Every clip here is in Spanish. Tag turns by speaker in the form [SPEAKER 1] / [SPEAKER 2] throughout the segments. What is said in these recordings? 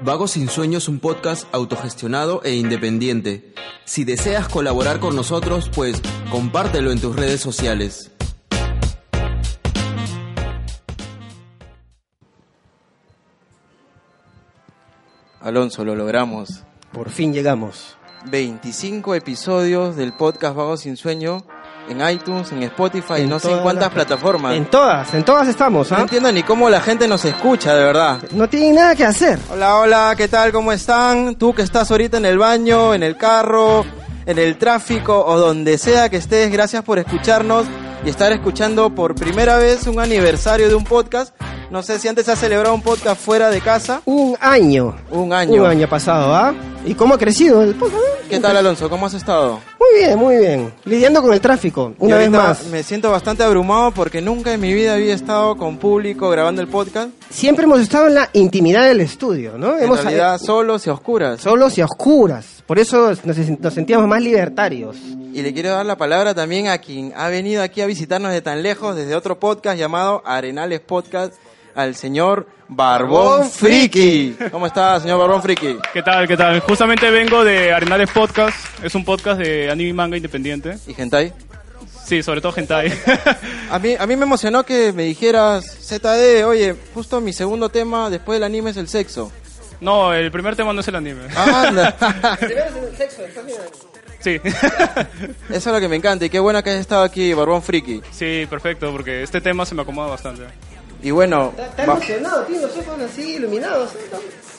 [SPEAKER 1] Vagos sin Sueños es un podcast autogestionado e independiente. Si deseas colaborar con nosotros, pues compártelo en tus redes sociales. Alonso, lo logramos.
[SPEAKER 2] Por fin llegamos.
[SPEAKER 1] 25 episodios del podcast Vagos sin Sueño en iTunes, en Spotify,
[SPEAKER 2] En
[SPEAKER 1] no sé en
[SPEAKER 2] todas
[SPEAKER 1] cuántas
[SPEAKER 2] las-
[SPEAKER 1] plataformas.
[SPEAKER 2] En todas, en todas estamos,
[SPEAKER 1] No
[SPEAKER 2] ¿ah?
[SPEAKER 1] entiendo ni cómo la gente nos escucha, de verdad.
[SPEAKER 2] No tienen nada que hacer.
[SPEAKER 1] Hola, hola, ¿qué tal? ¿Cómo están? Tú que estás ahorita en el baño, en el carro, en el tráfico o donde sea que estés, gracias por escucharnos y estar escuchando por primera vez un aniversario de un podcast. No sé si antes se ha celebrado un podcast fuera de casa.
[SPEAKER 2] Un año.
[SPEAKER 1] Un año.
[SPEAKER 2] Un año pasado, ¿ah? ¿Y cómo ha crecido el podcast?
[SPEAKER 1] ¿Qué tal, Alonso? ¿Cómo has estado?
[SPEAKER 2] Muy bien, muy bien. Lidiando con el tráfico, una
[SPEAKER 1] Y
[SPEAKER 2] vez
[SPEAKER 1] ahorita
[SPEAKER 2] más.
[SPEAKER 1] Me siento bastante abrumado porque nunca en mi vida había estado con público grabando el podcast.
[SPEAKER 2] Siempre hemos estado en la intimidad del estudio, ¿no?
[SPEAKER 1] En
[SPEAKER 2] hemos eh,
[SPEAKER 1] realidad, solos y a oscuras.
[SPEAKER 2] solos y a oscuras. Por eso nos, nos sentíamos más libertarios.
[SPEAKER 1] Y le quiero dar la palabra también a quien ha venido aquí a visitarnos de tan lejos, desde otro podcast llamado Arenales Podcast, al señor Barbón Friki. ¿Cómo está, señor Barbón Friki?
[SPEAKER 3] ¿Qué tal? ¿Qué tal? Justamente vengo de Arenales Podcast. Es un podcast de anime y manga independiente.
[SPEAKER 1] ¿Y Gentai?
[SPEAKER 3] Sí, sobre todo hentai.
[SPEAKER 1] A mí, a mí me emocionó que me dijeras, ZD, oye, justo mi segundo tema después del anime es el sexo.
[SPEAKER 3] no, el primer tema no es el anime.
[SPEAKER 1] Anda.
[SPEAKER 3] Sí.
[SPEAKER 1] Eso es lo que me encanta y qué bueno que has estado aquí, Barbón Friki.
[SPEAKER 3] sí, perfecto, porque este tema se me acomoda bastante.
[SPEAKER 1] Y bueno,
[SPEAKER 2] Está
[SPEAKER 1] va-
[SPEAKER 2] emocionado, tiene los ojos así iluminados.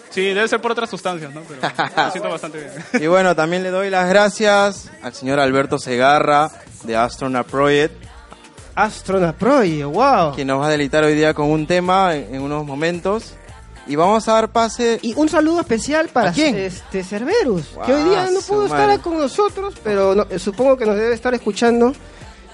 [SPEAKER 3] Sí, debe ser por otras sustancias, ¿no? Pero me siento bastante bien.
[SPEAKER 1] Y bueno, también le doy las gracias al señor Alberto Segarra de Astronaut Project.
[SPEAKER 2] Astronaut Proye, wow.
[SPEAKER 1] que nos va a deleitar hoy día con un tema en en unos momentos. Y vamos a dar pase.
[SPEAKER 2] Y un saludo especial para
[SPEAKER 1] ¿A quién?
[SPEAKER 2] este Cerberus,
[SPEAKER 1] Guau,
[SPEAKER 2] que hoy día no
[SPEAKER 1] su
[SPEAKER 2] pudo
[SPEAKER 1] madre.
[SPEAKER 2] estar con nosotros, pero no- eh, supongo que nos debe estar escuchando.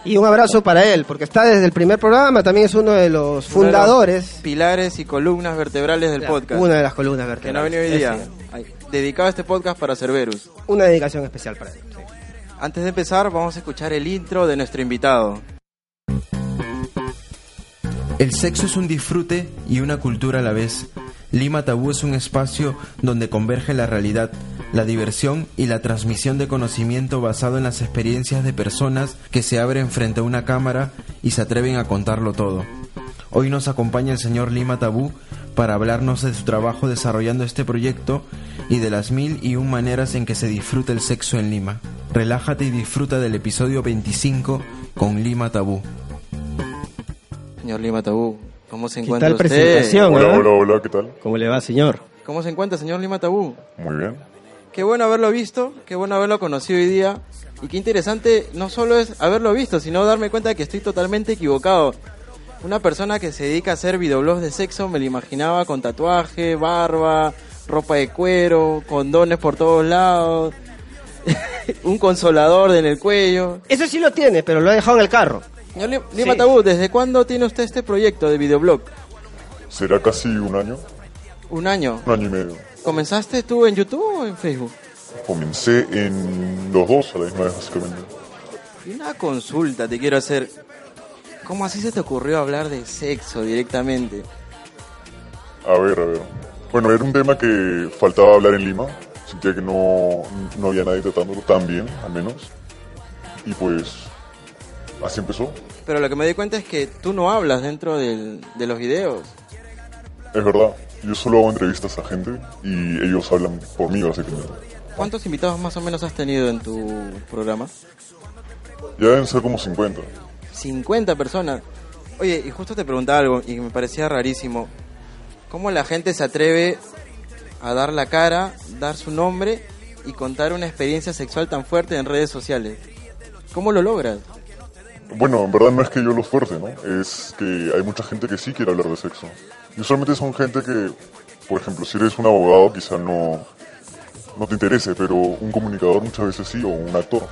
[SPEAKER 2] Y un abrazo para él, porque está desde el primer programa, también es uno de los
[SPEAKER 1] Uno de los
[SPEAKER 2] fundadores.
[SPEAKER 1] Pilares y columnas vertebrales del
[SPEAKER 2] La-
[SPEAKER 1] podcast.
[SPEAKER 2] Una de las columnas
[SPEAKER 1] Que no ha
[SPEAKER 2] vertebrales.
[SPEAKER 1] venido hoy
[SPEAKER 2] Es
[SPEAKER 1] día.
[SPEAKER 2] cierto.
[SPEAKER 1] Ay, Dedicado a este podcast para Cerberus.
[SPEAKER 2] Una dedicación especial para él. sí.
[SPEAKER 1] Antes de empezar, vamos a escuchar el intro de nuestro invitado.
[SPEAKER 4] El sexo es un disfrute y una cultura a la vez. Lima Tabú es un espacio donde converge la realidad, la diversión y la transmisión de conocimiento basado en las experiencias de personas que se abren frente a una cámara y se atreven a contarlo todo. Hoy nos acompaña el señor Lima Tabú para hablarnos de su trabajo desarrollando este proyecto y de las mil y un maneras en que se disfruta el sexo en Lima. Relájate y disfruta del episodio 25 con Lima Tabú.
[SPEAKER 1] Señor Lima Tabú, ¿cómo se
[SPEAKER 2] ¿Qué
[SPEAKER 1] encuentra
[SPEAKER 2] tal
[SPEAKER 1] usted?
[SPEAKER 2] presentación?
[SPEAKER 5] Hola,
[SPEAKER 2] ¿eh?
[SPEAKER 5] hola, hola, ¿qué tal?
[SPEAKER 2] ¿Cómo le va, señor?
[SPEAKER 1] ¿Cómo se encuentra, señor Lima Tabú?
[SPEAKER 5] Muy bien.
[SPEAKER 1] Qué bueno haberlo visto, qué bueno haberlo conocido hoy día. Y qué interesante, no solo es haberlo visto, sino darme cuenta de que estoy totalmente equivocado. Una persona que se dedica a hacer videoblogs de sexo me lo imaginaba con tatuaje, barba, ropa de cuero, condones por todos lados, un consolador en el cuello.
[SPEAKER 2] Eso sí lo tiene, pero lo ha dejado en el carro.
[SPEAKER 1] Señor Lim- Lima
[SPEAKER 2] Sí.
[SPEAKER 1] Tabú, ¿desde cuándo tiene usted este proyecto de videoblog?
[SPEAKER 5] Será casi un año,
[SPEAKER 1] Un año.
[SPEAKER 5] un año y medio.
[SPEAKER 1] ¿Comenzaste tú en YouTube o en Facebook?
[SPEAKER 5] Comencé en los dos a la misma vez, básicamente.
[SPEAKER 1] Y Una consulta te quiero hacer. ¿Cómo así se te ocurrió hablar de sexo directamente?
[SPEAKER 5] A ver, a ver. Bueno, era un tema que faltaba hablar en Lima. Sentía que no, no había nadie tratándolo tan bien, al menos. Y pues, así empezó.
[SPEAKER 1] Pero lo que me di cuenta es que tú no hablas dentro del- de los videos.
[SPEAKER 5] Es verdad, yo solo hago entrevistas a gente y ellos hablan por mí, básicamente.
[SPEAKER 1] ¿Cuántos invitados más o menos has tenido en tu programa?
[SPEAKER 5] Ya deben ser como 50.
[SPEAKER 1] 50 personas. Oye, y justo te preguntaba algo y me parecía rarísimo. ¿Cómo la gente se atreve a dar la cara, dar su nombre y contar una experiencia sexual tan fuerte en redes sociales? ¿Cómo lo logras?
[SPEAKER 5] Bueno, en verdad no es que yo los fuerce, ¿no? Es que hay mucha gente que sí quiere hablar de sexo. Y usualmente son gente que por ejemplo, si eres un abogado, quizá no, no te interese, pero un comunicador muchas veces sí, o un actor.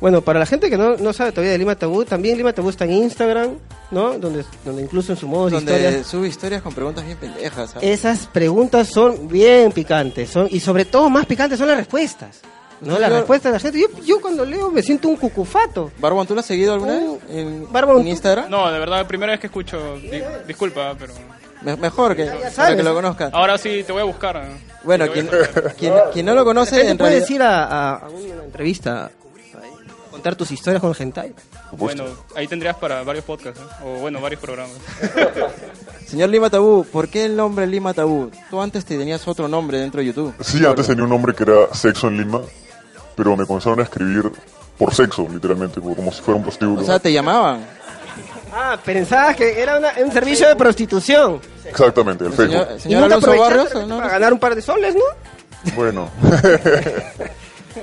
[SPEAKER 2] Bueno, para la gente que no, no sabe todavía de Lima Tabú, también Lima Tabú está en Instagram, ¿no? Donde, donde incluso en su modo de
[SPEAKER 1] Donde
[SPEAKER 2] historia.
[SPEAKER 1] sube historias con preguntas bien pendejas. ¿sabes?
[SPEAKER 2] Esas preguntas son bien picantes, son, y sobre todo más picantes son las respuestas. ¿No? Las
[SPEAKER 1] Yo-
[SPEAKER 2] respuestas de la gente. Yo, yo cuando leo me siento un cucufato.
[SPEAKER 1] Barbón, ¿tú lo has seguido alguna
[SPEAKER 2] Uh,
[SPEAKER 1] vez Eh, en,
[SPEAKER 2] Barbón,
[SPEAKER 1] en
[SPEAKER 2] tú-
[SPEAKER 1] Instagram?
[SPEAKER 3] No, de verdad, la primera vez que escucho. Di- disculpa, pero.
[SPEAKER 1] Me- mejor que,
[SPEAKER 2] ya
[SPEAKER 1] para
[SPEAKER 2] sabes.
[SPEAKER 1] que lo conozcan.
[SPEAKER 3] Ahora sí, te voy a buscar. ¿eh?
[SPEAKER 1] Bueno,
[SPEAKER 3] Te voy a
[SPEAKER 1] quien,
[SPEAKER 3] buscar.
[SPEAKER 1] quien, quien no lo
[SPEAKER 2] La gente
[SPEAKER 1] conoce, en
[SPEAKER 2] puede
[SPEAKER 1] realidad...
[SPEAKER 2] decir a, a- a una entrevista, a- contar tus historias con el hentai.
[SPEAKER 3] Bueno, ahí tendrías para varios podcasts, ¿eh? o bueno, varios programas.
[SPEAKER 1] Señor Lima Tabú, ¿por qué el nombre Lima Tabú? Tú antes te tenías otro nombre dentro de YouTube.
[SPEAKER 5] Sí, antes tenía un nombre que era Sexo en Lima, pero me comenzaron a escribir por sexo, literalmente, como como si fuera un prostíbulo.
[SPEAKER 1] O sea, te llamaban.
[SPEAKER 2] Ah, pensabas que era una- un servicio de prostitución.
[SPEAKER 5] Exactamente, el Facebook.
[SPEAKER 1] Señor,
[SPEAKER 2] Y
[SPEAKER 1] señor
[SPEAKER 2] nunca
[SPEAKER 1] Alonso
[SPEAKER 2] aprovechaste
[SPEAKER 1] Barrios,
[SPEAKER 2] de repente
[SPEAKER 1] ¿no?
[SPEAKER 2] para ganar un par de soles, ¿no?
[SPEAKER 5] Bueno,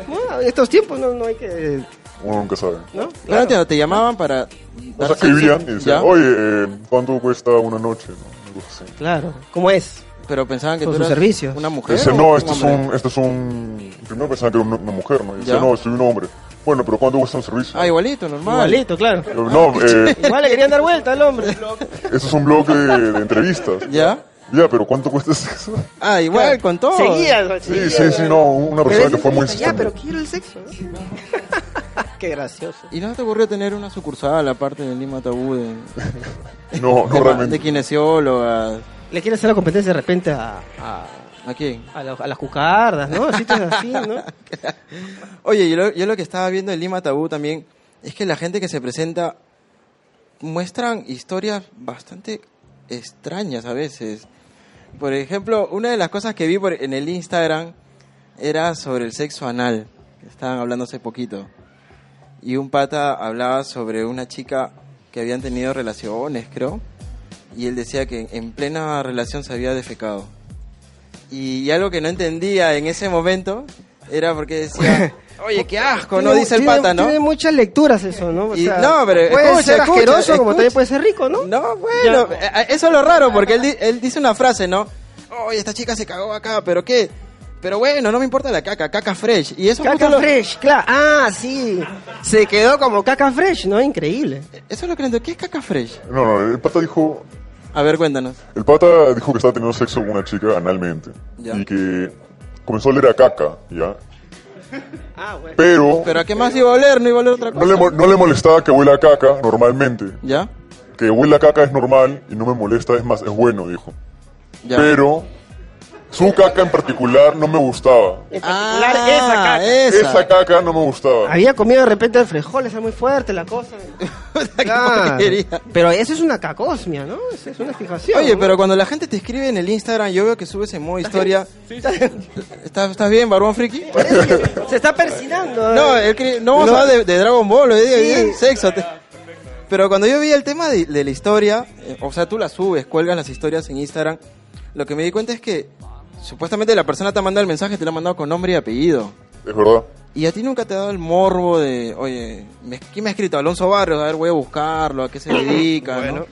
[SPEAKER 2] Bueno, en estos tiempos no, no hay que...
[SPEAKER 5] uno nunca sabe.
[SPEAKER 2] ¿no?
[SPEAKER 1] No lo entiendo, te llamaban para...
[SPEAKER 5] O sea,
[SPEAKER 1] dar
[SPEAKER 5] escribían y
[SPEAKER 1] sexo,
[SPEAKER 5] decían,
[SPEAKER 1] ¿ya?
[SPEAKER 5] oye, eh, ¿cuánto cuesta una noche? ¿no? Algo así.
[SPEAKER 2] Claro, ¿cómo es?
[SPEAKER 1] Pero pensaban que
[SPEAKER 2] Con
[SPEAKER 1] tú
[SPEAKER 2] sus
[SPEAKER 1] eras
[SPEAKER 2] servicios.
[SPEAKER 1] una mujer.
[SPEAKER 5] Dice,
[SPEAKER 1] o
[SPEAKER 5] no, este es,
[SPEAKER 1] hombre?"
[SPEAKER 5] un, este es un... Primero pensaba que era una, una mujer, ¿no? Y dice,
[SPEAKER 1] Ya.
[SPEAKER 5] no, soy un hombre. Bueno, pero ¿cuánto cuesta un servicio?
[SPEAKER 1] Ah, igualito, normal.
[SPEAKER 2] Igualito, claro.
[SPEAKER 5] Eh, no, eh,
[SPEAKER 2] Igual le querían dar vuelta al hombre.
[SPEAKER 5] eso es un blog de, de entrevistas. Ya,
[SPEAKER 1] ¿Ya?
[SPEAKER 5] pero ¿cuánto cuesta eso?
[SPEAKER 1] Ah, igual, con todo.
[SPEAKER 2] Seguía,
[SPEAKER 5] Sí, sí, sí, no, una persona que fue muy
[SPEAKER 2] Ya, pero
[SPEAKER 5] insistente.
[SPEAKER 2] quiero el sexo. ¿no? Qué gracioso.
[SPEAKER 1] ¿Y no te ocurrió tener una sucursal aparte del Lima Tabú de,
[SPEAKER 5] No,
[SPEAKER 1] de,
[SPEAKER 5] no realmente.
[SPEAKER 1] de kinesiólogas?
[SPEAKER 2] Le quiere hacer la competencia de repente a, a,
[SPEAKER 1] ¿A quién?
[SPEAKER 2] a la- a las cucardas, ¿no? Sitios así, ¿no?
[SPEAKER 1] Oye, yo lo, yo lo que estaba viendo en Lima Tabú también es que la gente que se presenta muestran historias bastante extrañas a veces. Por ejemplo, una de las cosas que vi por- en el Instagram era sobre el sexo anal. que Estaban hablando hace poquito. Y un pata hablaba sobre una chica que habían tenido relaciones, creo. Y él decía que en plena relación se había defecado. Y algo que no entendía en ese momento era porque decía, oye, qué asco, no
[SPEAKER 2] Tiene-
[SPEAKER 1] dice el
[SPEAKER 2] tiene-
[SPEAKER 1] pata, ¿no?
[SPEAKER 2] Tiene muchas lecturas eso, ¿no? O
[SPEAKER 1] Y-
[SPEAKER 2] sea,
[SPEAKER 1] no, pero
[SPEAKER 2] puede
[SPEAKER 1] escucha,
[SPEAKER 2] ser
[SPEAKER 1] escucha,
[SPEAKER 2] asqueroso como
[SPEAKER 1] escucha.
[SPEAKER 2] también puede ser rico, ¿no?
[SPEAKER 1] No, bueno,
[SPEAKER 2] Ya.
[SPEAKER 1] eh, eh, eso es lo raro, porque él, di- él dice una frase, ¿no? Oye, esta chica se cagó acá, pero qué. Pero bueno, no me importa la caca, caca fresh. Y eso, justo
[SPEAKER 2] Caca
[SPEAKER 1] lo,
[SPEAKER 2] fresh, claro. Ah, sí. Se quedó como caca fresh, ¿no? Increíble.
[SPEAKER 1] eso es lo que no entiendo. ¿Qué es caca fresh?
[SPEAKER 5] No, no, el pata dijo,
[SPEAKER 1] A ver, cuéntanos.
[SPEAKER 5] el pata dijo que estaba teniendo sexo con una chica analmente
[SPEAKER 1] Ya.
[SPEAKER 5] y que comenzó a oler a caca, ¿ya?
[SPEAKER 2] Ah, bueno.
[SPEAKER 5] Pero,
[SPEAKER 1] ¿Pero a qué más iba a oler? No iba a oler otra
[SPEAKER 5] no,
[SPEAKER 1] cosa.
[SPEAKER 5] le, mo- no le molestaba que huela a caca normalmente.
[SPEAKER 1] ¿Ya?
[SPEAKER 5] Que huela a caca es normal y no me molesta, es más, es bueno, dijo.
[SPEAKER 1] Ya.
[SPEAKER 5] Pero su caca en particular no me gustaba.
[SPEAKER 1] ah,
[SPEAKER 2] esa caca.
[SPEAKER 1] Esa.
[SPEAKER 5] Esa caca no me gustaba.
[SPEAKER 2] Había comido de repente frijoles, es muy fuerte la cosa.
[SPEAKER 1] Qué
[SPEAKER 2] Claro.
[SPEAKER 1] porquería.
[SPEAKER 2] Pero eso es una cacosmia, ¿no? Eso es una fijación.
[SPEAKER 1] Oye,
[SPEAKER 2] ¿no?
[SPEAKER 1] pero cuando la gente te escribe en el Instagram, yo veo que subes en modo historia. ¿Estás, estás bien, barbón friki?
[SPEAKER 2] Se está persinando.
[SPEAKER 1] No,
[SPEAKER 2] ¿eh?
[SPEAKER 1] él cre- no vamos a hablar de, de Dragon Ball, hoy día, hoy día
[SPEAKER 2] Sí.
[SPEAKER 1] es sexo. te- Pero cuando yo vi el tema de, de la historia, eh, o sea, tú la subes, cuelgas las historias en Instagram, lo que me di cuenta es que supuestamente la persona te ha mandado el mensaje, te lo ha mandado con nombre y apellido.
[SPEAKER 5] Es verdad.
[SPEAKER 1] Y a ti nunca te ha dado el morbo de, oye, me- ¿quién me ha escrito? Alonso Barrios, a ver, voy a buscarlo, a qué se dedica, ¿no?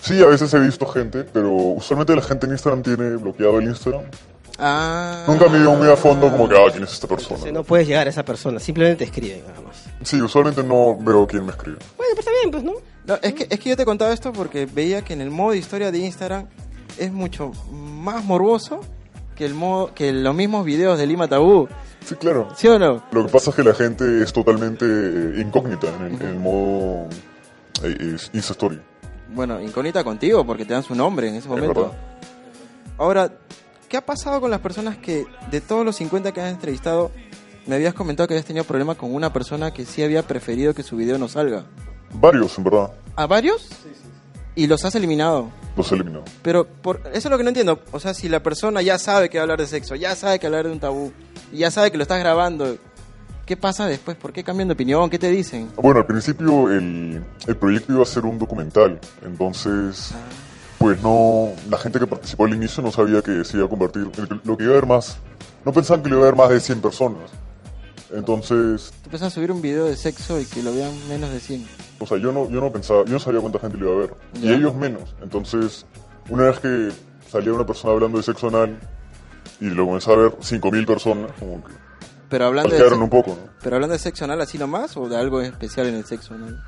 [SPEAKER 5] Sí, a veces he visto gente, pero usualmente la gente en Instagram tiene bloqueado el Instagram.
[SPEAKER 1] Ah,
[SPEAKER 5] Nunca me dio muy a fondo como que, ah, ¿quién es esta
[SPEAKER 2] Entonces
[SPEAKER 5] persona?
[SPEAKER 2] No puedes llegar a esa persona, simplemente escriben nada más.
[SPEAKER 5] Sí, usualmente no veo quién me escribe.
[SPEAKER 2] Bueno, pues está bien, pues, ¿no?
[SPEAKER 1] No, es, que, es que yo te contaba esto porque veía que en el modo historia de Instagram es mucho más morboso que, el modo, que los mismos videos de Lima Tabú.
[SPEAKER 5] Sí, claro.
[SPEAKER 1] ¿Sí o no?
[SPEAKER 5] Lo que pasa es que la gente es totalmente eh, incógnita en el, en el modo eh, es- Insta Story.
[SPEAKER 1] Bueno, incógnita contigo porque te dan su nombre en ese momento.
[SPEAKER 5] verdad.
[SPEAKER 1] Ahora, ¿qué ha pasado con las personas que de todos los 50 que has entrevistado, me habías comentado que habías tenido problemas con una persona que sí había preferido que su video no salga?
[SPEAKER 5] Varios, en verdad,
[SPEAKER 1] ¿A varios? Y los has eliminado.
[SPEAKER 5] los he eliminado.
[SPEAKER 1] Pero por, eso es lo que no entiendo. O sea, si la persona ya sabe que va a hablar de sexo, ya sabe que va a hablar de un tabú, y ya sabe que lo estás grabando, ¿qué pasa después? ¿Por qué cambian de opinión? ¿Qué te dicen?
[SPEAKER 5] Bueno, al principio el, el proyecto iba a ser un documental, entonces pues no, la gente que participó al inicio no sabía que se iba a convertir, el- lo que iba a haber más, no pensaban que lo iba a haber más de 100 personas. Entonces,
[SPEAKER 1] Tú empiezas a subir un video de sexo y que lo vean menos de 100.
[SPEAKER 5] o sea, yo no, yo no pensaba, yo no sabía cuánta gente lo iba a ver, y ellos menos. Entonces, una vez que salía una persona hablando de sexo anal y lo comenzaron a ver 5.000 personas, como que
[SPEAKER 1] Pero hablando, de
[SPEAKER 5] parquearon
[SPEAKER 1] se-
[SPEAKER 5] un poco, ¿no?
[SPEAKER 1] pero hablando de sexo anal así nomás o de algo especial en el sexo anal.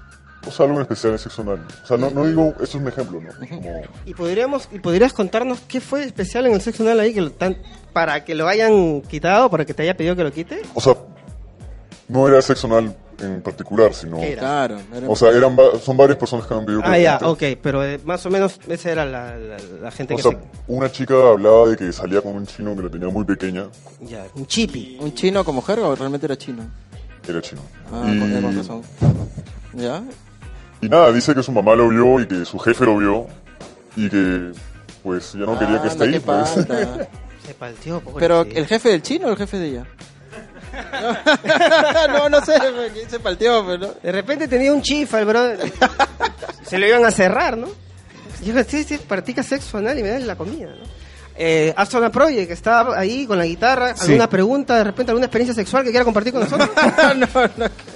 [SPEAKER 5] O sea, algo en especial en sexo anal. O sea, no, no digo, esto es un ejemplo, ¿no? Como,
[SPEAKER 2] ¿Y, podríamos, ¿Y podrías contarnos qué fue especial en el sexo anal ahí que lo tan- para que lo hayan quitado, para que te haya pedido que lo quite?
[SPEAKER 5] o sea, no era sexo anal en particular, sino...
[SPEAKER 2] ¿Qué era?
[SPEAKER 1] Claro. era-
[SPEAKER 5] O sea, eran va- son varias personas que han pedido que
[SPEAKER 2] Ah,
[SPEAKER 5] lo
[SPEAKER 2] ya,
[SPEAKER 5] cuente.
[SPEAKER 2] ok, pero eh, más o menos esa era la, la- la gente
[SPEAKER 5] O
[SPEAKER 2] que
[SPEAKER 5] sea,
[SPEAKER 2] se-
[SPEAKER 5] una chica hablaba de que salía con un chino que la tenía muy pequeña,
[SPEAKER 2] Ya, un chipi.
[SPEAKER 1] ¿Un chino como jerga o realmente era chino?
[SPEAKER 5] era chino.
[SPEAKER 1] Ah,
[SPEAKER 5] y,
[SPEAKER 1] con, con razón. ¿Ya?
[SPEAKER 5] y nada, dice que su mamá lo vio y que su jefe lo vio y que pues ya no quería que esté
[SPEAKER 1] Anda,
[SPEAKER 5] ahí.
[SPEAKER 1] Ah, qué
[SPEAKER 5] Pues.
[SPEAKER 1] pata.
[SPEAKER 2] Se palteó, pobre
[SPEAKER 1] Pero
[SPEAKER 2] chico.
[SPEAKER 1] el jefe del chino o el jefe de ella? No, no sé, porque se palteó, pero.
[SPEAKER 2] De repente tenía un chifa el brother. Se lo iban a cerrar, ¿no? Y yo, sí, sí, practica sexo anal y me dan la comida, ¿no? Eh, Astona Project, que estaba ahí con la guitarra. ¿Alguna pregunta, de repente, alguna experiencia sexual que quiera compartir con nosotros?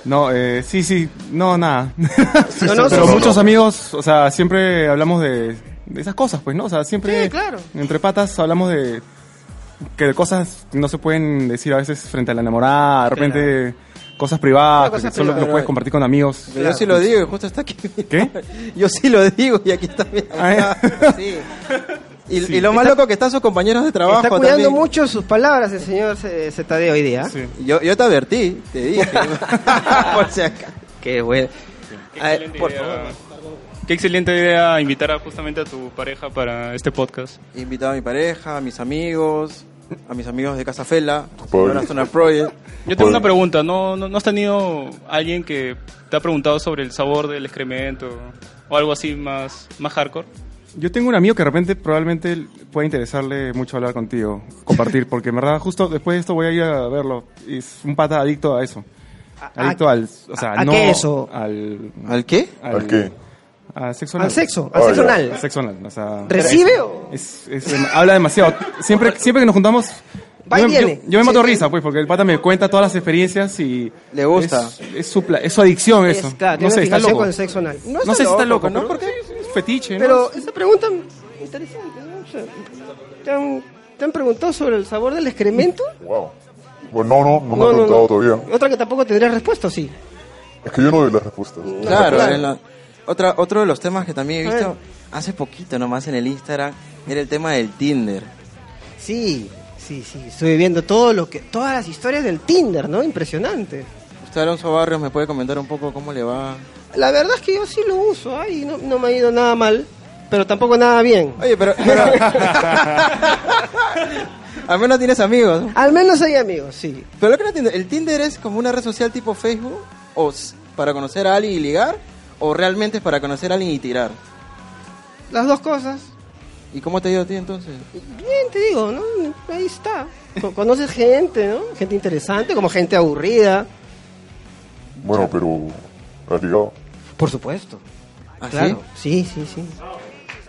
[SPEAKER 6] No, eh, sí, sí, no, nada.
[SPEAKER 2] No, no,
[SPEAKER 6] Pero
[SPEAKER 2] sí, sí.
[SPEAKER 6] muchos amigos, o sea, siempre hablamos de, de esas cosas, pues, ¿no? O sea, siempre.
[SPEAKER 2] Sí, claro.
[SPEAKER 6] Entre patas hablamos de. Que de cosas no se pueden decir a veces frente a la enamorada, de repente cosas
[SPEAKER 2] Claro,
[SPEAKER 6] privadas,
[SPEAKER 2] cosas
[SPEAKER 6] que solo
[SPEAKER 2] privadas.
[SPEAKER 6] lo puedes compartir con amigos.
[SPEAKER 1] Pero Yo sí lo digo, y justo está aquí.
[SPEAKER 6] ¿Qué?
[SPEAKER 1] Yo sí lo digo y aquí está mi
[SPEAKER 2] ¿eh?
[SPEAKER 6] Ah,
[SPEAKER 1] abogado. Y, y lo más loco que están sus compañeros de trabajo.
[SPEAKER 2] Está cuidando
[SPEAKER 1] también.
[SPEAKER 2] mucho sus palabras el señor eh, Zetadeo hoy día.
[SPEAKER 6] Sí.
[SPEAKER 1] Yo, yo te advertí, te dije. Por si acaso.
[SPEAKER 2] Qué bueno. A ver,
[SPEAKER 3] Excelente
[SPEAKER 2] por
[SPEAKER 3] idea.
[SPEAKER 2] favor.
[SPEAKER 3] Qué excelente idea invitar a, justamente a tu pareja para este podcast.
[SPEAKER 1] He invitado a mi pareja, a mis amigos, a mis amigos de Casa Fela, a
[SPEAKER 5] Pobre.
[SPEAKER 1] Zona Zona Project.
[SPEAKER 3] Yo tengo
[SPEAKER 5] Bueno.
[SPEAKER 3] una pregunta, ¿no, no, no has tenido alguien que te ha preguntado sobre el sabor del excremento o algo así más, más hardcore?
[SPEAKER 6] Yo tengo un amigo que de repente probablemente pueda interesarle mucho hablar contigo, compartir, porque en verdad justo después de esto voy a ir a verlo. Y Es un pata adicto a eso.
[SPEAKER 2] a-
[SPEAKER 6] Adicto al... O sea,
[SPEAKER 2] a- a
[SPEAKER 6] no
[SPEAKER 2] qué eso?
[SPEAKER 6] Al,
[SPEAKER 1] ¿Al qué?
[SPEAKER 5] ¿Al qué?
[SPEAKER 6] A sexo anal.
[SPEAKER 2] Al sexo, al
[SPEAKER 5] Ay,
[SPEAKER 2] sexo
[SPEAKER 5] ya.
[SPEAKER 6] Al
[SPEAKER 2] anal.
[SPEAKER 6] sexo anal, o sea...
[SPEAKER 2] ¿Recibe o...?
[SPEAKER 6] es- es- em, habla demasiado. Siempre, siempre que nos juntamos...
[SPEAKER 2] Va y
[SPEAKER 6] yo, me- yo-
[SPEAKER 2] viene.
[SPEAKER 6] yo me mato
[SPEAKER 2] Sí,
[SPEAKER 6] risa, pues, porque el pata me cuenta todas las experiencias y...
[SPEAKER 1] Le gusta.
[SPEAKER 6] Es, es su, pla- es su adicción eso.
[SPEAKER 2] Es, claro,
[SPEAKER 6] no
[SPEAKER 2] tiene
[SPEAKER 6] sé, está
[SPEAKER 2] fijación
[SPEAKER 6] loco.
[SPEAKER 2] con el sexo anal. No,
[SPEAKER 6] no sé si está loco,
[SPEAKER 1] ¿no?
[SPEAKER 6] ¿no? Porque es fetiche, ¿no?
[SPEAKER 2] Pero esa pregunta interesante, ¿no? O sea, ¿te, han, te han preguntado sobre el sabor del excremento?
[SPEAKER 5] Wow. Bueno, Pues no, no, no me han preguntado todavía.
[SPEAKER 2] Otra que tampoco tendrías respuesta, ¿o sí.
[SPEAKER 5] Es que yo no doy las respuestas.
[SPEAKER 1] Claro, en la- otra, otro de los temas que también he
[SPEAKER 2] A
[SPEAKER 1] visto
[SPEAKER 2] ver.
[SPEAKER 1] hace poquito nomás en el Instagram era el tema del Tinder.
[SPEAKER 2] Sí, sí, sí. Estuve viendo todo lo que, todas las historias del Tinder, ¿no? Impresionante.
[SPEAKER 1] Usted Alonso Barrios me puede comentar un poco cómo le va.
[SPEAKER 2] La verdad es que yo sí lo uso, ay, no, no me ha ido nada mal, pero tampoco nada bien.
[SPEAKER 1] Oye, pero, pero- al menos tienes amigos. ¿no?
[SPEAKER 2] Al menos hay amigos, sí.
[SPEAKER 1] Pero lo que no entiendo, el Tinder es como una red social tipo Facebook o s- para conocer a alguien y ligar o realmente es para conocer a alguien y tirar.
[SPEAKER 2] Las dos cosas.
[SPEAKER 1] ¿Y cómo te ha ido a ti entonces?
[SPEAKER 2] Bien, te digo, ¿no? Ahí está. Co- Conoces gente, ¿no? Gente interesante, como gente aburrida.
[SPEAKER 5] Bueno, pero... ¿Has ligado?
[SPEAKER 2] Por supuesto.
[SPEAKER 1] ¿Ah,
[SPEAKER 2] Claro. Sí, sí, sí.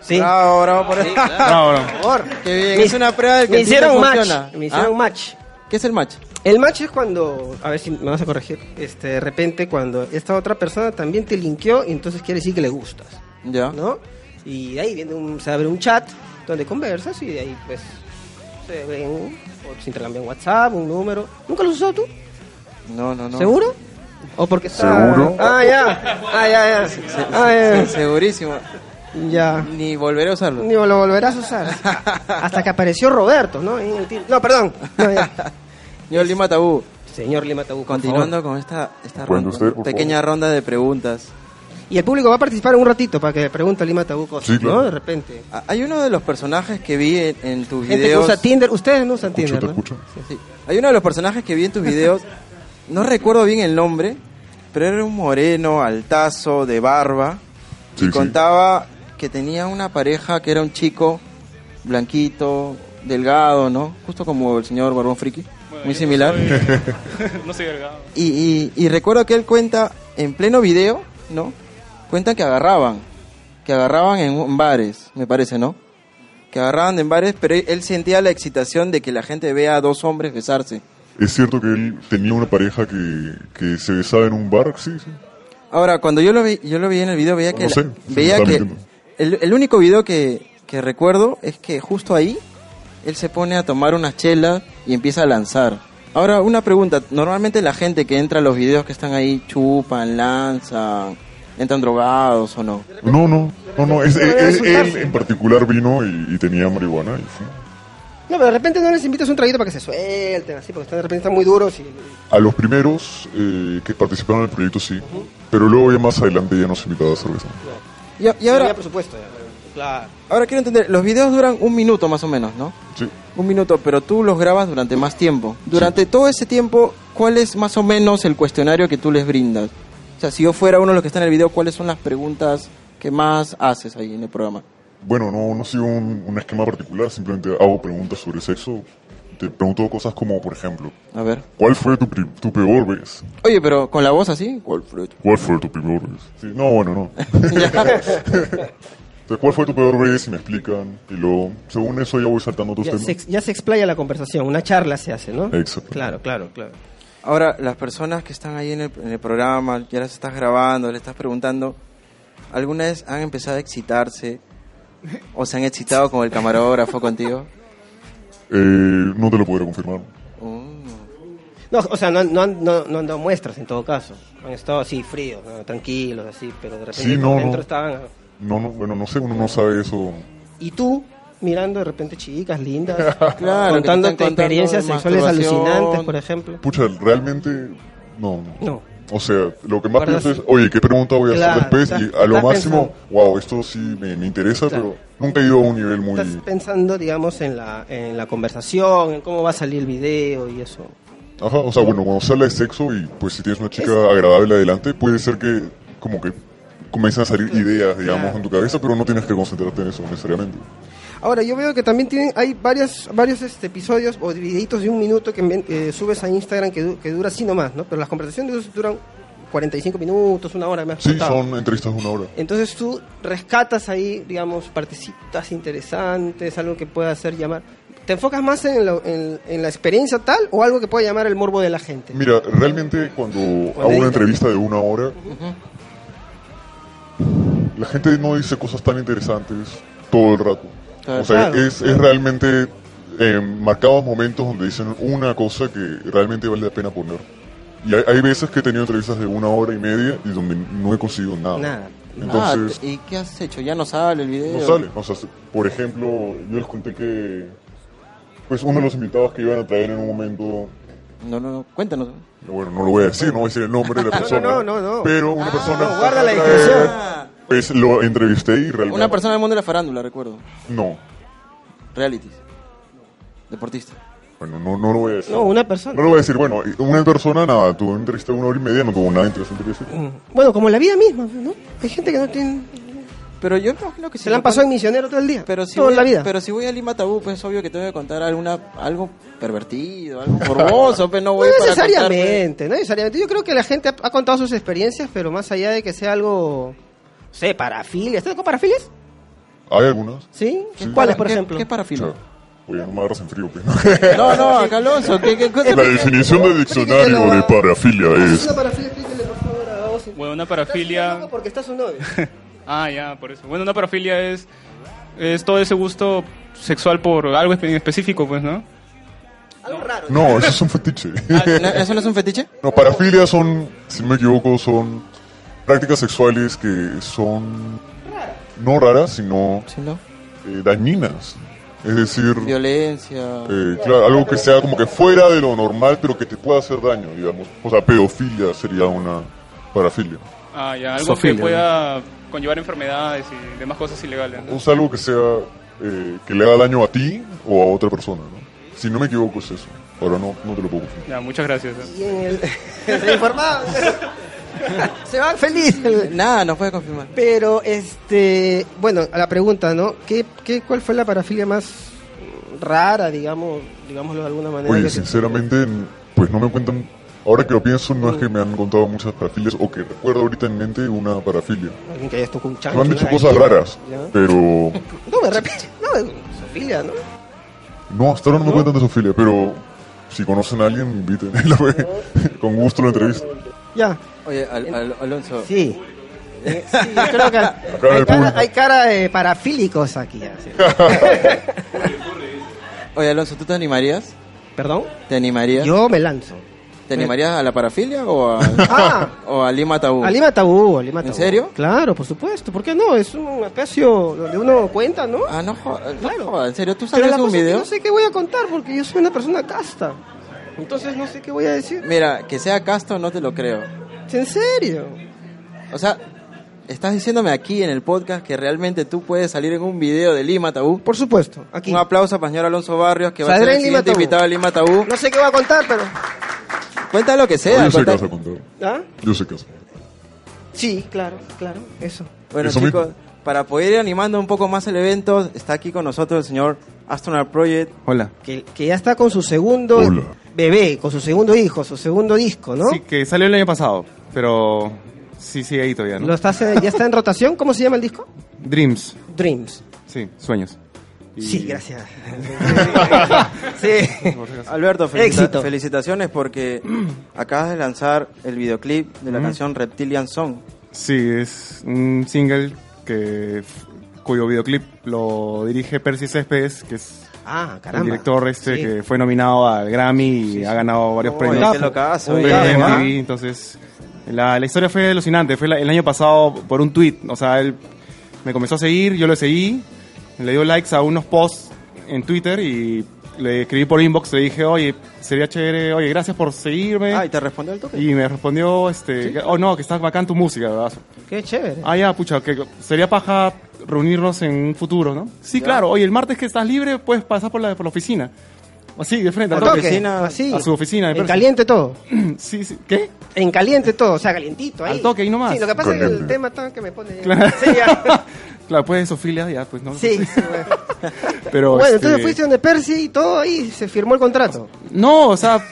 [SPEAKER 2] Sí.
[SPEAKER 1] Bravo, bravo Ah, por ahí.
[SPEAKER 6] Bravo, bravo.
[SPEAKER 2] Por favor.
[SPEAKER 1] Qué bien,
[SPEAKER 2] Me-
[SPEAKER 1] es una prueba de que
[SPEAKER 2] me
[SPEAKER 1] el Tinder
[SPEAKER 2] hicieron match.
[SPEAKER 1] funciona.
[SPEAKER 2] Me hicieron
[SPEAKER 1] ¿Ah?
[SPEAKER 2] match.
[SPEAKER 1] ¿Qué es el match?
[SPEAKER 2] El match es cuando, a ver si me vas a corregir, este, de repente cuando esta otra persona también te linkeó, entonces quiere decir que le gustas,
[SPEAKER 1] Ya.
[SPEAKER 2] ¿no? Y de ahí viene un, se abre un chat donde conversas y de ahí pues se ven, o se intercambian WhatsApp, un número. ¿Nunca lo has usado tú?
[SPEAKER 1] No, no, no.
[SPEAKER 2] ¿Seguro? ¿O porque está...
[SPEAKER 5] ¿Seguro?
[SPEAKER 2] Ah, ya, ah, ya, ya, ah,
[SPEAKER 1] Sí, Segurísimo.
[SPEAKER 2] ya. ya.
[SPEAKER 1] Ni volveré a usarlo.
[SPEAKER 2] Ni lo volverás a usar. Hasta que apareció Roberto, ¿no? En el team. No, perdón. No, ya.
[SPEAKER 1] Yo Lima Tabú.
[SPEAKER 2] Señor Lima Tabú, por
[SPEAKER 1] Continuando con esta, esta
[SPEAKER 5] Cuente
[SPEAKER 1] ronda,
[SPEAKER 5] usted, por favor.
[SPEAKER 1] pequeña ronda de preguntas.
[SPEAKER 2] favor. Y el público va a participar en un ratito para que pregunte a Lima Tabú cosas,
[SPEAKER 5] Sí, claro.
[SPEAKER 2] ¿no? De repente.
[SPEAKER 1] Ah, Hay uno de los personajes que vi en, en tus
[SPEAKER 2] Gente
[SPEAKER 1] videos.
[SPEAKER 2] que usa Tinder. Ustedes no usan
[SPEAKER 5] Escucho,
[SPEAKER 2] Tinder,
[SPEAKER 5] te
[SPEAKER 2] ¿no?
[SPEAKER 5] escucho.
[SPEAKER 1] Sí. Hay uno de los personajes que vi en tus videos. no recuerdo bien el nombre, pero era un moreno, altazo, de barba.
[SPEAKER 5] Sí,
[SPEAKER 1] y
[SPEAKER 5] sí.
[SPEAKER 1] contaba que tenía una pareja que era un chico blanquito, delgado, ¿no? Justo como el señor Barbón Friki. Muy similar.
[SPEAKER 3] no soy delgado.
[SPEAKER 1] Y, y- y recuerdo que él cuenta en pleno video, ¿no? Cuentan que agarraban, que agarraban en, un- en bares, me parece, ¿no? Que agarraban en bares, pero él- él sentía la excitación de que la gente vea a dos hombres besarse.
[SPEAKER 5] Es cierto que él tenía una pareja que, que se besaba en un bar, sí, sí.
[SPEAKER 1] Ahora, cuando yo lo vi, yo lo vi en el video, veía que,
[SPEAKER 5] No sé,
[SPEAKER 1] la-
[SPEAKER 5] sí,
[SPEAKER 1] veía
[SPEAKER 5] está
[SPEAKER 1] que
[SPEAKER 5] mintiendo.
[SPEAKER 1] el, el único video que, que recuerdo es que justo ahí él se pone a tomar unas chelas y empieza a lanzar. Ahora, una pregunta. Normalmente la gente que entra a los videos que están ahí chupan, lanzan, entran drogados o no.
[SPEAKER 5] No, no, no, no. es- es- es- él en particular vino y, y tenía marihuana y fumó.
[SPEAKER 2] No, pero de repente no les invitas un traguito para que se suelten, así, porque están, de repente están muy duros y...
[SPEAKER 5] A los primeros eh, que participaron en el proyecto sí, pero luego ya más adelante ya nos invitaba a cerveza.
[SPEAKER 1] Y, a- y
[SPEAKER 2] No
[SPEAKER 1] ahora,
[SPEAKER 2] había presupuesto ya. Claro.
[SPEAKER 1] ahora quiero entender, los videos duran un minuto más o menos, ¿no?
[SPEAKER 5] Sí.
[SPEAKER 1] Un minuto, pero tú los grabas durante más tiempo. Durante todo ese tiempo, ¿cuál es más o menos el cuestionario que tú les brindas? O sea, si yo fuera uno de los que está en el video, ¿cuáles son las preguntas que más haces ahí en el programa?
[SPEAKER 5] Bueno, no, no sigo un, un esquema particular, simplemente hago preguntas sobre sexo. Te pregunto cosas como, por ejemplo,
[SPEAKER 1] A ver.
[SPEAKER 5] ¿cuál fue tu, pri- tu peor vez?
[SPEAKER 1] Oye, pero con la voz así, ¿cuál fue?
[SPEAKER 5] ¿Cuál fue tu peor vez? Sí, no, bueno, no.
[SPEAKER 1] Ya.
[SPEAKER 5] Entonces, ¿cuál fue tu peor vez? Y me explican. Y luego, según eso, ya voy saltando otros
[SPEAKER 2] Ya
[SPEAKER 5] temas.
[SPEAKER 2] se, ex- ya se explaya la conversación, una charla se hace, ¿no?
[SPEAKER 5] Exacto.
[SPEAKER 2] Claro, claro, claro.
[SPEAKER 1] Ahora, las personas que están ahí en el, en el programa, ya las estás grabando, le estás preguntando, ¿alguna vez han empezado a excitarse? ¿O se han excitado con el camarógrafo contigo?
[SPEAKER 5] Eh, no te lo podré confirmar.
[SPEAKER 1] Oh.
[SPEAKER 2] No, o sea, no, no, han- no, no han dado muestras en todo caso. Han estado así fríos, ¿no? tranquilos, así, pero de repente
[SPEAKER 5] Sí, no,
[SPEAKER 2] por dentro
[SPEAKER 5] no.
[SPEAKER 2] estaban...
[SPEAKER 5] No, no, bueno, no sé, uno no sabe eso.
[SPEAKER 2] Y tú, mirando de repente chicas lindas,
[SPEAKER 1] Claro, que te
[SPEAKER 2] contándote
[SPEAKER 1] están contando
[SPEAKER 2] experiencias
[SPEAKER 1] de
[SPEAKER 2] sexuales
[SPEAKER 1] masturbación.
[SPEAKER 2] alucinantes, por ejemplo.
[SPEAKER 5] Pucha, realmente, no, no.
[SPEAKER 2] No.
[SPEAKER 5] O sea, lo que más
[SPEAKER 2] Guardas-
[SPEAKER 5] pienso es, oye, ¿qué pregunta voy a
[SPEAKER 2] Claro,
[SPEAKER 5] hacer después?
[SPEAKER 2] estás-
[SPEAKER 5] y a lo
[SPEAKER 2] estás
[SPEAKER 5] máximo, wow, esto sí me, me interesa,
[SPEAKER 2] Claro.
[SPEAKER 5] pero nunca he ido a un nivel muy...
[SPEAKER 2] Estás pensando, digamos, en la, en la conversación, en cómo va a salir el video y eso.
[SPEAKER 5] Ajá, o sea, bueno, cuando se habla de sexo y pues si tienes una chica agradable adelante, puede ser que como que comiencen a salir ideas, digamos, en tu cabeza, pero no tienes que concentrarte en eso necesariamente.
[SPEAKER 2] Ahora, yo veo que también tienen, hay varias, varios este, episodios o videitos de un minuto que envi- eh, subes a Instagram que, du- que dura así nomás, ¿no? Pero las conversaciones duran 45 minutos, una hora, me has
[SPEAKER 5] Sí,
[SPEAKER 2] contado.
[SPEAKER 5] son entrevistas de una hora.
[SPEAKER 2] Entonces tú rescatas ahí, digamos, partecitas interesantes, algo que pueda hacer llamar. ¿Te enfocas más en, lo- en- en la experiencia tal o algo que pueda llamar el morbo de la gente?
[SPEAKER 5] Mira, realmente cuando hago
[SPEAKER 2] edita.
[SPEAKER 5] una entrevista de una hora, la gente no dice cosas tan interesantes todo el rato.
[SPEAKER 1] Claro.
[SPEAKER 5] O sea,
[SPEAKER 2] Claro.
[SPEAKER 5] es, es realmente en marcados momentos donde dicen una cosa que realmente vale la pena poner. Y hay, hay veces que he tenido entrevistas de una hora y media y donde no he conseguido nada.
[SPEAKER 2] Nada.
[SPEAKER 5] Entonces,
[SPEAKER 1] Ah, ¿y qué has hecho? ¿Ya no sale el video?
[SPEAKER 5] no sale. O sea, por ejemplo, yo les conté que pues uno de los invitados que iban a traer en un momento
[SPEAKER 1] No, no, no, cuéntanos.
[SPEAKER 5] bueno, no lo voy a decir, no voy a decir el nombre de la persona.
[SPEAKER 2] no, no, no.
[SPEAKER 5] Pero una persona.
[SPEAKER 2] no, guarda la
[SPEAKER 5] eh,
[SPEAKER 2] discreción.
[SPEAKER 5] Pues lo entrevisté y realmente.
[SPEAKER 1] Una persona del mundo de la farándula, recuerdo.
[SPEAKER 5] No.
[SPEAKER 1] Realities. Deportista.
[SPEAKER 5] Bueno, no, no lo voy a decir.
[SPEAKER 2] No, una persona.
[SPEAKER 5] No lo voy a decir. Bueno, una persona, nada, tuvo entrevista de una hora y media, no tuvo nada interesante que decir.
[SPEAKER 2] Mm. Bueno, como la vida misma, ¿no? Hay gente que no tiene...
[SPEAKER 1] Pero yo imagino que si
[SPEAKER 2] Se la han
[SPEAKER 1] lo
[SPEAKER 2] pasado en
[SPEAKER 1] cuento-
[SPEAKER 2] misionero todo el día.
[SPEAKER 1] pero si
[SPEAKER 2] toda
[SPEAKER 1] voy,
[SPEAKER 2] la vida.
[SPEAKER 1] Pero si voy a Lima Tabú, pues es obvio que tengo que contar alguna, algo pervertido, algo morboso, pues no
[SPEAKER 2] No
[SPEAKER 1] voy para contar, pues.
[SPEAKER 2] necesariamente, no necesariamente. Yo creo que la gente ha, ha contado sus experiencias, pero más allá de que sea algo... No sé, parafilia. ¿Estás con parafilias?
[SPEAKER 5] Hay algunas.
[SPEAKER 2] ¿Sí?
[SPEAKER 5] Sí.
[SPEAKER 2] ¿Cuáles, por
[SPEAKER 1] ¿Qué-
[SPEAKER 2] ejemplo?
[SPEAKER 1] ¿Qué es parafilo?
[SPEAKER 5] Chao. Oye, no me agarras en frío, pues.
[SPEAKER 1] No, no, acá Alonso, ¿qué, qué cosa?
[SPEAKER 5] La definición del diccionario de parafilia
[SPEAKER 2] Es
[SPEAKER 5] es.
[SPEAKER 2] una parafilia, explíquele, por favor, a vos.
[SPEAKER 3] Bueno, una
[SPEAKER 2] Estás
[SPEAKER 3] parafilia...
[SPEAKER 2] loco porque está su novio.
[SPEAKER 3] Ah, ya, por eso. Bueno, una parafilia es, es todo ese gusto sexual por algo espe- en específico, pues, ¿no?
[SPEAKER 2] Algo raro.
[SPEAKER 5] No, eso es un fetiche.
[SPEAKER 1] Ah, ¿No- ¿Eso no es un fetiche?
[SPEAKER 5] No, parafilia son, si no me equivoco, son prácticas sexuales que son no raras, sino
[SPEAKER 1] Sí, no.
[SPEAKER 5] eh, dañinas. Es decir,
[SPEAKER 1] Violencia.
[SPEAKER 5] eh, claro, algo que sea como que fuera de lo normal, pero que te pueda hacer daño, digamos. O sea, pedofilia sería una parafilia.
[SPEAKER 3] Ah, ya, algo
[SPEAKER 6] Zoofilia,
[SPEAKER 3] que pueda conllevar enfermedades y demás cosas ilegales, ¿no?
[SPEAKER 5] O sea, algo que sea eh, que le haga daño a ti o a otra persona, ¿no? Si no me equivoco es eso. Ahora no, no te lo puedo confirmar.
[SPEAKER 3] Ya, muchas gracias. ¿eh?
[SPEAKER 2] Y en el... Se informaba. Se van feliz.
[SPEAKER 1] Nada, nos puede confirmar.
[SPEAKER 2] Pero, este... Bueno, a la pregunta, ¿no? ¿Qué, qué, ¿Cuál fue la parafilia más rara, digamos, digámoslo de alguna manera?
[SPEAKER 5] Oye,
[SPEAKER 2] que te-
[SPEAKER 5] sinceramente, n- pues no me cuentan... Ahora que lo pienso, no es que me han contado muchas parafilias o que recuerdo ahorita en mente una parafilia.
[SPEAKER 2] Alguien que hayas tocado un chancho,
[SPEAKER 5] Me han dicho
[SPEAKER 2] una
[SPEAKER 5] cosas
[SPEAKER 2] gallina,
[SPEAKER 5] raras,
[SPEAKER 2] ¿ya?
[SPEAKER 5] pero...
[SPEAKER 2] No, de repente. No, de Sofía, ¿no?
[SPEAKER 5] No, hasta ahora no me cuentan de Sofía, pero si conocen a alguien, inviten. La ve- Con gusto la entrevista.
[SPEAKER 2] Ya.
[SPEAKER 1] Oye, Al- Al- Alonso,
[SPEAKER 2] Sí. Eh, sí, yo creo que hay
[SPEAKER 5] del
[SPEAKER 2] cara,
[SPEAKER 5] público.
[SPEAKER 2] hay cara de parafílicos aquí. así.
[SPEAKER 1] Oye, Alonso, ¿tú te animarías?
[SPEAKER 2] ¿Perdón?
[SPEAKER 1] ¿Te animarías?
[SPEAKER 2] Yo me lanzo.
[SPEAKER 1] ¿Te animarías a la parafilia o a,
[SPEAKER 2] Ah.
[SPEAKER 1] o a Lima Tabú?
[SPEAKER 2] Alima tabú, Alima
[SPEAKER 1] ¿En
[SPEAKER 2] tabú.
[SPEAKER 1] serio?
[SPEAKER 2] Claro, por supuesto. ¿Por qué no? Es un espacio donde uno cuenta, ¿no?
[SPEAKER 1] Ah, no, jodas, no
[SPEAKER 2] Claro.
[SPEAKER 1] jodas, en serio, ¿tú
[SPEAKER 2] Pero
[SPEAKER 1] sabes
[SPEAKER 2] la
[SPEAKER 1] un
[SPEAKER 2] cosa es que
[SPEAKER 1] video?
[SPEAKER 2] no sé qué voy a contar porque yo soy una persona casta. Entonces no sé qué voy a decir.
[SPEAKER 1] Mira, que sea casto no te lo creo.
[SPEAKER 2] ¿En serio?
[SPEAKER 1] O sea, estás diciéndome aquí en el podcast que realmente tú puedes salir en un video de Lima Tabú.
[SPEAKER 2] Por supuesto, aquí.
[SPEAKER 1] Un aplauso para señor Alonso Barrios, que va a ser
[SPEAKER 2] Saldré
[SPEAKER 1] el
[SPEAKER 2] en Lima
[SPEAKER 1] siguiente
[SPEAKER 2] Tabú.
[SPEAKER 1] invitado a Lima Tabú.
[SPEAKER 2] No sé qué voy a contar, pero...
[SPEAKER 1] Cuenta lo que sea.
[SPEAKER 5] yo sé que
[SPEAKER 1] cuenta-
[SPEAKER 5] vas a contar.
[SPEAKER 2] ¿Ah?
[SPEAKER 5] Yo sé que vas a contar.
[SPEAKER 2] Sí, claro, claro, eso.
[SPEAKER 1] Bueno,
[SPEAKER 5] Eso
[SPEAKER 1] chicos,
[SPEAKER 5] mismo.
[SPEAKER 1] para poder ir animando un poco más el evento, está aquí con nosotros el señor Astronaut Project.
[SPEAKER 6] Hola.
[SPEAKER 2] Que, que ya está con su segundo
[SPEAKER 5] Hola.
[SPEAKER 2] bebé, con su segundo hijo, su segundo disco, ¿no?
[SPEAKER 6] Sí, que salió el año pasado, pero sí sigue ahí todavía, ¿no?
[SPEAKER 2] Lo estás en- ¿Ya está en rotación? ¿Cómo se llama el disco?
[SPEAKER 6] Dreams,
[SPEAKER 2] Dreams.
[SPEAKER 6] sí, sueños. Y-
[SPEAKER 2] Sí, gracias. sí.
[SPEAKER 1] Alberto, felicita-
[SPEAKER 2] Éxito.
[SPEAKER 1] felicitaciones porque acabas de lanzar el videoclip de la canción Reptilian Song.
[SPEAKER 6] Sí, es un single que cuyo videoclip lo dirige Percy Céspedes, que es
[SPEAKER 2] Ah,
[SPEAKER 6] el
[SPEAKER 2] caramba.
[SPEAKER 6] director este
[SPEAKER 2] Sí.
[SPEAKER 6] que fue nominado al Grammy y ha ganado varios
[SPEAKER 1] Oye,
[SPEAKER 6] premios.
[SPEAKER 1] qué locazo,
[SPEAKER 2] ¿eh?
[SPEAKER 6] Fue
[SPEAKER 1] oye.
[SPEAKER 6] en
[SPEAKER 1] Capo, ¿ah?
[SPEAKER 6] MTV, entonces la, la historia fue alucinante. Fue la- el año pasado por un tweet, o sea, él me comenzó a seguir, yo lo seguí, le dio likes a unos posts en Twitter y le escribí por inbox, le dije, oye, sería chévere, oye, gracias por seguirme.
[SPEAKER 1] Ah, y te respondió el toque.
[SPEAKER 6] y me respondió, este, oh no, que estás bacán tu música, ¿verdad?
[SPEAKER 2] Qué chévere.
[SPEAKER 6] Ah, ya, pucha, que sería paja reunirnos en un futuro, ¿no? Sí, claro. Oye, el martes que estás libre, puedes pasar por la, por la oficina. Así, de frente.
[SPEAKER 2] Al
[SPEAKER 6] ¿no?
[SPEAKER 2] toque,
[SPEAKER 1] oficina-
[SPEAKER 2] así.
[SPEAKER 6] a su oficina, de
[SPEAKER 2] En
[SPEAKER 6] Percy.
[SPEAKER 2] caliente todo.
[SPEAKER 6] Sí, sí. ¿Qué?
[SPEAKER 2] En caliente todo, o sea, calientito ahí.
[SPEAKER 6] Al toque, ahí nomás.
[SPEAKER 2] Sí, lo que pasa es que el
[SPEAKER 5] Caliente.
[SPEAKER 2] tema tan que me pone.
[SPEAKER 6] Claro.
[SPEAKER 2] Sí, ya.
[SPEAKER 6] Claro, pues Sofía, ya, pues no.
[SPEAKER 2] Sí, sí, bueno.
[SPEAKER 6] Pero,
[SPEAKER 2] Bueno,
[SPEAKER 6] este,
[SPEAKER 2] entonces fuiste donde Percy y todo ahí se firmó el contrato.
[SPEAKER 6] No, o sea,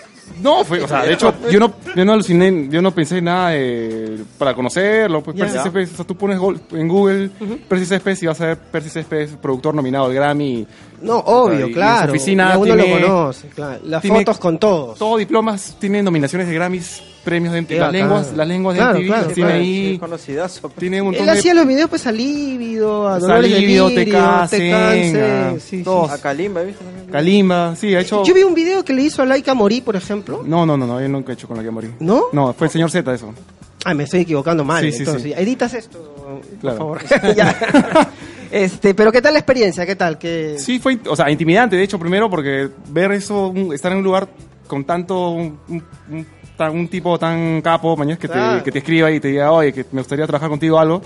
[SPEAKER 6] no, fue, o sea, de hecho, yo no, yo no aluciné, yo no pensé nada de, para conocerlo, pues
[SPEAKER 2] Ya.
[SPEAKER 6] Percy Céspedes, o sea, tú pones gol- en Google Percy Céspedes y vas a ver Percy Céspedes, productor nominado al Grammy,
[SPEAKER 2] No, obvio,
[SPEAKER 6] Y en
[SPEAKER 2] claro.
[SPEAKER 6] su oficina
[SPEAKER 2] Ya uno
[SPEAKER 6] tiene-
[SPEAKER 2] lo conoce, claro. Las
[SPEAKER 6] tiene-
[SPEAKER 2] fotos con todos.
[SPEAKER 6] Todo diplomas tiene nominaciones de Grammys, premios de MTV.
[SPEAKER 2] Qué
[SPEAKER 6] Las
[SPEAKER 2] bacán.
[SPEAKER 6] lenguas, las lenguas de
[SPEAKER 2] Claro,
[SPEAKER 6] MTV
[SPEAKER 2] claro,
[SPEAKER 6] las tiene
[SPEAKER 2] claro.
[SPEAKER 1] Sí,
[SPEAKER 6] ahí.
[SPEAKER 1] conocidazo. pues.
[SPEAKER 6] Tiene un montón
[SPEAKER 2] Él
[SPEAKER 6] de. Pues
[SPEAKER 2] hacía los videos pues a Líbido, a Dolores
[SPEAKER 6] Líbido,
[SPEAKER 2] de Lirio,
[SPEAKER 6] Tecá,
[SPEAKER 2] Tecáncer,
[SPEAKER 6] Senga,
[SPEAKER 2] sí, sí.
[SPEAKER 6] todos.
[SPEAKER 1] A Ah, Kalimba, ¿viste?
[SPEAKER 6] ah. Kalimba, sí, ha hecho.
[SPEAKER 2] Yo vi un video que le hizo a Laika Morí, por ejemplo.
[SPEAKER 6] No, no, no, no, yo nunca he hecho con la que morí.
[SPEAKER 2] ¿No?
[SPEAKER 6] No, fue el señor Z eso.
[SPEAKER 2] Ah, me estoy equivocando mal.
[SPEAKER 6] Sí, sí,
[SPEAKER 2] entonces,
[SPEAKER 6] sí.
[SPEAKER 2] ya. editas esto,
[SPEAKER 6] Claro.
[SPEAKER 2] por favor. Ya. este, pero ¿qué tal la experiencia? ¿Qué tal? ¿Qué...
[SPEAKER 6] Sí, fue, o sea, intimidante, de hecho, primero, porque ver eso, un- estar en un lugar con tanto. Un, un- un- tan- un tipo tan capo, mañana que,
[SPEAKER 2] Claro.
[SPEAKER 6] te, que te escriba y te diga, oye, que me gustaría trabajar contigo algo.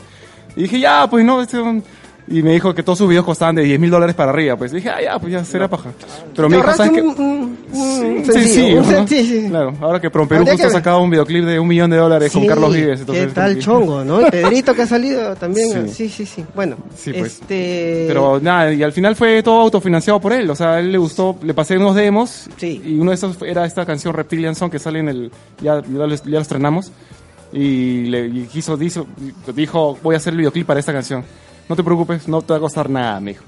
[SPEAKER 6] Y dije, ya, pues no, este. un- Y me dijo que todos sus videos costaban de 10 mil dólares para arriba. Pues dije, ah, ya, pues ya será paja. Pero
[SPEAKER 2] ¿Te
[SPEAKER 6] me dijo, ¿sabes
[SPEAKER 2] ahorraste un,
[SPEAKER 6] qué?
[SPEAKER 2] un- un
[SPEAKER 6] Sí,
[SPEAKER 2] sencillo? Un
[SPEAKER 6] sí, ¿no?
[SPEAKER 2] sen- sí, sí.
[SPEAKER 6] Claro, ahora que Prom Perú
[SPEAKER 2] Habría
[SPEAKER 6] justo ha
[SPEAKER 2] que-
[SPEAKER 6] sacado un videoclip de un millón de dólares con
[SPEAKER 2] Sí,
[SPEAKER 6] Carlos Vives. entonces-
[SPEAKER 2] ¿Qué tal chongo, no? Y Pedrito que ha salido también. Sí,
[SPEAKER 6] Sí.
[SPEAKER 2] sí, sí. Bueno,
[SPEAKER 6] Sí, pues.
[SPEAKER 2] este...
[SPEAKER 6] Pero nada, y al final fue todo autofinanciado por él. O sea, a él le gustó, le pasé unos demos.
[SPEAKER 2] Sí.
[SPEAKER 6] Y uno de esos era esta canción Reptilian Song que sale en el. Ya, ya, lo, ya lo estrenamos. Y le y quiso, dijo, dijo, voy a hacer el videoclip para esta canción. No te preocupes, no te va a costar nada, me dijo.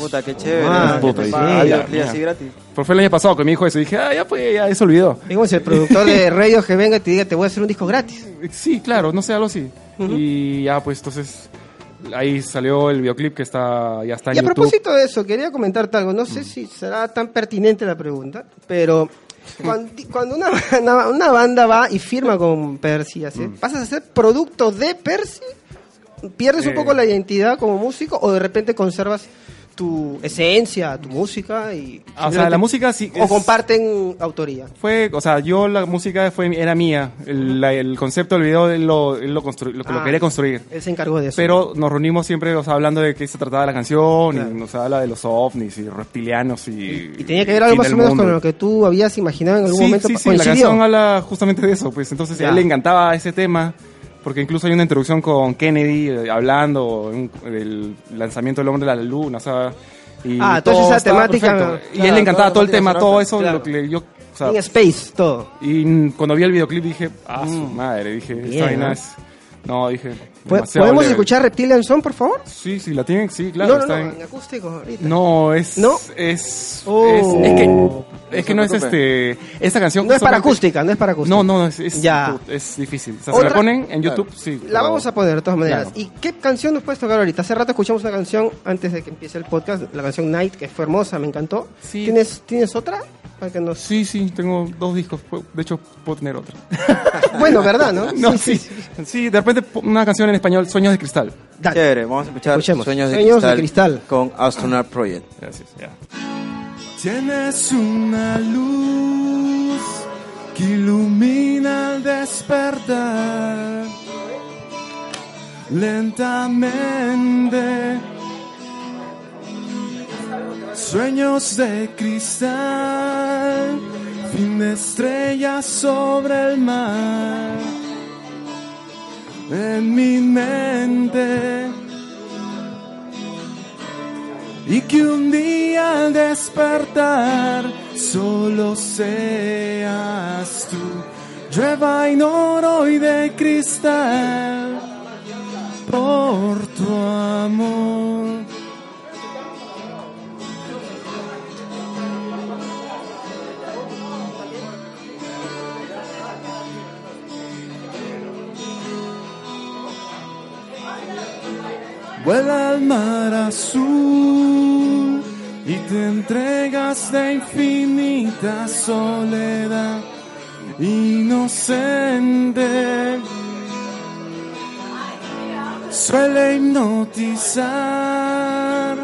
[SPEAKER 1] Puta, qué chévere.
[SPEAKER 2] madre,
[SPEAKER 1] ¿no? Que te
[SPEAKER 6] sí,
[SPEAKER 1] pagan
[SPEAKER 6] ya,
[SPEAKER 1] videoclip
[SPEAKER 6] ya.
[SPEAKER 1] así gratis.
[SPEAKER 6] Pero fue el año pasado que me dijo eso. Y dije, ah, ya pues, ya eso olvidó.
[SPEAKER 2] Digamos, el productor de Rayos que venga y te diga, te voy a hacer un disco gratis.
[SPEAKER 6] Sí, claro, no sé, algo así. Y ya, pues entonces ahí salió el videoclip que está, ya está en
[SPEAKER 2] Y a
[SPEAKER 6] YouTube. Mm.
[SPEAKER 2] propósito de eso, quería comentarte algo. No sé si será tan pertinente la pregunta, pero cuan- cuando, una, banda, una banda va y firma con Percy, así,
[SPEAKER 6] Mm.
[SPEAKER 2] ¿pasas a ser producto de Percy? ¿Pierdes un
[SPEAKER 6] Eh.
[SPEAKER 2] poco la identidad como músico o de repente conservas tu esencia, tu música? Y,
[SPEAKER 6] Ah, o sea, la música sí
[SPEAKER 2] ¿O
[SPEAKER 6] es-
[SPEAKER 2] comparten autoría?
[SPEAKER 6] Fue, o sea, yo la música fue, era mía. El, la- el concepto del video él lo, él lo, constru- lo, lo
[SPEAKER 2] Ah,
[SPEAKER 6] quería construir.
[SPEAKER 2] Él se encargó de eso.
[SPEAKER 6] Pero nos reunimos siempre o sea, hablando de qué se trataba la canción,
[SPEAKER 2] Claro.
[SPEAKER 6] y nos habla de los ovnis y reptilianos y.
[SPEAKER 2] y tenía que ver algo
[SPEAKER 6] fin
[SPEAKER 2] más o
[SPEAKER 6] del
[SPEAKER 2] menos
[SPEAKER 6] mundo.
[SPEAKER 2] con lo que tú habías imaginado en algún
[SPEAKER 6] sí,
[SPEAKER 2] momento.
[SPEAKER 6] sí, sí, la
[SPEAKER 2] ¿Coincidió?
[SPEAKER 6] canción habla justamente de eso, pues entonces
[SPEAKER 2] Ya.
[SPEAKER 6] a él le encantaba ese tema, porque incluso hay una introducción con Kennedy eh, hablando en- del lanzamiento del hombre a la luna, o sea, y
[SPEAKER 2] Ah, entonces
[SPEAKER 6] todo
[SPEAKER 2] esa
[SPEAKER 6] estaba
[SPEAKER 2] temática-
[SPEAKER 6] perfecto. y a
[SPEAKER 1] Claro,
[SPEAKER 6] él le encantaba
[SPEAKER 1] toda
[SPEAKER 6] todo el
[SPEAKER 1] la temática
[SPEAKER 6] tema, todo eso,
[SPEAKER 2] sonora,
[SPEAKER 6] lo que le- yo, o sea,
[SPEAKER 2] En Space, todo. Mm.
[SPEAKER 6] y mm, cuando vi el videoclip dije, ah, su madre, dije,
[SPEAKER 2] Bien,
[SPEAKER 6] esta vaina
[SPEAKER 2] ¿no?
[SPEAKER 6] es- No, dije,
[SPEAKER 2] ¿Po-
[SPEAKER 6] demasiado
[SPEAKER 2] ¿Podemos
[SPEAKER 6] leve".
[SPEAKER 2] escuchar Reptilian Son, por favor?
[SPEAKER 6] Sí, sí, la tienen, sí,
[SPEAKER 2] no,
[SPEAKER 6] claro,
[SPEAKER 2] no,
[SPEAKER 6] está
[SPEAKER 2] no,
[SPEAKER 6] en-
[SPEAKER 2] en acústico ahorita.
[SPEAKER 6] No, es,
[SPEAKER 2] ¿No?
[SPEAKER 6] es,
[SPEAKER 2] Oh.
[SPEAKER 6] es, es que es que no es este. Esta canción.
[SPEAKER 2] No es para
[SPEAKER 6] solamente-
[SPEAKER 2] acústica, no es para acústica.
[SPEAKER 6] No, no, no, es, es,
[SPEAKER 2] Ya.
[SPEAKER 6] es difícil. O sea,
[SPEAKER 2] Otra-
[SPEAKER 6] se la ponen en YouTube, sí.
[SPEAKER 2] La vamos a poner de todas maneras.
[SPEAKER 6] Claro.
[SPEAKER 2] ¿Y qué canción nos puedes tocar ahorita? Hace rato escuchamos una canción antes de que empiece el podcast, la canción Night, que fue hermosa, me encantó.
[SPEAKER 6] Sí.
[SPEAKER 2] ¿Tienes, ¿Tienes otra? Para que nos...
[SPEAKER 6] Sí, sí, tengo dos discos. De hecho, puedo tener otra.
[SPEAKER 2] bueno, ¿verdad? ¿no?
[SPEAKER 6] No, sí, sí, de repente po- una canción en español, Sueños de Cristal.
[SPEAKER 2] Dale.
[SPEAKER 1] Chévere, vamos a escuchar
[SPEAKER 2] Escuchemos.
[SPEAKER 1] Sueños, de,
[SPEAKER 2] Sueños de
[SPEAKER 1] cristal
[SPEAKER 2] Cristal.
[SPEAKER 1] con Astronaut Project.
[SPEAKER 6] Gracias, ya.
[SPEAKER 7] Tienes una luz que ilumina al despertar. Lentamente. Sueños de cristal, fin de estrellas sobre el mar. En mi mente y que un día al despertar solo seas tú. Llueva en oro y de cristal por tu amor. Vuela al mar azul y te entregas de infinita soledad inocente. Suele hipnotizar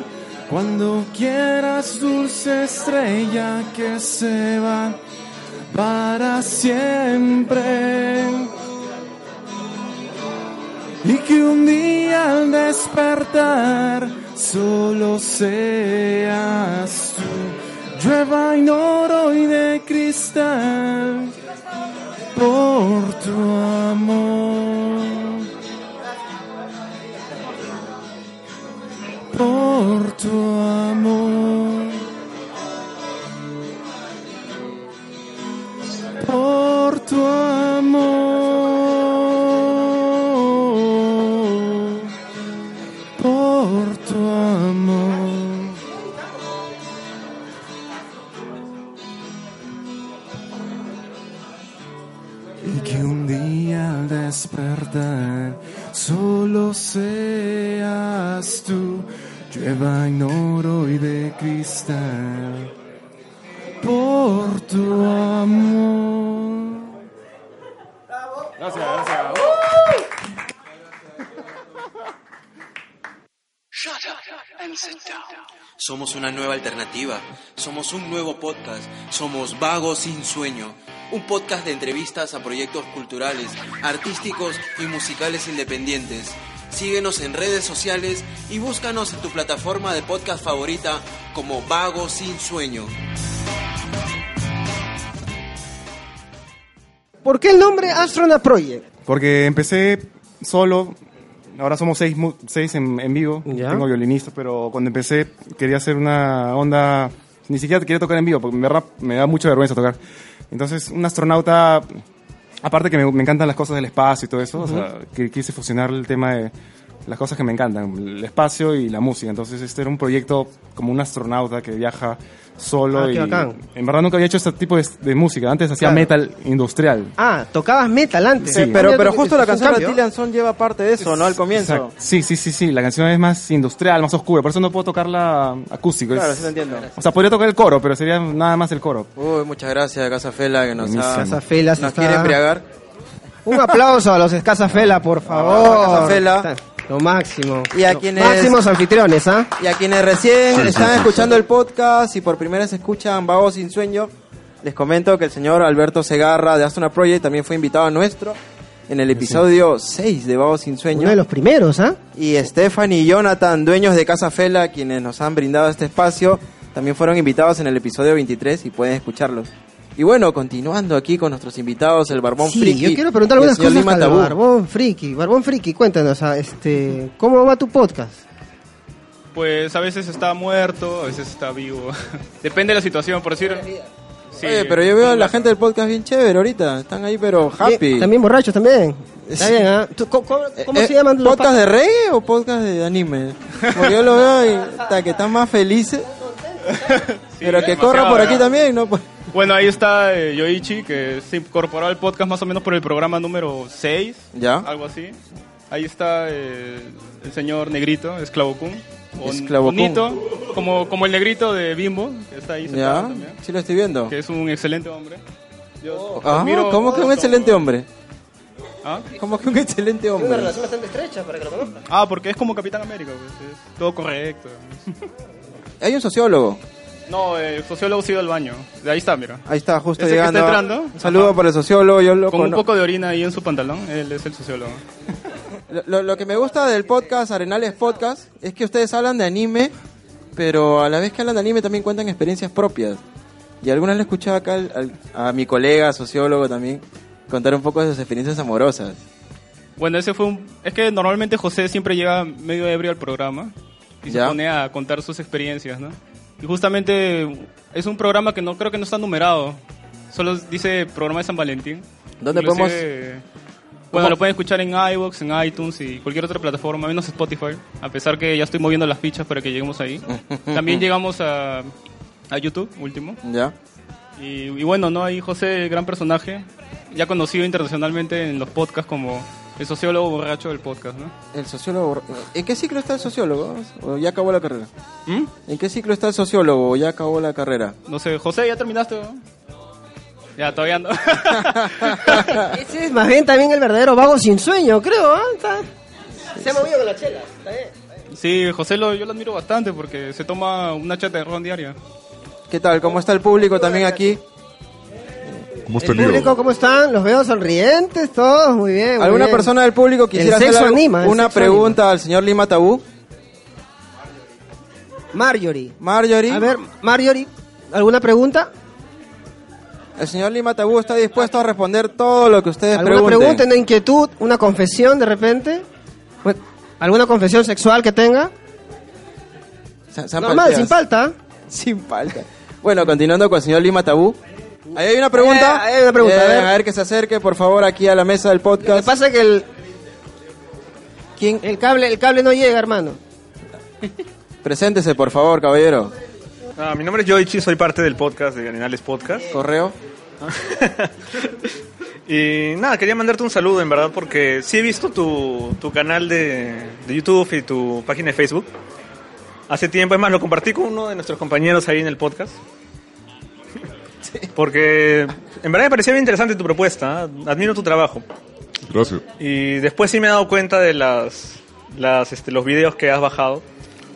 [SPEAKER 7] cuando quieras dulce estrella que se va para siempre y que un día al despertar solo seas tú. Llueva en oro y de cristal por tu amor. Por tu amor. por tu amor, por tu amor. Y que un día al despertar solo seas tú, llueva en oro y de cristal por tu amor.
[SPEAKER 8] Somos una nueva alternativa, somos un nuevo podcast, somos Vagos sin Sueño, un podcast de entrevistas a proyectos culturales, artísticos y musicales independientes. Síguenos en redes sociales y búscanos en tu plataforma de podcast favorita como Vagos sin Sueño.
[SPEAKER 2] ¿Por qué el nombre Astronaut Project?
[SPEAKER 6] Porque empecé solo, ahora somos seis, mu- seis en, en vivo,
[SPEAKER 2] Ya.
[SPEAKER 6] tengo violinistas, pero cuando empecé quería hacer una onda, ni siquiera quería tocar en vivo, porque en verdad me da mucha vergüenza tocar. Entonces, un astronauta, aparte que me, me encantan las cosas del espacio y todo eso, o sea, que quise fusionar el tema de las cosas que me encantan, el espacio y la música. Entonces, este era un proyecto como un astronauta que viaja solo
[SPEAKER 2] Ah, qué
[SPEAKER 6] y
[SPEAKER 2] bacán.
[SPEAKER 6] en verdad nunca había hecho este tipo de, de música. Antes hacía
[SPEAKER 2] Claro.
[SPEAKER 6] metal industrial.
[SPEAKER 2] Ah, tocabas metal antes.
[SPEAKER 6] Sí,
[SPEAKER 1] Pero,
[SPEAKER 2] Ah,
[SPEAKER 1] pero
[SPEAKER 2] mira,
[SPEAKER 1] justo
[SPEAKER 2] es
[SPEAKER 1] la
[SPEAKER 2] un
[SPEAKER 1] canción de
[SPEAKER 2] cambio.
[SPEAKER 1] Dylan Son lleva parte de eso, ¿no? Al comienzo.
[SPEAKER 6] Exacto. Sí, sí, sí, sí. La canción es más industrial, más oscura. Por eso no puedo tocarla acústico.
[SPEAKER 1] Claro,
[SPEAKER 6] es-
[SPEAKER 1] sí lo entiendo.
[SPEAKER 6] O sea, podría tocar el coro, pero sería nada más el coro.
[SPEAKER 1] Uy, muchas gracias, Casa Fela, que nos, ha,
[SPEAKER 6] Buenísimo.
[SPEAKER 2] Casa Fela se
[SPEAKER 1] nos
[SPEAKER 2] está-
[SPEAKER 1] quiere embriagar.
[SPEAKER 2] Un aplauso a los Escasafela, por favor.
[SPEAKER 1] Escasafela.
[SPEAKER 2] Lo máximo.
[SPEAKER 1] Y a
[SPEAKER 2] Los
[SPEAKER 1] quienes-
[SPEAKER 2] Máximos anfitriones, ¿ah?
[SPEAKER 1] Y a quienes recién están escuchando el podcast y por primera vez escuchan Vagos sin Sueño, les comento que el señor Alberto Segarra de Astona Project también fue invitado a nuestro en el episodio 6 de Vagos sin Sueño.
[SPEAKER 2] Uno de los primeros, ¿ah?
[SPEAKER 1] Y Stephanie y Jonathan, dueños de Casa Fela, quienes nos han brindado este espacio, también fueron invitados en el episodio 23 y pueden escucharlos. Y bueno, continuando aquí con nuestros invitados, el Barbón
[SPEAKER 2] Sí,
[SPEAKER 1] Friki.
[SPEAKER 2] yo quiero
[SPEAKER 1] y
[SPEAKER 2] preguntar
[SPEAKER 1] el
[SPEAKER 2] algunas
[SPEAKER 1] señor
[SPEAKER 2] cosas
[SPEAKER 1] Lima
[SPEAKER 2] al
[SPEAKER 1] Tabú.
[SPEAKER 2] Barbón Friki. Barbón Friki, cuéntanos, ah, este, ¿cómo va tu podcast?
[SPEAKER 3] Pues a veces está muerto, a veces está vivo. Depende de la situación, por decir. Sí.
[SPEAKER 1] Oye, Eh, pero yo veo a la gente del podcast bien chévere ahorita. Están ahí, pero happy.
[SPEAKER 2] Bien, Eh, también borrachos, también. Está bien, ¿ah? Tú, ¿Cómo, cómo- cómo
[SPEAKER 1] Eh,
[SPEAKER 2] se llaman los
[SPEAKER 1] ¿Podcast de reggae o podcast de anime? Porque yo lo veo y hasta que están más felices. Pero que corra por aquí también, ¿no? Pues,
[SPEAKER 3] Bueno, ahí está eh, Yoichi, que se incorporó al podcast más o menos por el programa número 6,
[SPEAKER 1] Ya.
[SPEAKER 3] algo así. Ahí está eh, el señor Negrito, Esclavo Kun. o
[SPEAKER 1] Esclavo Kun.
[SPEAKER 3] Nito, como, como el Negrito de Bimbo, que está ahí sentado
[SPEAKER 1] ¿Ya?
[SPEAKER 3] también,
[SPEAKER 1] Sí lo estoy viendo.
[SPEAKER 3] que es un excelente hombre. Yo
[SPEAKER 1] Ah,
[SPEAKER 3] admiro-
[SPEAKER 1] ¿Cómo que un excelente hombre?
[SPEAKER 3] ¿Ah?
[SPEAKER 1] ¿Cómo que un excelente
[SPEAKER 2] Tiene una
[SPEAKER 1] hombre?
[SPEAKER 2] relación bastante estrecha para que lo conozca.
[SPEAKER 3] Ah, porque es como Capitán América, pues, es todo correcto.
[SPEAKER 1] Hay un sociólogo.
[SPEAKER 3] No, eh, el sociólogo se ha ido al baño. De ahí está, mira.
[SPEAKER 1] Ahí está, justo
[SPEAKER 3] Ese que
[SPEAKER 1] llegando.
[SPEAKER 3] está entrando.
[SPEAKER 1] Un saludo
[SPEAKER 3] Ajá.
[SPEAKER 1] para el sociólogo. Yo lo,
[SPEAKER 3] Con un
[SPEAKER 1] cono-
[SPEAKER 3] poco de orina ahí en su pantalón, él es el sociólogo.
[SPEAKER 1] Lo- lo, lo que me gusta del podcast, Arenales Podcast, es que ustedes hablan de anime, pero a la vez que hablan de anime también cuentan experiencias propias. Y algunas le escuchaba acá al- al- a mi colega, sociólogo también, contar un poco de sus experiencias amorosas.
[SPEAKER 3] Bueno, ese fue un... Es que normalmente José siempre llega medio ebrio al programa y
[SPEAKER 1] Ya.
[SPEAKER 3] se pone a contar sus experiencias, ¿no? Y justamente es un programa que no creo que no está numerado, solo dice programa de San Valentín.
[SPEAKER 1] ¿Dónde
[SPEAKER 3] Inclusive, Bueno, lo pueden escuchar en iVoox, en iTunes y cualquier otra plataforma, menos Spotify, a pesar que ya estoy moviendo las fichas para que lleguemos ahí. También llegamos a, a YouTube, último.
[SPEAKER 1] ¿Ya?
[SPEAKER 3] Y, y bueno, ¿no? Ahí José, gran personaje, ya conocido internacionalmente en los podcasts como el sociólogo borracho del podcast, ¿no?
[SPEAKER 1] El sociólogo. ¿En qué ciclo está el sociólogo? ¿O ya acabó la carrera?
[SPEAKER 3] ¿Mm?
[SPEAKER 1] ¿En qué ciclo está el sociólogo? ¿O ya acabó la carrera?
[SPEAKER 3] No sé, José, ¿ya terminaste? no? Ya, todavía no.
[SPEAKER 2] Ese es más bien también el verdadero vago sin sueño, creo, ¿ah? Está- Se ha movido con la chela, está bien.
[SPEAKER 3] sí, José lo, yo lo admiro bastante porque se toma una chata de ron diaria.
[SPEAKER 1] ¿Qué tal? ¿Cómo está el público también aquí?
[SPEAKER 5] ¿Cómo está
[SPEAKER 2] El
[SPEAKER 5] el lío?
[SPEAKER 2] público, ¿cómo están? Los veo sonrientes, todos, muy bien. muy
[SPEAKER 1] ¿Alguna
[SPEAKER 2] bien.
[SPEAKER 1] persona del público quisiera
[SPEAKER 2] sexo
[SPEAKER 1] hacer algo-
[SPEAKER 2] anima, el
[SPEAKER 1] una
[SPEAKER 2] sexo
[SPEAKER 1] pregunta al señor Lima Tabú?
[SPEAKER 2] Marjorie.
[SPEAKER 1] Marjorie,
[SPEAKER 2] A ver, Marjorie, ¿alguna pregunta?
[SPEAKER 1] el señor Lima Tabú está dispuesto a responder todo lo que ustedes
[SPEAKER 2] ¿Alguna
[SPEAKER 1] pregunten.
[SPEAKER 2] pregunta, una inquietud, una confesión de repente? Bueno, ¿Alguna confesión sexual que tenga?
[SPEAKER 1] Se- se han
[SPEAKER 2] Normal,
[SPEAKER 1] palteado.
[SPEAKER 2] sin falta.
[SPEAKER 1] Sin palta. Bueno, continuando con el señor Lima Tabú. Ahí hay una pregunta.
[SPEAKER 2] Eh, ahí hay una pregunta,
[SPEAKER 1] Eh,
[SPEAKER 2] a ver.
[SPEAKER 1] a ver que se acerque, por favor, aquí a la mesa del
[SPEAKER 2] Lo que
[SPEAKER 1] podcast.
[SPEAKER 2] pasa es que el,
[SPEAKER 1] ¿Quién?
[SPEAKER 2] el, cable, el cable no llega, hermano.
[SPEAKER 1] Preséntese, por favor, caballero.
[SPEAKER 9] Ah, mi nombre es Yoichi, soy parte del podcast de Animales Podcast.
[SPEAKER 1] Correo.
[SPEAKER 9] Y nada, quería mandarte un saludo en verdad porque sí he visto tu, tu canal de, de YouTube y tu página de Facebook. Hace tiempo, es más, lo compartí con uno de nuestros compañeros ahí en el podcast. Porque en verdad me parecía bien interesante tu propuesta, ¿eh? admiro tu trabajo.
[SPEAKER 5] Gracias.
[SPEAKER 9] Y después sí me he dado cuenta de las, las, este, los videos que has bajado,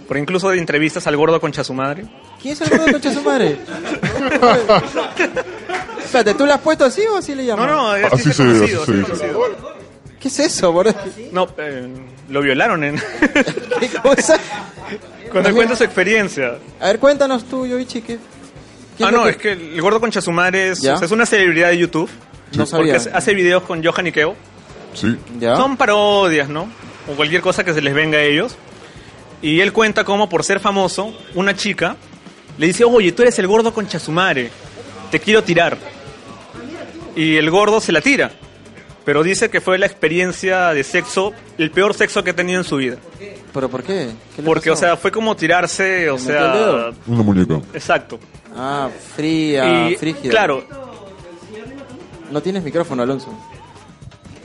[SPEAKER 9] por incluso de entrevistas al gordo concha su madre.
[SPEAKER 1] ¿Quién es el gordo de concha de su madre? Espérate, ¿tú le has puesto así o así le
[SPEAKER 9] No,
[SPEAKER 1] llamas?
[SPEAKER 9] no,
[SPEAKER 5] Así
[SPEAKER 9] así
[SPEAKER 5] se-
[SPEAKER 9] se conocido,
[SPEAKER 5] así se
[SPEAKER 9] así
[SPEAKER 5] dice.
[SPEAKER 9] conocido.
[SPEAKER 1] ¿Qué es eso, boludo?
[SPEAKER 9] No, eh, lo violaron en...
[SPEAKER 1] ¿Qué cosa?
[SPEAKER 9] Cuando cuenta su experiencia.
[SPEAKER 1] A ver, cuéntanos tú, Yoichi, ¿qué? qué
[SPEAKER 9] Ah,
[SPEAKER 1] lo
[SPEAKER 9] no, es que el gordo concha su madre es,
[SPEAKER 1] ¿Ya?
[SPEAKER 9] o sea, es una celebridad de YouTube.
[SPEAKER 1] No
[SPEAKER 9] Porque
[SPEAKER 1] sabía.
[SPEAKER 9] hace- hace videos con Johan y Keo.
[SPEAKER 5] Sí.
[SPEAKER 1] ¿Ya?
[SPEAKER 9] Son parodias, ¿no? O cualquier cosa que se les venga a ellos. Y él cuenta cómo, por ser famoso, una chica le dice, oye, tú eres el gordo concha su madre. Te quiero tirar. Y el gordo se la tira. Pero dice que fue la experiencia de sexo, el peor sexo que ha tenido en su vida.
[SPEAKER 1] ¿Pero por qué? ¿Qué le
[SPEAKER 9] Porque, o
[SPEAKER 1] pasó?
[SPEAKER 9] sea, fue como tirarse, o
[SPEAKER 1] metió el
[SPEAKER 9] sea...
[SPEAKER 1] dedo?
[SPEAKER 5] Una muñeca.
[SPEAKER 9] Exacto.
[SPEAKER 1] Ah, fría,
[SPEAKER 9] y,
[SPEAKER 1] frígida.
[SPEAKER 9] claro,
[SPEAKER 1] No tienes micrófono, Alonso.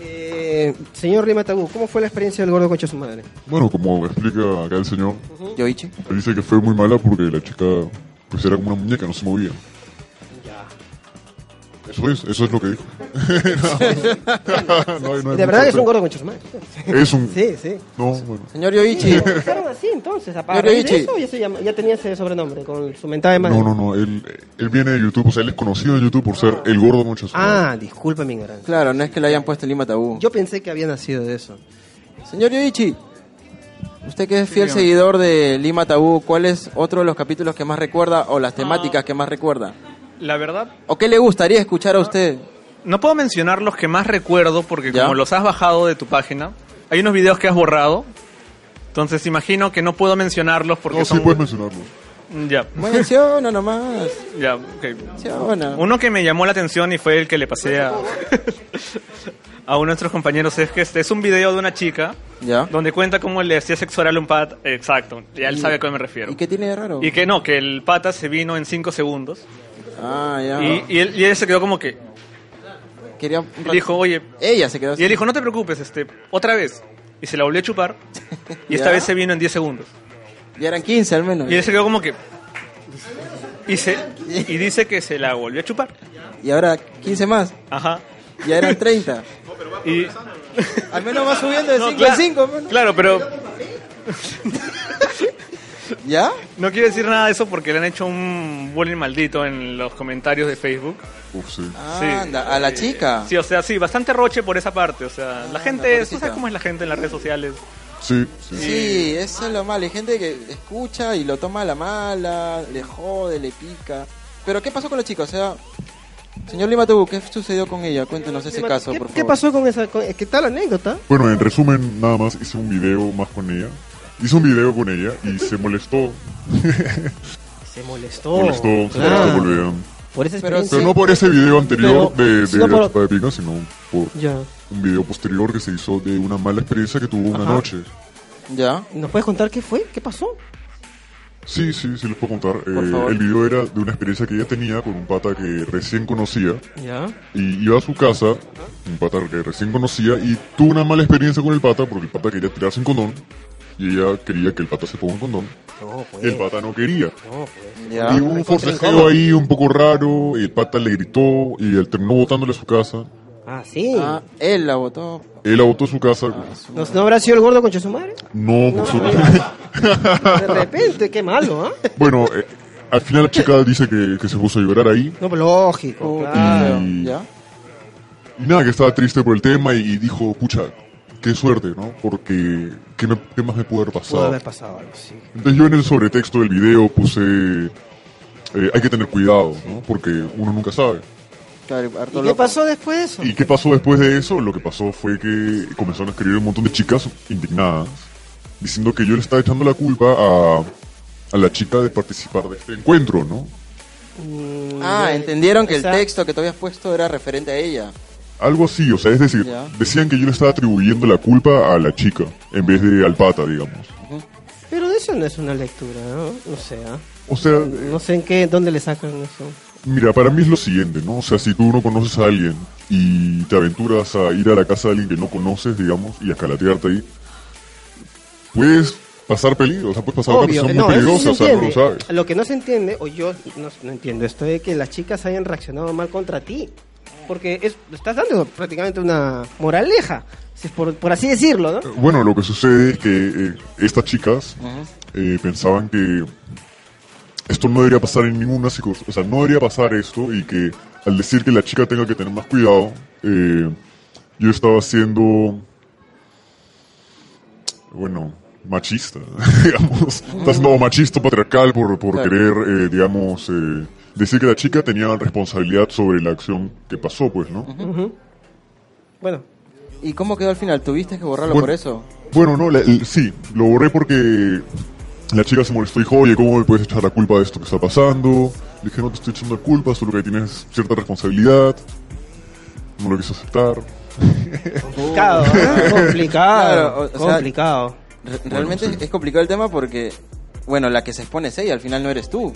[SPEAKER 2] Eh, señor Lima Tabú, ¿cómo fue la experiencia del gordo concha su madre?
[SPEAKER 5] Bueno, como explica acá el señor,
[SPEAKER 1] Yoichi.
[SPEAKER 5] dice que fue muy mala porque la chica pues era como una muñeca, no se movía. Eso es, eso es lo que dijo. No, no hay- no hay
[SPEAKER 2] De verdad que es
[SPEAKER 5] mucho
[SPEAKER 2] un gordo concha su madre.
[SPEAKER 5] que- Es un...
[SPEAKER 2] Sí, sí.
[SPEAKER 5] No, bueno.
[SPEAKER 1] Señor Yoichi.
[SPEAKER 2] Empezaron así entonces, a
[SPEAKER 1] Pero,
[SPEAKER 2] partir de
[SPEAKER 1] Ichi.
[SPEAKER 2] eso ya, se llama- ya tenía ese sobrenombre con su mentada de madre.
[SPEAKER 5] No, no, no. Él, él viene de YouTube, o sea, él es conocido de YouTube por ser el gordo muchas
[SPEAKER 2] Ah, disculpe mi ignorancia.
[SPEAKER 1] Claro, no es que le hayan puesto Lima Tabú.
[SPEAKER 2] Yo pensé que había nacido de eso.
[SPEAKER 1] Señor Yoichi, usted que es fiel seguidor de Lima Tabú, ¿cuál es otro de los capítulos que más recuerda o
[SPEAKER 9] Ah.
[SPEAKER 1] las temáticas que más recuerda?
[SPEAKER 9] la verdad,
[SPEAKER 1] ¿O qué le gustaría escuchar a usted?
[SPEAKER 9] No puedo mencionar los que más recuerdo porque
[SPEAKER 1] ¿Ya?
[SPEAKER 9] como los has bajado de tu página, hay unos videos que has borrado. Entonces imagino que no puedo mencionarlos porque
[SPEAKER 5] No, sí
[SPEAKER 9] son... Mm,
[SPEAKER 5] puedes mencionarlo.
[SPEAKER 9] Ya,
[SPEAKER 1] Menciona oh, nomás.
[SPEAKER 9] ya, ok.
[SPEAKER 1] Menciona.
[SPEAKER 9] Uno que me llamó la atención y fue el que le pasé a... a uno de nuestros compañeros es que este es un video de una chica
[SPEAKER 1] ¿Ya?
[SPEAKER 9] donde cuenta cómo le hacía sexo oral a un pata. Exacto, ya él sabe a qué me refiero.
[SPEAKER 1] ¿Y qué tiene de raro?
[SPEAKER 9] Y que no, que el pata se vino en 5 segundos.
[SPEAKER 1] Ah, ya.
[SPEAKER 9] Y, y él, y él se quedó como que.
[SPEAKER 1] Quería un
[SPEAKER 9] Él dijo, oye.
[SPEAKER 1] Ella se quedó
[SPEAKER 9] Y él dijo, no te preocupes, este, otra vez. Y se la volvió a chupar. Y esta
[SPEAKER 1] Ya.
[SPEAKER 9] vez se vino en 10 segundos.
[SPEAKER 1] Ya eran 15 al menos.
[SPEAKER 9] Y él se quedó como que. Y, se, y dice que se la volvió a chupar.
[SPEAKER 1] Y ahora 15 más.
[SPEAKER 9] Ajá.
[SPEAKER 1] Ya eran 30.
[SPEAKER 9] Y,
[SPEAKER 1] al menos va subiendo de
[SPEAKER 9] No,
[SPEAKER 1] 5
[SPEAKER 9] claro.
[SPEAKER 1] en pues. 5. ¿no?
[SPEAKER 9] claro, pero
[SPEAKER 1] ¿Ya?
[SPEAKER 9] no quiero decir nada de eso porque le han hecho un bullying maldito en los comentarios de Facebook.
[SPEAKER 5] Uf, sí.
[SPEAKER 1] Ah,
[SPEAKER 9] Sí.
[SPEAKER 1] anda, a la chica. Ah,
[SPEAKER 9] Sí, o sea, sí, bastante roche por esa parte. O sea, la gente, tú
[SPEAKER 1] pobrecita.
[SPEAKER 9] sabes cómo es la gente en las redes sociales.
[SPEAKER 5] Sí, sí.
[SPEAKER 1] Sí, eso es lo malo. Hay gente que escucha y lo toma a la mala, le jode, le pica. Pero ¿qué pasó con la chica? O sea, señor Lima Tebu, ¿qué sucedió con ella? Cuéntenos ese caso,
[SPEAKER 2] ¿Qué,
[SPEAKER 1] por favor.
[SPEAKER 2] qué pasó con esa? con- ¿Qué tal la anécdota?
[SPEAKER 5] Bueno, en resumen, nada más hice un video más con ella. Hice un video con ella y se molestó.
[SPEAKER 2] Se molestó.
[SPEAKER 5] molestó, se
[SPEAKER 2] claro.
[SPEAKER 5] molestó por el video.
[SPEAKER 2] Por esa
[SPEAKER 1] Pero
[SPEAKER 2] experiencia.
[SPEAKER 5] Pero no por ese video anterior
[SPEAKER 2] Pero-
[SPEAKER 5] de, de
[SPEAKER 2] sino
[SPEAKER 5] la
[SPEAKER 2] por-
[SPEAKER 5] chupada de pica, sino por
[SPEAKER 2] Ya.
[SPEAKER 5] un video posterior que se hizo de una mala experiencia que tuvo una
[SPEAKER 2] Ajá.
[SPEAKER 5] noche.
[SPEAKER 1] ¿Ya?
[SPEAKER 2] ¿Nos puedes contar qué fue? ¿Qué pasó?
[SPEAKER 5] Sí, sí, sí les puedo contar. Eh,
[SPEAKER 1] favor.
[SPEAKER 5] el video era de una experiencia que ella tenía con un pata que recién conocía.
[SPEAKER 2] Ya.
[SPEAKER 5] Y iba a su casa, un pata que recién conocía, y tuvo una mala experiencia con el pata porque el pata quería tirarse un condón. Y ella quería que el pata se ponga un condón.
[SPEAKER 2] No, pues.
[SPEAKER 5] El pata no quería.
[SPEAKER 1] ¿Ya?
[SPEAKER 5] y hubo un forcejeo ahí un poco raro, el pata le gritó y él terminó botándole a su casa.
[SPEAKER 2] Ah, sí.
[SPEAKER 1] Ah, él la votó.
[SPEAKER 5] Él la botó a Ah, su casa.
[SPEAKER 2] ¿No, no habrá sido el gordo con Chesumare?
[SPEAKER 5] No, por suerte.
[SPEAKER 2] De repente, qué malo, ¿ah?
[SPEAKER 5] Bueno, eh, al final la chica dice que, que se puso a llorar ahí.
[SPEAKER 2] No, pero lógico.
[SPEAKER 1] Claro.
[SPEAKER 5] Y-
[SPEAKER 1] ¿Ya?
[SPEAKER 5] Y nada, que estaba triste por el tema y, y dijo, pucha, qué suerte, ¿no? Porque, ¿qué, me- qué más me pudo haber
[SPEAKER 2] Pudo
[SPEAKER 5] pasado?
[SPEAKER 2] haber pasado algo, sí.
[SPEAKER 5] Entonces yo en el sobretexto del video puse, eh, hay que tener cuidado, ¿no? Porque uno nunca sabe.
[SPEAKER 1] Claro, harto
[SPEAKER 2] ¿Y qué
[SPEAKER 1] loco.
[SPEAKER 2] pasó después de eso?
[SPEAKER 5] ¿Y qué pasó después de eso? Lo que pasó fue que comenzaron a escribir un montón de chicas indignadas, diciendo que yo le estaba echando la culpa a, a la chica de participar de este encuentro, ¿no?
[SPEAKER 1] Ah, entendieron que el
[SPEAKER 2] Esa-
[SPEAKER 1] texto que tú habías puesto era referente a ella.
[SPEAKER 5] Algo así, o sea, es decir,
[SPEAKER 1] Ya.
[SPEAKER 5] decían que yo le estaba atribuyendo la culpa a la chica, en vez de al pata, digamos.
[SPEAKER 2] Pero de eso no es una lectura, ¿no? No sé, ¿ah?
[SPEAKER 5] O sea,
[SPEAKER 2] No sé en qué, dónde le sacan eso.
[SPEAKER 5] Mira, para mí es lo siguiente, ¿no? O sea, si tú no conoces a alguien y te aventuras a ir a la casa de alguien que no conoces, digamos, y a calatearte ahí, puedes pasar peligro, o sea, puedes pasar una
[SPEAKER 2] Obvio,
[SPEAKER 5] persona
[SPEAKER 2] no,
[SPEAKER 5] muy
[SPEAKER 2] eso sí se
[SPEAKER 5] peligrosa, o sea, no lo
[SPEAKER 2] entiende.
[SPEAKER 5] sabes.
[SPEAKER 2] lo que no se entiende, o yo no, no entiendo esto, de que las chicas hayan reaccionado mal contra ti. Porque es, estás dando prácticamente una moraleja, si es por, por así decirlo, ¿no?
[SPEAKER 5] Bueno, lo que sucede es que eh, estas chicas eh, pensaban que esto no debería pasar en ninguna circunstancia, o sea, no debería pasar esto y que al decir que la chica tenga que tener más cuidado, eh, yo estaba siendo, bueno, machista, digamos, estaba siendo machista patriarcal por, por
[SPEAKER 1] Claro.
[SPEAKER 5] querer, eh, digamos, eh, decir que la chica tenía responsabilidad sobre la acción que pasó, pues, ¿no?
[SPEAKER 2] Bueno,
[SPEAKER 1] ¿Y cómo quedó al final? ¿Tuviste que borrarlo
[SPEAKER 5] Bueno.
[SPEAKER 1] por eso?
[SPEAKER 5] Bueno, no, la- el- sí, lo borré porque la chica se molestó y dijo, oye, ¿cómo me puedes echar la culpa de esto que está pasando? Le dije, no te estoy echando la culpa, solo que tienes cierta responsabilidad. No lo quiso aceptar.
[SPEAKER 2] complicado, ¿ah? complicado,
[SPEAKER 1] Oh. Claro, o- o sea-
[SPEAKER 2] complicado.
[SPEAKER 1] Re- Realmente es complicado el tema porque, bueno, la que se expone es ella, al final no eres tú.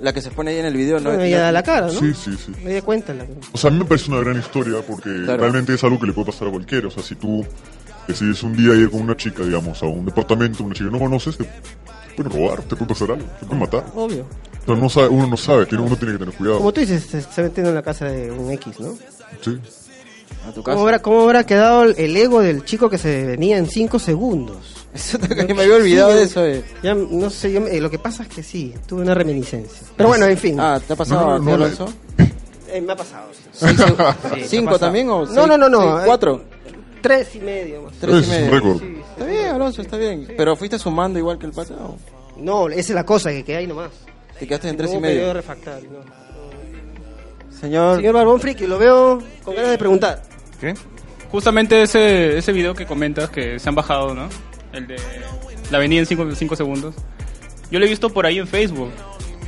[SPEAKER 1] La que se expone ella en el video no
[SPEAKER 2] Bueno,
[SPEAKER 1] es
[SPEAKER 2] ella da la cara, ¿no?
[SPEAKER 5] Sí, sí, sí.
[SPEAKER 2] Me di cuenta. la-
[SPEAKER 5] O sea, a mí me parece una gran historia porque
[SPEAKER 1] Claro.
[SPEAKER 5] realmente es algo que le puede pasar a cualquiera. O sea, si tú decides un día ir con una chica, digamos, a un departamento, una chica que no conoces, te pueden robar, te puede pasar algo, te pueden matar.
[SPEAKER 2] Obvio.
[SPEAKER 5] Pero no sabe, uno no sabe, tiene- uno tiene que tener
[SPEAKER 2] Como
[SPEAKER 5] cuidado.
[SPEAKER 2] tú dices, se, se metiendo en la casa de un X, ¿no?
[SPEAKER 5] Sí.
[SPEAKER 1] a
[SPEAKER 2] ¿Cómo
[SPEAKER 1] tu casa.
[SPEAKER 2] habrá, cómo habrá quedado el- el ego del chico que se venía en 5 segundos?
[SPEAKER 1] Eso que me había olvidado
[SPEAKER 2] Sí,
[SPEAKER 1] de
[SPEAKER 2] yo-
[SPEAKER 1] eso. eh.
[SPEAKER 2] Ya, no sé, yo me- eh, lo que pasa es que sí, tuve una reminiscencia. Pero bueno, en fin.
[SPEAKER 1] Ah, ¿te ha pasado,
[SPEAKER 5] No, no, no, la-
[SPEAKER 1] Alonso?
[SPEAKER 2] Eh, me ha pasado. sí.
[SPEAKER 1] ¿Cinco también o
[SPEAKER 2] No,
[SPEAKER 1] seis-
[SPEAKER 2] no, no, no.
[SPEAKER 1] seis-
[SPEAKER 2] eh,
[SPEAKER 1] ¿Cuatro?
[SPEAKER 2] Tres y medio. más.
[SPEAKER 1] Tres y
[SPEAKER 5] Ese es un
[SPEAKER 1] medio.
[SPEAKER 5] récord.
[SPEAKER 1] Está bien, Alonso, está bien. Pero fuiste sumando igual que el pasado.
[SPEAKER 2] No, esa es la cosa que queda ahí nomás.
[SPEAKER 1] Te quedaste en tres y
[SPEAKER 2] Hubo
[SPEAKER 1] medio.
[SPEAKER 2] periodo refractario, no.
[SPEAKER 1] Señor,
[SPEAKER 2] Señor Barbón Friki, lo veo con ganas de preguntar.
[SPEAKER 6] ¿Qué?
[SPEAKER 3] Justamente ese, ese video que comentas que se han bajado, ¿no? El de la avenida en 5 segundos. Yo lo he visto por ahí en Facebook.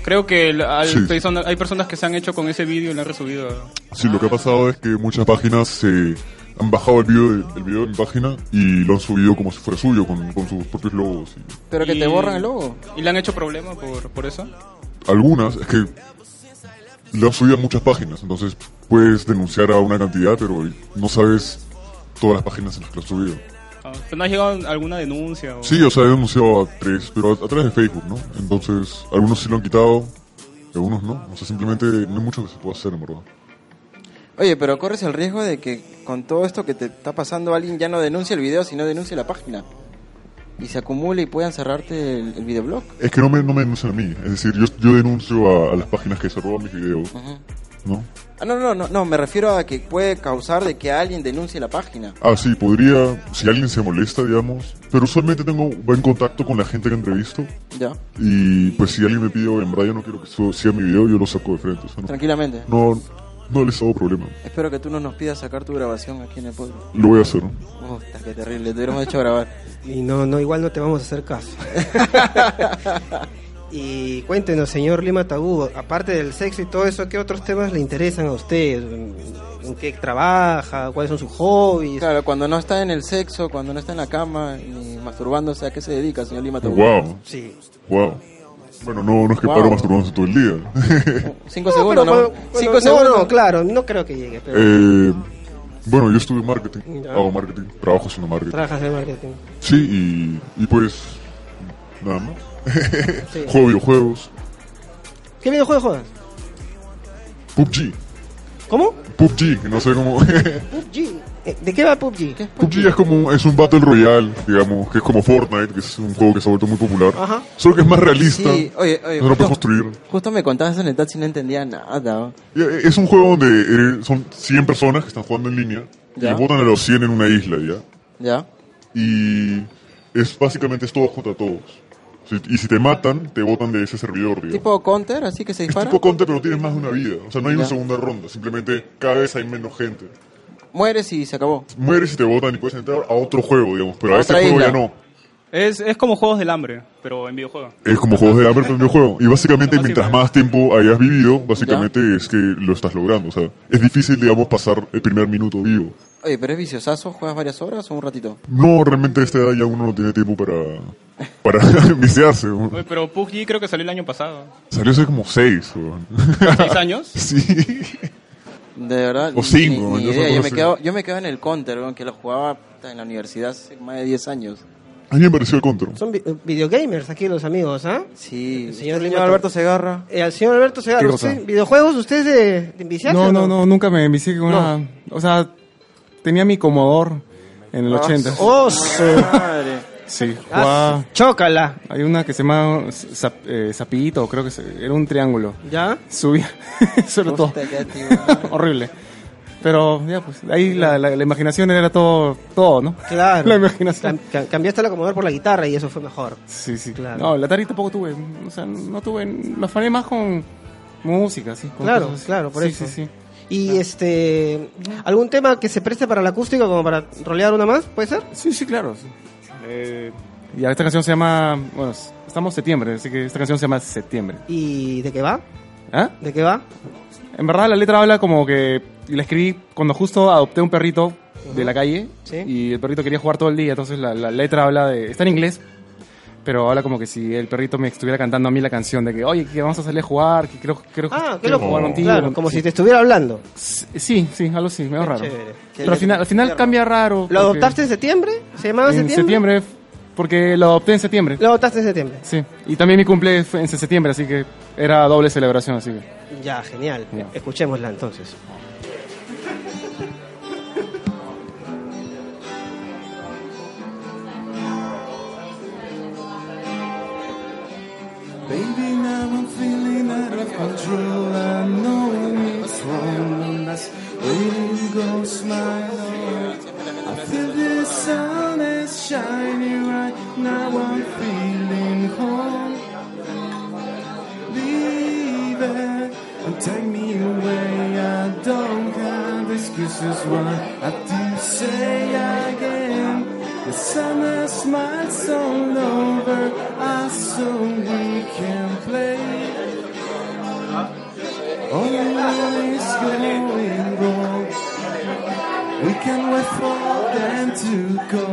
[SPEAKER 3] Creo que el- al-
[SPEAKER 5] Sí.
[SPEAKER 3] persona- hay personas que se han hecho con ese vídeo y lo han resubido. a-
[SPEAKER 5] Sí, lo que ha pasado es que muchas páginas se han bajado el video, de, el video de mi página y lo han subido como si fuera suyo, con, con sus propios logos. y-
[SPEAKER 1] Pero que
[SPEAKER 3] y-
[SPEAKER 1] te borran el logo.
[SPEAKER 3] ¿Y le han hecho problema por, por eso?
[SPEAKER 5] algunas, es que lo han subido a muchas páginas, entonces puedes denunciar a una cantidad, pero no sabes todas las páginas en las que lo has subido.
[SPEAKER 3] Ah, ¿pero ¿No ha llegado alguna denuncia? o-
[SPEAKER 5] Sí, o sea, he denunciado a tres, pero a, a través de Facebook, ¿no? Entonces, algunos sí lo han quitado, algunos no. O sea, simplemente no hay mucho que se pueda hacer, en verdad.
[SPEAKER 1] Oye, pero corres el riesgo de que con todo esto que te está pasando alguien ya no denuncie el video, sino denuncie la página. Y se acumula y puedan cerrarte el, el videoblog.
[SPEAKER 5] Es que no me, no me denuncian a mí, es decir, yo, yo denuncio a, a las páginas que se roban mis videos, ¿no?
[SPEAKER 1] Ah, no, no, no, no, me refiero a que puede causar de que alguien denuncie la página.
[SPEAKER 5] Ah, sí, podría, si alguien se molesta, digamos, pero usualmente tengo buen contacto con la gente que entrevisto.
[SPEAKER 1] Ya,
[SPEAKER 5] Y pues si alguien me pide, oye, en verdad yo no quiero que su- siga mi video, yo lo saco de frente. o sea, no,
[SPEAKER 1] tranquilamente.
[SPEAKER 5] no, no les hago problema.
[SPEAKER 1] Espero que tú no nos pidas sacar tu grabación aquí en el pueblo.
[SPEAKER 5] Lo voy a hacer.
[SPEAKER 1] Puta, qué terrible, te hubiéramos hecho grabar.
[SPEAKER 2] Y no, no, igual no te vamos a hacer caso. y cuéntenos, señor Lima Tabú, aparte del sexo y todo eso, ¿qué otros temas le interesan a usted? ¿En qué trabaja? ¿Cuáles son sus hobbies?
[SPEAKER 1] Claro, cuando no está en el sexo, cuando no está en la cama, ni masturbándose, ¿a qué se dedica, señor Lima Tabú?
[SPEAKER 5] Wow,
[SPEAKER 2] Sí.
[SPEAKER 5] wow. Bueno, no, no es que
[SPEAKER 1] Wow.
[SPEAKER 5] paro masturbándose todo el día.
[SPEAKER 1] Cinco segundos, ¿no?
[SPEAKER 2] pero cuando- cuando-
[SPEAKER 1] Cinco
[SPEAKER 2] no,
[SPEAKER 1] segundos.
[SPEAKER 2] no, claro, no creo que llegue, pero
[SPEAKER 5] Eh, bueno, yo estudio marketing,
[SPEAKER 2] Ya.
[SPEAKER 5] hago marketing, trabajo haciendo marketing.
[SPEAKER 2] trabajas en marketing.
[SPEAKER 5] Sí, y, y pues, nada más.
[SPEAKER 2] Sí.
[SPEAKER 5] Juego videojuegos.
[SPEAKER 2] ¿Qué videojuego juegas?
[SPEAKER 5] PUBG,
[SPEAKER 2] ¿Cómo?
[SPEAKER 5] PUBG, que no sé cómo...
[SPEAKER 2] PUBG. Eh, ¿De qué va PUBG?
[SPEAKER 5] PUBG es como es un Battle Royale, digamos, que es como Fortnite, que es un juego que se ha vuelto muy popular.
[SPEAKER 2] Ajá.
[SPEAKER 5] Solo que es más realista.
[SPEAKER 1] Sí, oye, oye,
[SPEAKER 5] no lo
[SPEAKER 1] justo-
[SPEAKER 5] puedes construir.
[SPEAKER 1] Justo me contabas eso en el taxi y no entendía nada. ¿no?
[SPEAKER 5] Y, eh, Es un juego donde eh, son 100 personas que están jugando en línea
[SPEAKER 1] Ya.
[SPEAKER 5] y votan a los 100 en una isla, ¿ya?
[SPEAKER 1] ¿Ya?
[SPEAKER 5] Y es básicamente es todos contra todos. Si- Y si te matan, te votan de ese servidor, digamos.
[SPEAKER 1] ¿Tipo counter? ¿Así que se
[SPEAKER 5] es
[SPEAKER 1] dispara?
[SPEAKER 5] tipo Conte, pero tienes más de una vida. O sea, no hay una
[SPEAKER 1] Ya.
[SPEAKER 5] segunda ronda. Simplemente cada vez hay menos gente.
[SPEAKER 1] Mueres y se acabó.
[SPEAKER 5] Mueres y te votan y puedes entrar a otro juego, digamos. Pero
[SPEAKER 1] A
[SPEAKER 5] a este
[SPEAKER 1] otra
[SPEAKER 5] juego
[SPEAKER 1] isla.
[SPEAKER 5] ya no.
[SPEAKER 3] Es, es como Juegos del Hambre, pero en videojuego.
[SPEAKER 5] Es como juegos de hambre, pero en videojuego. Y básicamente,
[SPEAKER 3] Así
[SPEAKER 5] mientras
[SPEAKER 3] es.
[SPEAKER 5] más tiempo hayas vivido, básicamente es que lo estás logrando. O sea, es difícil, digamos, pasar el primer minuto vivo.
[SPEAKER 1] Oye, pero es viciosazo, juegas varias horas o un ratito.
[SPEAKER 5] No, realmente a esta edad ya uno no tiene tiempo para, para viciarse. weón.
[SPEAKER 3] Oye, pero PUBG creo que salió el año pasado.
[SPEAKER 5] Salió hace como seis, weón.
[SPEAKER 3] ¿Seis años?
[SPEAKER 5] Sí.
[SPEAKER 1] De verdad.
[SPEAKER 5] O cinco,
[SPEAKER 1] ni- ni
[SPEAKER 5] yo
[SPEAKER 1] idea.
[SPEAKER 5] solo
[SPEAKER 1] Yo, me
[SPEAKER 5] sé.
[SPEAKER 1] quedo, yo me quedo en el counter, weón, que lo jugaba puta, en la universidad hace más de 10 años.
[SPEAKER 5] A mí me pareció el control.
[SPEAKER 2] Son vi- videogamers aquí los amigos, ¿ah?
[SPEAKER 1] Sí.
[SPEAKER 2] El señor
[SPEAKER 1] Este
[SPEAKER 2] Lima-
[SPEAKER 1] Segarra.
[SPEAKER 2] Eh, al señor Alberto
[SPEAKER 6] ¿Qué
[SPEAKER 2] Segarra,
[SPEAKER 6] cosa?
[SPEAKER 2] ¿usted, ¿videojuegos ustedes de, de enviciarse
[SPEAKER 6] No,
[SPEAKER 2] o
[SPEAKER 6] no, no, nunca me envicié con
[SPEAKER 2] No.
[SPEAKER 6] nada. O sea, tenía mi Commodore en el
[SPEAKER 1] Ah,
[SPEAKER 6] 80.
[SPEAKER 2] ¡Oh, su-
[SPEAKER 1] Madre.
[SPEAKER 6] Sí,
[SPEAKER 2] ah,
[SPEAKER 6] jugaba.
[SPEAKER 2] su- ¡Chócala!
[SPEAKER 6] Hay una que se llama Zap- eh, Zapito, creo que se- era un triángulo.
[SPEAKER 2] ¿Ya?
[SPEAKER 6] Subía, sobre todo.
[SPEAKER 1] Puta, ya, tío.
[SPEAKER 6] Horrible. Pero ya, pues ahí la, la- la imaginación era todo, todo, ¿no?
[SPEAKER 2] Claro.
[SPEAKER 6] La imaginación.
[SPEAKER 2] Cam- cam- cambiaste la Commodore por la guitarra y eso fue mejor.
[SPEAKER 6] Sí, sí,
[SPEAKER 2] Claro.
[SPEAKER 6] claro. No, la Atari tampoco tuve. O sea, no tuve. Me afané más con música, sí. con
[SPEAKER 2] Claro,
[SPEAKER 6] cosas así.
[SPEAKER 2] claro, por
[SPEAKER 6] Sí,
[SPEAKER 2] eso.
[SPEAKER 6] Sí, sí.
[SPEAKER 2] Y este. ¿Algún tema que se preste para la acústica como para rolear una más? ¿Puede ser?
[SPEAKER 6] Sí, sí, claro. sí. Eh, y esta canción se llama. Bueno, s- estamos septiembre, así que esta canción se llama Septiembre.
[SPEAKER 2] ¿Y de qué va?
[SPEAKER 6] ¿Ah?
[SPEAKER 2] ¿De qué va?
[SPEAKER 6] En verdad, la letra habla como que. y La escribí cuando justo adopté un perrito de la calle.
[SPEAKER 2] Sí.
[SPEAKER 6] Y el perrito quería jugar todo el día, entonces la, la letra habla de. Está en inglés, pero habla como que si el perrito me estuviera cantando a mí la canción de que, oye, que vamos a salir a jugar, que quiero, quiero,
[SPEAKER 2] Ah, qué
[SPEAKER 6] quiero
[SPEAKER 2] loco.
[SPEAKER 6] jugar contigo.
[SPEAKER 2] Claro, como
[SPEAKER 6] Sí.
[SPEAKER 2] si te estuviera hablando.
[SPEAKER 6] Sí, sí, algo así, medio raro.
[SPEAKER 2] chévere.
[SPEAKER 6] Pero al final, al final cambia
[SPEAKER 2] ¿Lo
[SPEAKER 6] raro. porque
[SPEAKER 2] adoptaste en septiembre? ¿Se llamaba
[SPEAKER 6] en septiembre? porque lo adopté en septiembre.
[SPEAKER 2] Lo adoptaste en septiembre.
[SPEAKER 6] Sí, y también mi cumple fue en septiembre, así que era doble celebración, así que.
[SPEAKER 2] Ya, genial.
[SPEAKER 6] Ya.
[SPEAKER 2] Escuchémosla entonces.
[SPEAKER 7] Baby, now I'm feeling out of control. I know it's wrong. That's way to go, smile. I feel the sun is shining right now. I'm feeling home. Leave it and take me away. I don't have excuses why I do say again. The summer smiles all over us so we can play. All is going wrong. We can wait for them to go.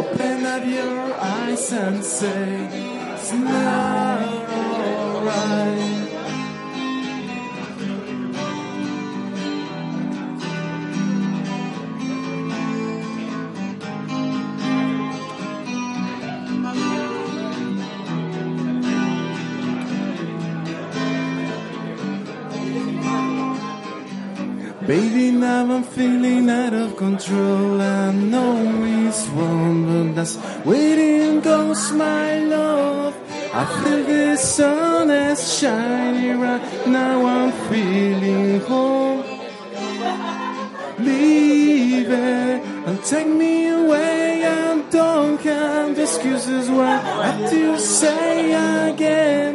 [SPEAKER 7] Open up your eyes and say, it's not alright. Baby, now I'm feeling out of control. I know it's wrong, but that's waiting goes my love. I feel the sun is shining right now. I'm feeling home. Leave it and take me away. I don't have excuses. Why have to say again?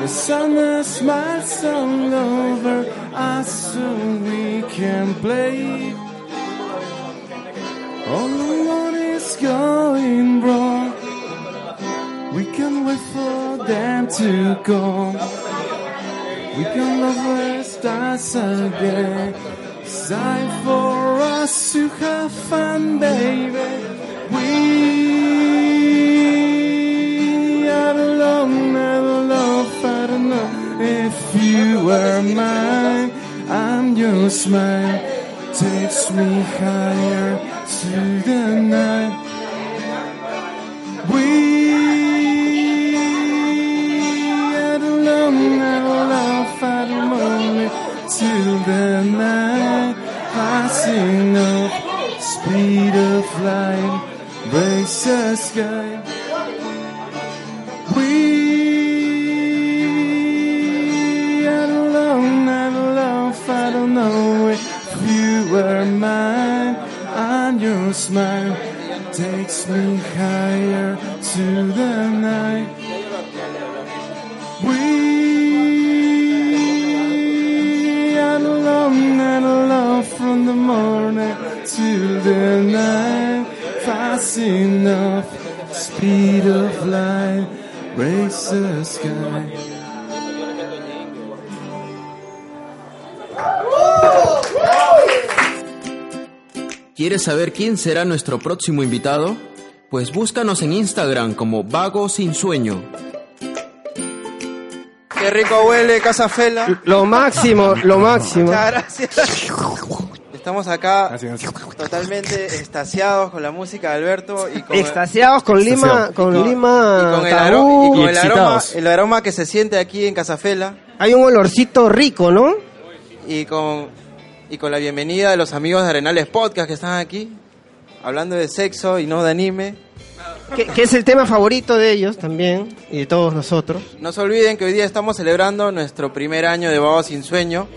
[SPEAKER 7] The summer smiles all over us so we can play. All the one is going wrong. We can wait for them to go. We can love stars again. It's time for us to have fun, baby. We are alone, not alone. I don't know if you were mine. I'm your smile. Takes me higher to the night. We had a long, never laugh at a moment till the night passing up. Speed of light breaks the sky. We had a long, never laugh. I don't know if you were mine. And your smile takes me higher to the night. We had a long, never laugh from the morning till the night. Fast enough, speed of light breaks the sky.
[SPEAKER 5] Eh.
[SPEAKER 10] ¿Quieres saber quién será nuestro próximo invitado? Pues búscanos en Instagram como Vago Sin Sueño.
[SPEAKER 1] Qué rico huele, Casa Fela.
[SPEAKER 2] Lo máximo, lo máximo.
[SPEAKER 1] Muchas gracias. Estamos acá totalmente extasiados con la música de Alberto y con,
[SPEAKER 2] Extasiados con Lima,
[SPEAKER 6] Extasiados.
[SPEAKER 2] con
[SPEAKER 1] y con-
[SPEAKER 2] Lima
[SPEAKER 1] y con el,
[SPEAKER 2] Tabú.
[SPEAKER 1] aro- y con
[SPEAKER 6] Y
[SPEAKER 1] el aroma,
[SPEAKER 6] excitados.
[SPEAKER 1] el aroma que se siente aquí en Casafela
[SPEAKER 2] Hay un olorcito rico, ¿no?
[SPEAKER 1] y con, y con la bienvenida de los amigos de Arenales Podcast que están aquí hablando de sexo y no de anime.
[SPEAKER 2] Que, que es el tema favorito de ellos también y de todos nosotros.
[SPEAKER 1] No se olviden que hoy día estamos celebrando nuestro primer año de Vago Sin Sueño.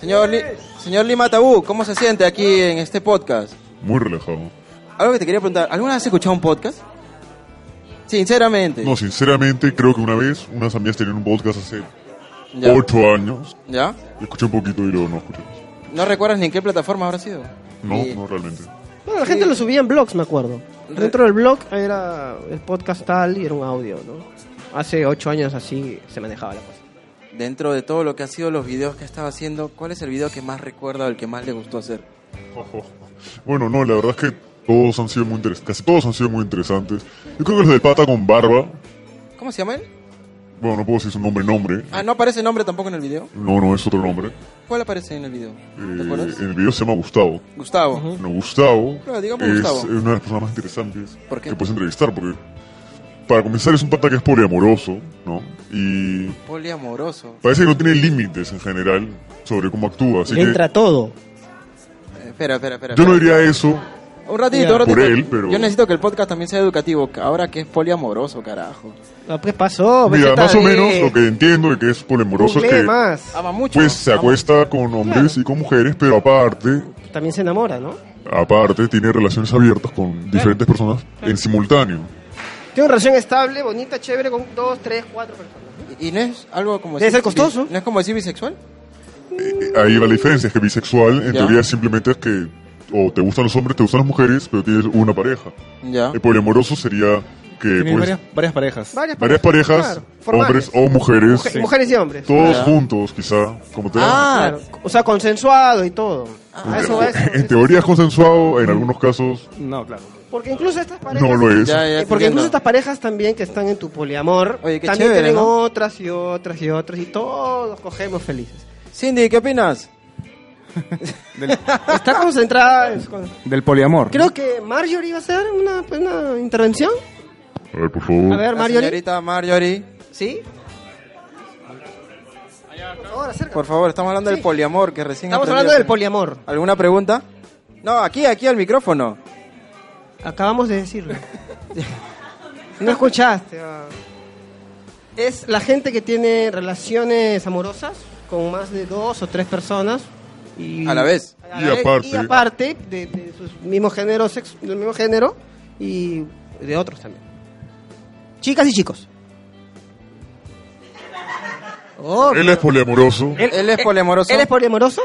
[SPEAKER 1] Señor, Li- señor Lima Tabú, ¿cómo se siente aquí en este podcast?
[SPEAKER 5] Muy relajado.
[SPEAKER 1] Algo que te quería preguntar, ¿alguna vez has escuchado un podcast? Sinceramente.
[SPEAKER 5] No, sinceramente, creo que una vez unas amigas tenían un podcast hace
[SPEAKER 1] ¿Ya?
[SPEAKER 5] ocho años.
[SPEAKER 1] ¿Ya?
[SPEAKER 5] Escuché un poquito y luego no escuché. más.
[SPEAKER 1] ¿No recuerdas ni en qué plataforma habrá sido?
[SPEAKER 5] No,
[SPEAKER 1] Y-
[SPEAKER 5] no realmente.
[SPEAKER 2] Bueno, la gente lo subía en blogs, me acuerdo. Dentro del blog era el podcast tal y era un audio, ¿no? Hace ocho años así se manejaba la cosa.
[SPEAKER 5] Eh,
[SPEAKER 1] Dentro de todo lo que ha sido los videos que has estado haciendo, ¿cuál es el video que más recuerda o el que más le gustó hacer?
[SPEAKER 5] Bueno, no, la verdad es que todos han sido muy interesantes. Casi todos han sido muy interesantes. Yo creo que los del pata con barba.
[SPEAKER 1] ¿Cómo se llama él?
[SPEAKER 5] Bueno, no puedo decir su nombre, nombre.
[SPEAKER 1] Ah, no aparece nombre tampoco en el video.
[SPEAKER 5] No, no, es otro nombre.
[SPEAKER 1] ¿Cuál aparece en el video?
[SPEAKER 5] Eh,
[SPEAKER 1] ¿Te acuerdas?
[SPEAKER 5] en el video se llama Gustavo.
[SPEAKER 1] Gustavo.
[SPEAKER 5] Bueno, Gustavo
[SPEAKER 1] Claro, digamos
[SPEAKER 5] es
[SPEAKER 1] Gustavo.
[SPEAKER 5] una de las personas más interesantes
[SPEAKER 1] ¿Por qué?
[SPEAKER 5] que puedes entrevistar. Porque, para comenzar, es un pata que es poliamoroso, ¿no? Y
[SPEAKER 1] Poliamoroso.
[SPEAKER 5] parece que no tiene límites en general sobre cómo actúa. Así
[SPEAKER 2] Le
[SPEAKER 5] que
[SPEAKER 2] entra todo.
[SPEAKER 1] Eh, espera, espera, espera.
[SPEAKER 5] yo no diría eso.
[SPEAKER 1] Un ratito,
[SPEAKER 2] Ya.
[SPEAKER 1] un ratito.
[SPEAKER 5] Por él, pero-
[SPEAKER 1] Yo necesito que el podcast también sea educativo. Ahora que es poliamoroso, carajo.
[SPEAKER 2] Ah, ¿Qué pasó? Pues,
[SPEAKER 5] Mira,
[SPEAKER 2] está
[SPEAKER 5] más o
[SPEAKER 2] bien.
[SPEAKER 5] menos lo que entiendo de que es poliamoroso es
[SPEAKER 2] Google
[SPEAKER 5] que
[SPEAKER 2] más.
[SPEAKER 1] Ama mucho.
[SPEAKER 5] pues se
[SPEAKER 1] Ama-
[SPEAKER 5] acuesta con hombres y con mujeres, pero aparte,
[SPEAKER 2] También se enamora, ¿no?
[SPEAKER 5] aparte tiene relaciones abiertas con diferentes personas en simultáneo.
[SPEAKER 2] Tiene una relación estable, bonita, chévere, con dos, tres, cuatro personas.
[SPEAKER 1] ¿Y no es algo como
[SPEAKER 2] Debe
[SPEAKER 1] decir-
[SPEAKER 2] ser costoso.
[SPEAKER 1] ¿No es como decir bisexual?
[SPEAKER 5] Eh, Ahí va la diferencia, es que bisexual en
[SPEAKER 1] Ya.
[SPEAKER 5] teoría simplemente es que o te gustan los hombres, te gustan las mujeres, pero tienes una pareja.
[SPEAKER 1] Ya.
[SPEAKER 5] El poliamoroso sería que
[SPEAKER 6] Tiene
[SPEAKER 5] pues,
[SPEAKER 6] varias, varias parejas.
[SPEAKER 2] Varias
[SPEAKER 5] eh, varias parejas,
[SPEAKER 2] claro, formales.
[SPEAKER 5] hombres o mujeres,
[SPEAKER 2] Mujer- Mujeres y hombres.
[SPEAKER 5] todos
[SPEAKER 2] Claro.
[SPEAKER 5] juntos quizá, como te
[SPEAKER 1] Ah,
[SPEAKER 2] Claro, Ah. O sea, consensuado y todo. A eso va eso.
[SPEAKER 5] En teoría es consensuado, en algunos casos
[SPEAKER 6] No, claro.
[SPEAKER 2] Porque incluso estas parejas.
[SPEAKER 5] no lo es.
[SPEAKER 1] Ya, ya,
[SPEAKER 2] Eh, Porque
[SPEAKER 1] entiendo.
[SPEAKER 2] incluso estas parejas también que están en tu poliamor
[SPEAKER 1] Oye, qué
[SPEAKER 2] también
[SPEAKER 1] chévere,
[SPEAKER 2] tienen
[SPEAKER 1] ¿no?
[SPEAKER 2] otras y otras y otras y todos cogemos felices.
[SPEAKER 1] Cindy, ¿qué opinas?
[SPEAKER 6] Del,
[SPEAKER 2] Está concentrada. en su cosa.
[SPEAKER 6] del poliamor.
[SPEAKER 2] Creo que Marjorie iba a hacer una, pues, una intervención.
[SPEAKER 5] A ver, por
[SPEAKER 2] A
[SPEAKER 5] favor.
[SPEAKER 2] ver,
[SPEAKER 1] La
[SPEAKER 2] Marjorie.
[SPEAKER 1] señorita Marjorie,
[SPEAKER 2] ¿Sí? Ahora, acerca.
[SPEAKER 1] por favor, estamos hablando del poliamor que recién
[SPEAKER 2] Estamos
[SPEAKER 1] aprendí
[SPEAKER 2] hablando
[SPEAKER 1] a
[SPEAKER 2] del
[SPEAKER 1] hacer.
[SPEAKER 2] poliamor.
[SPEAKER 1] ¿Alguna pregunta? No, aquí, aquí al micrófono.
[SPEAKER 2] Acabamos de decirlo. no escuchaste. ah. Es la gente que tiene relaciones amorosas con más de dos o tres personas. Y
[SPEAKER 1] A la vez.
[SPEAKER 2] A la
[SPEAKER 5] Y
[SPEAKER 2] vez-
[SPEAKER 5] aparte.
[SPEAKER 2] Y aparte de, de sus mismos géneros, sex- del mismo género y de otros también. Chicas y chicos. Oh,
[SPEAKER 5] Él es poliamoroso.
[SPEAKER 2] él,
[SPEAKER 1] él es poliamoroso.
[SPEAKER 2] ¿Él es poliamoroso?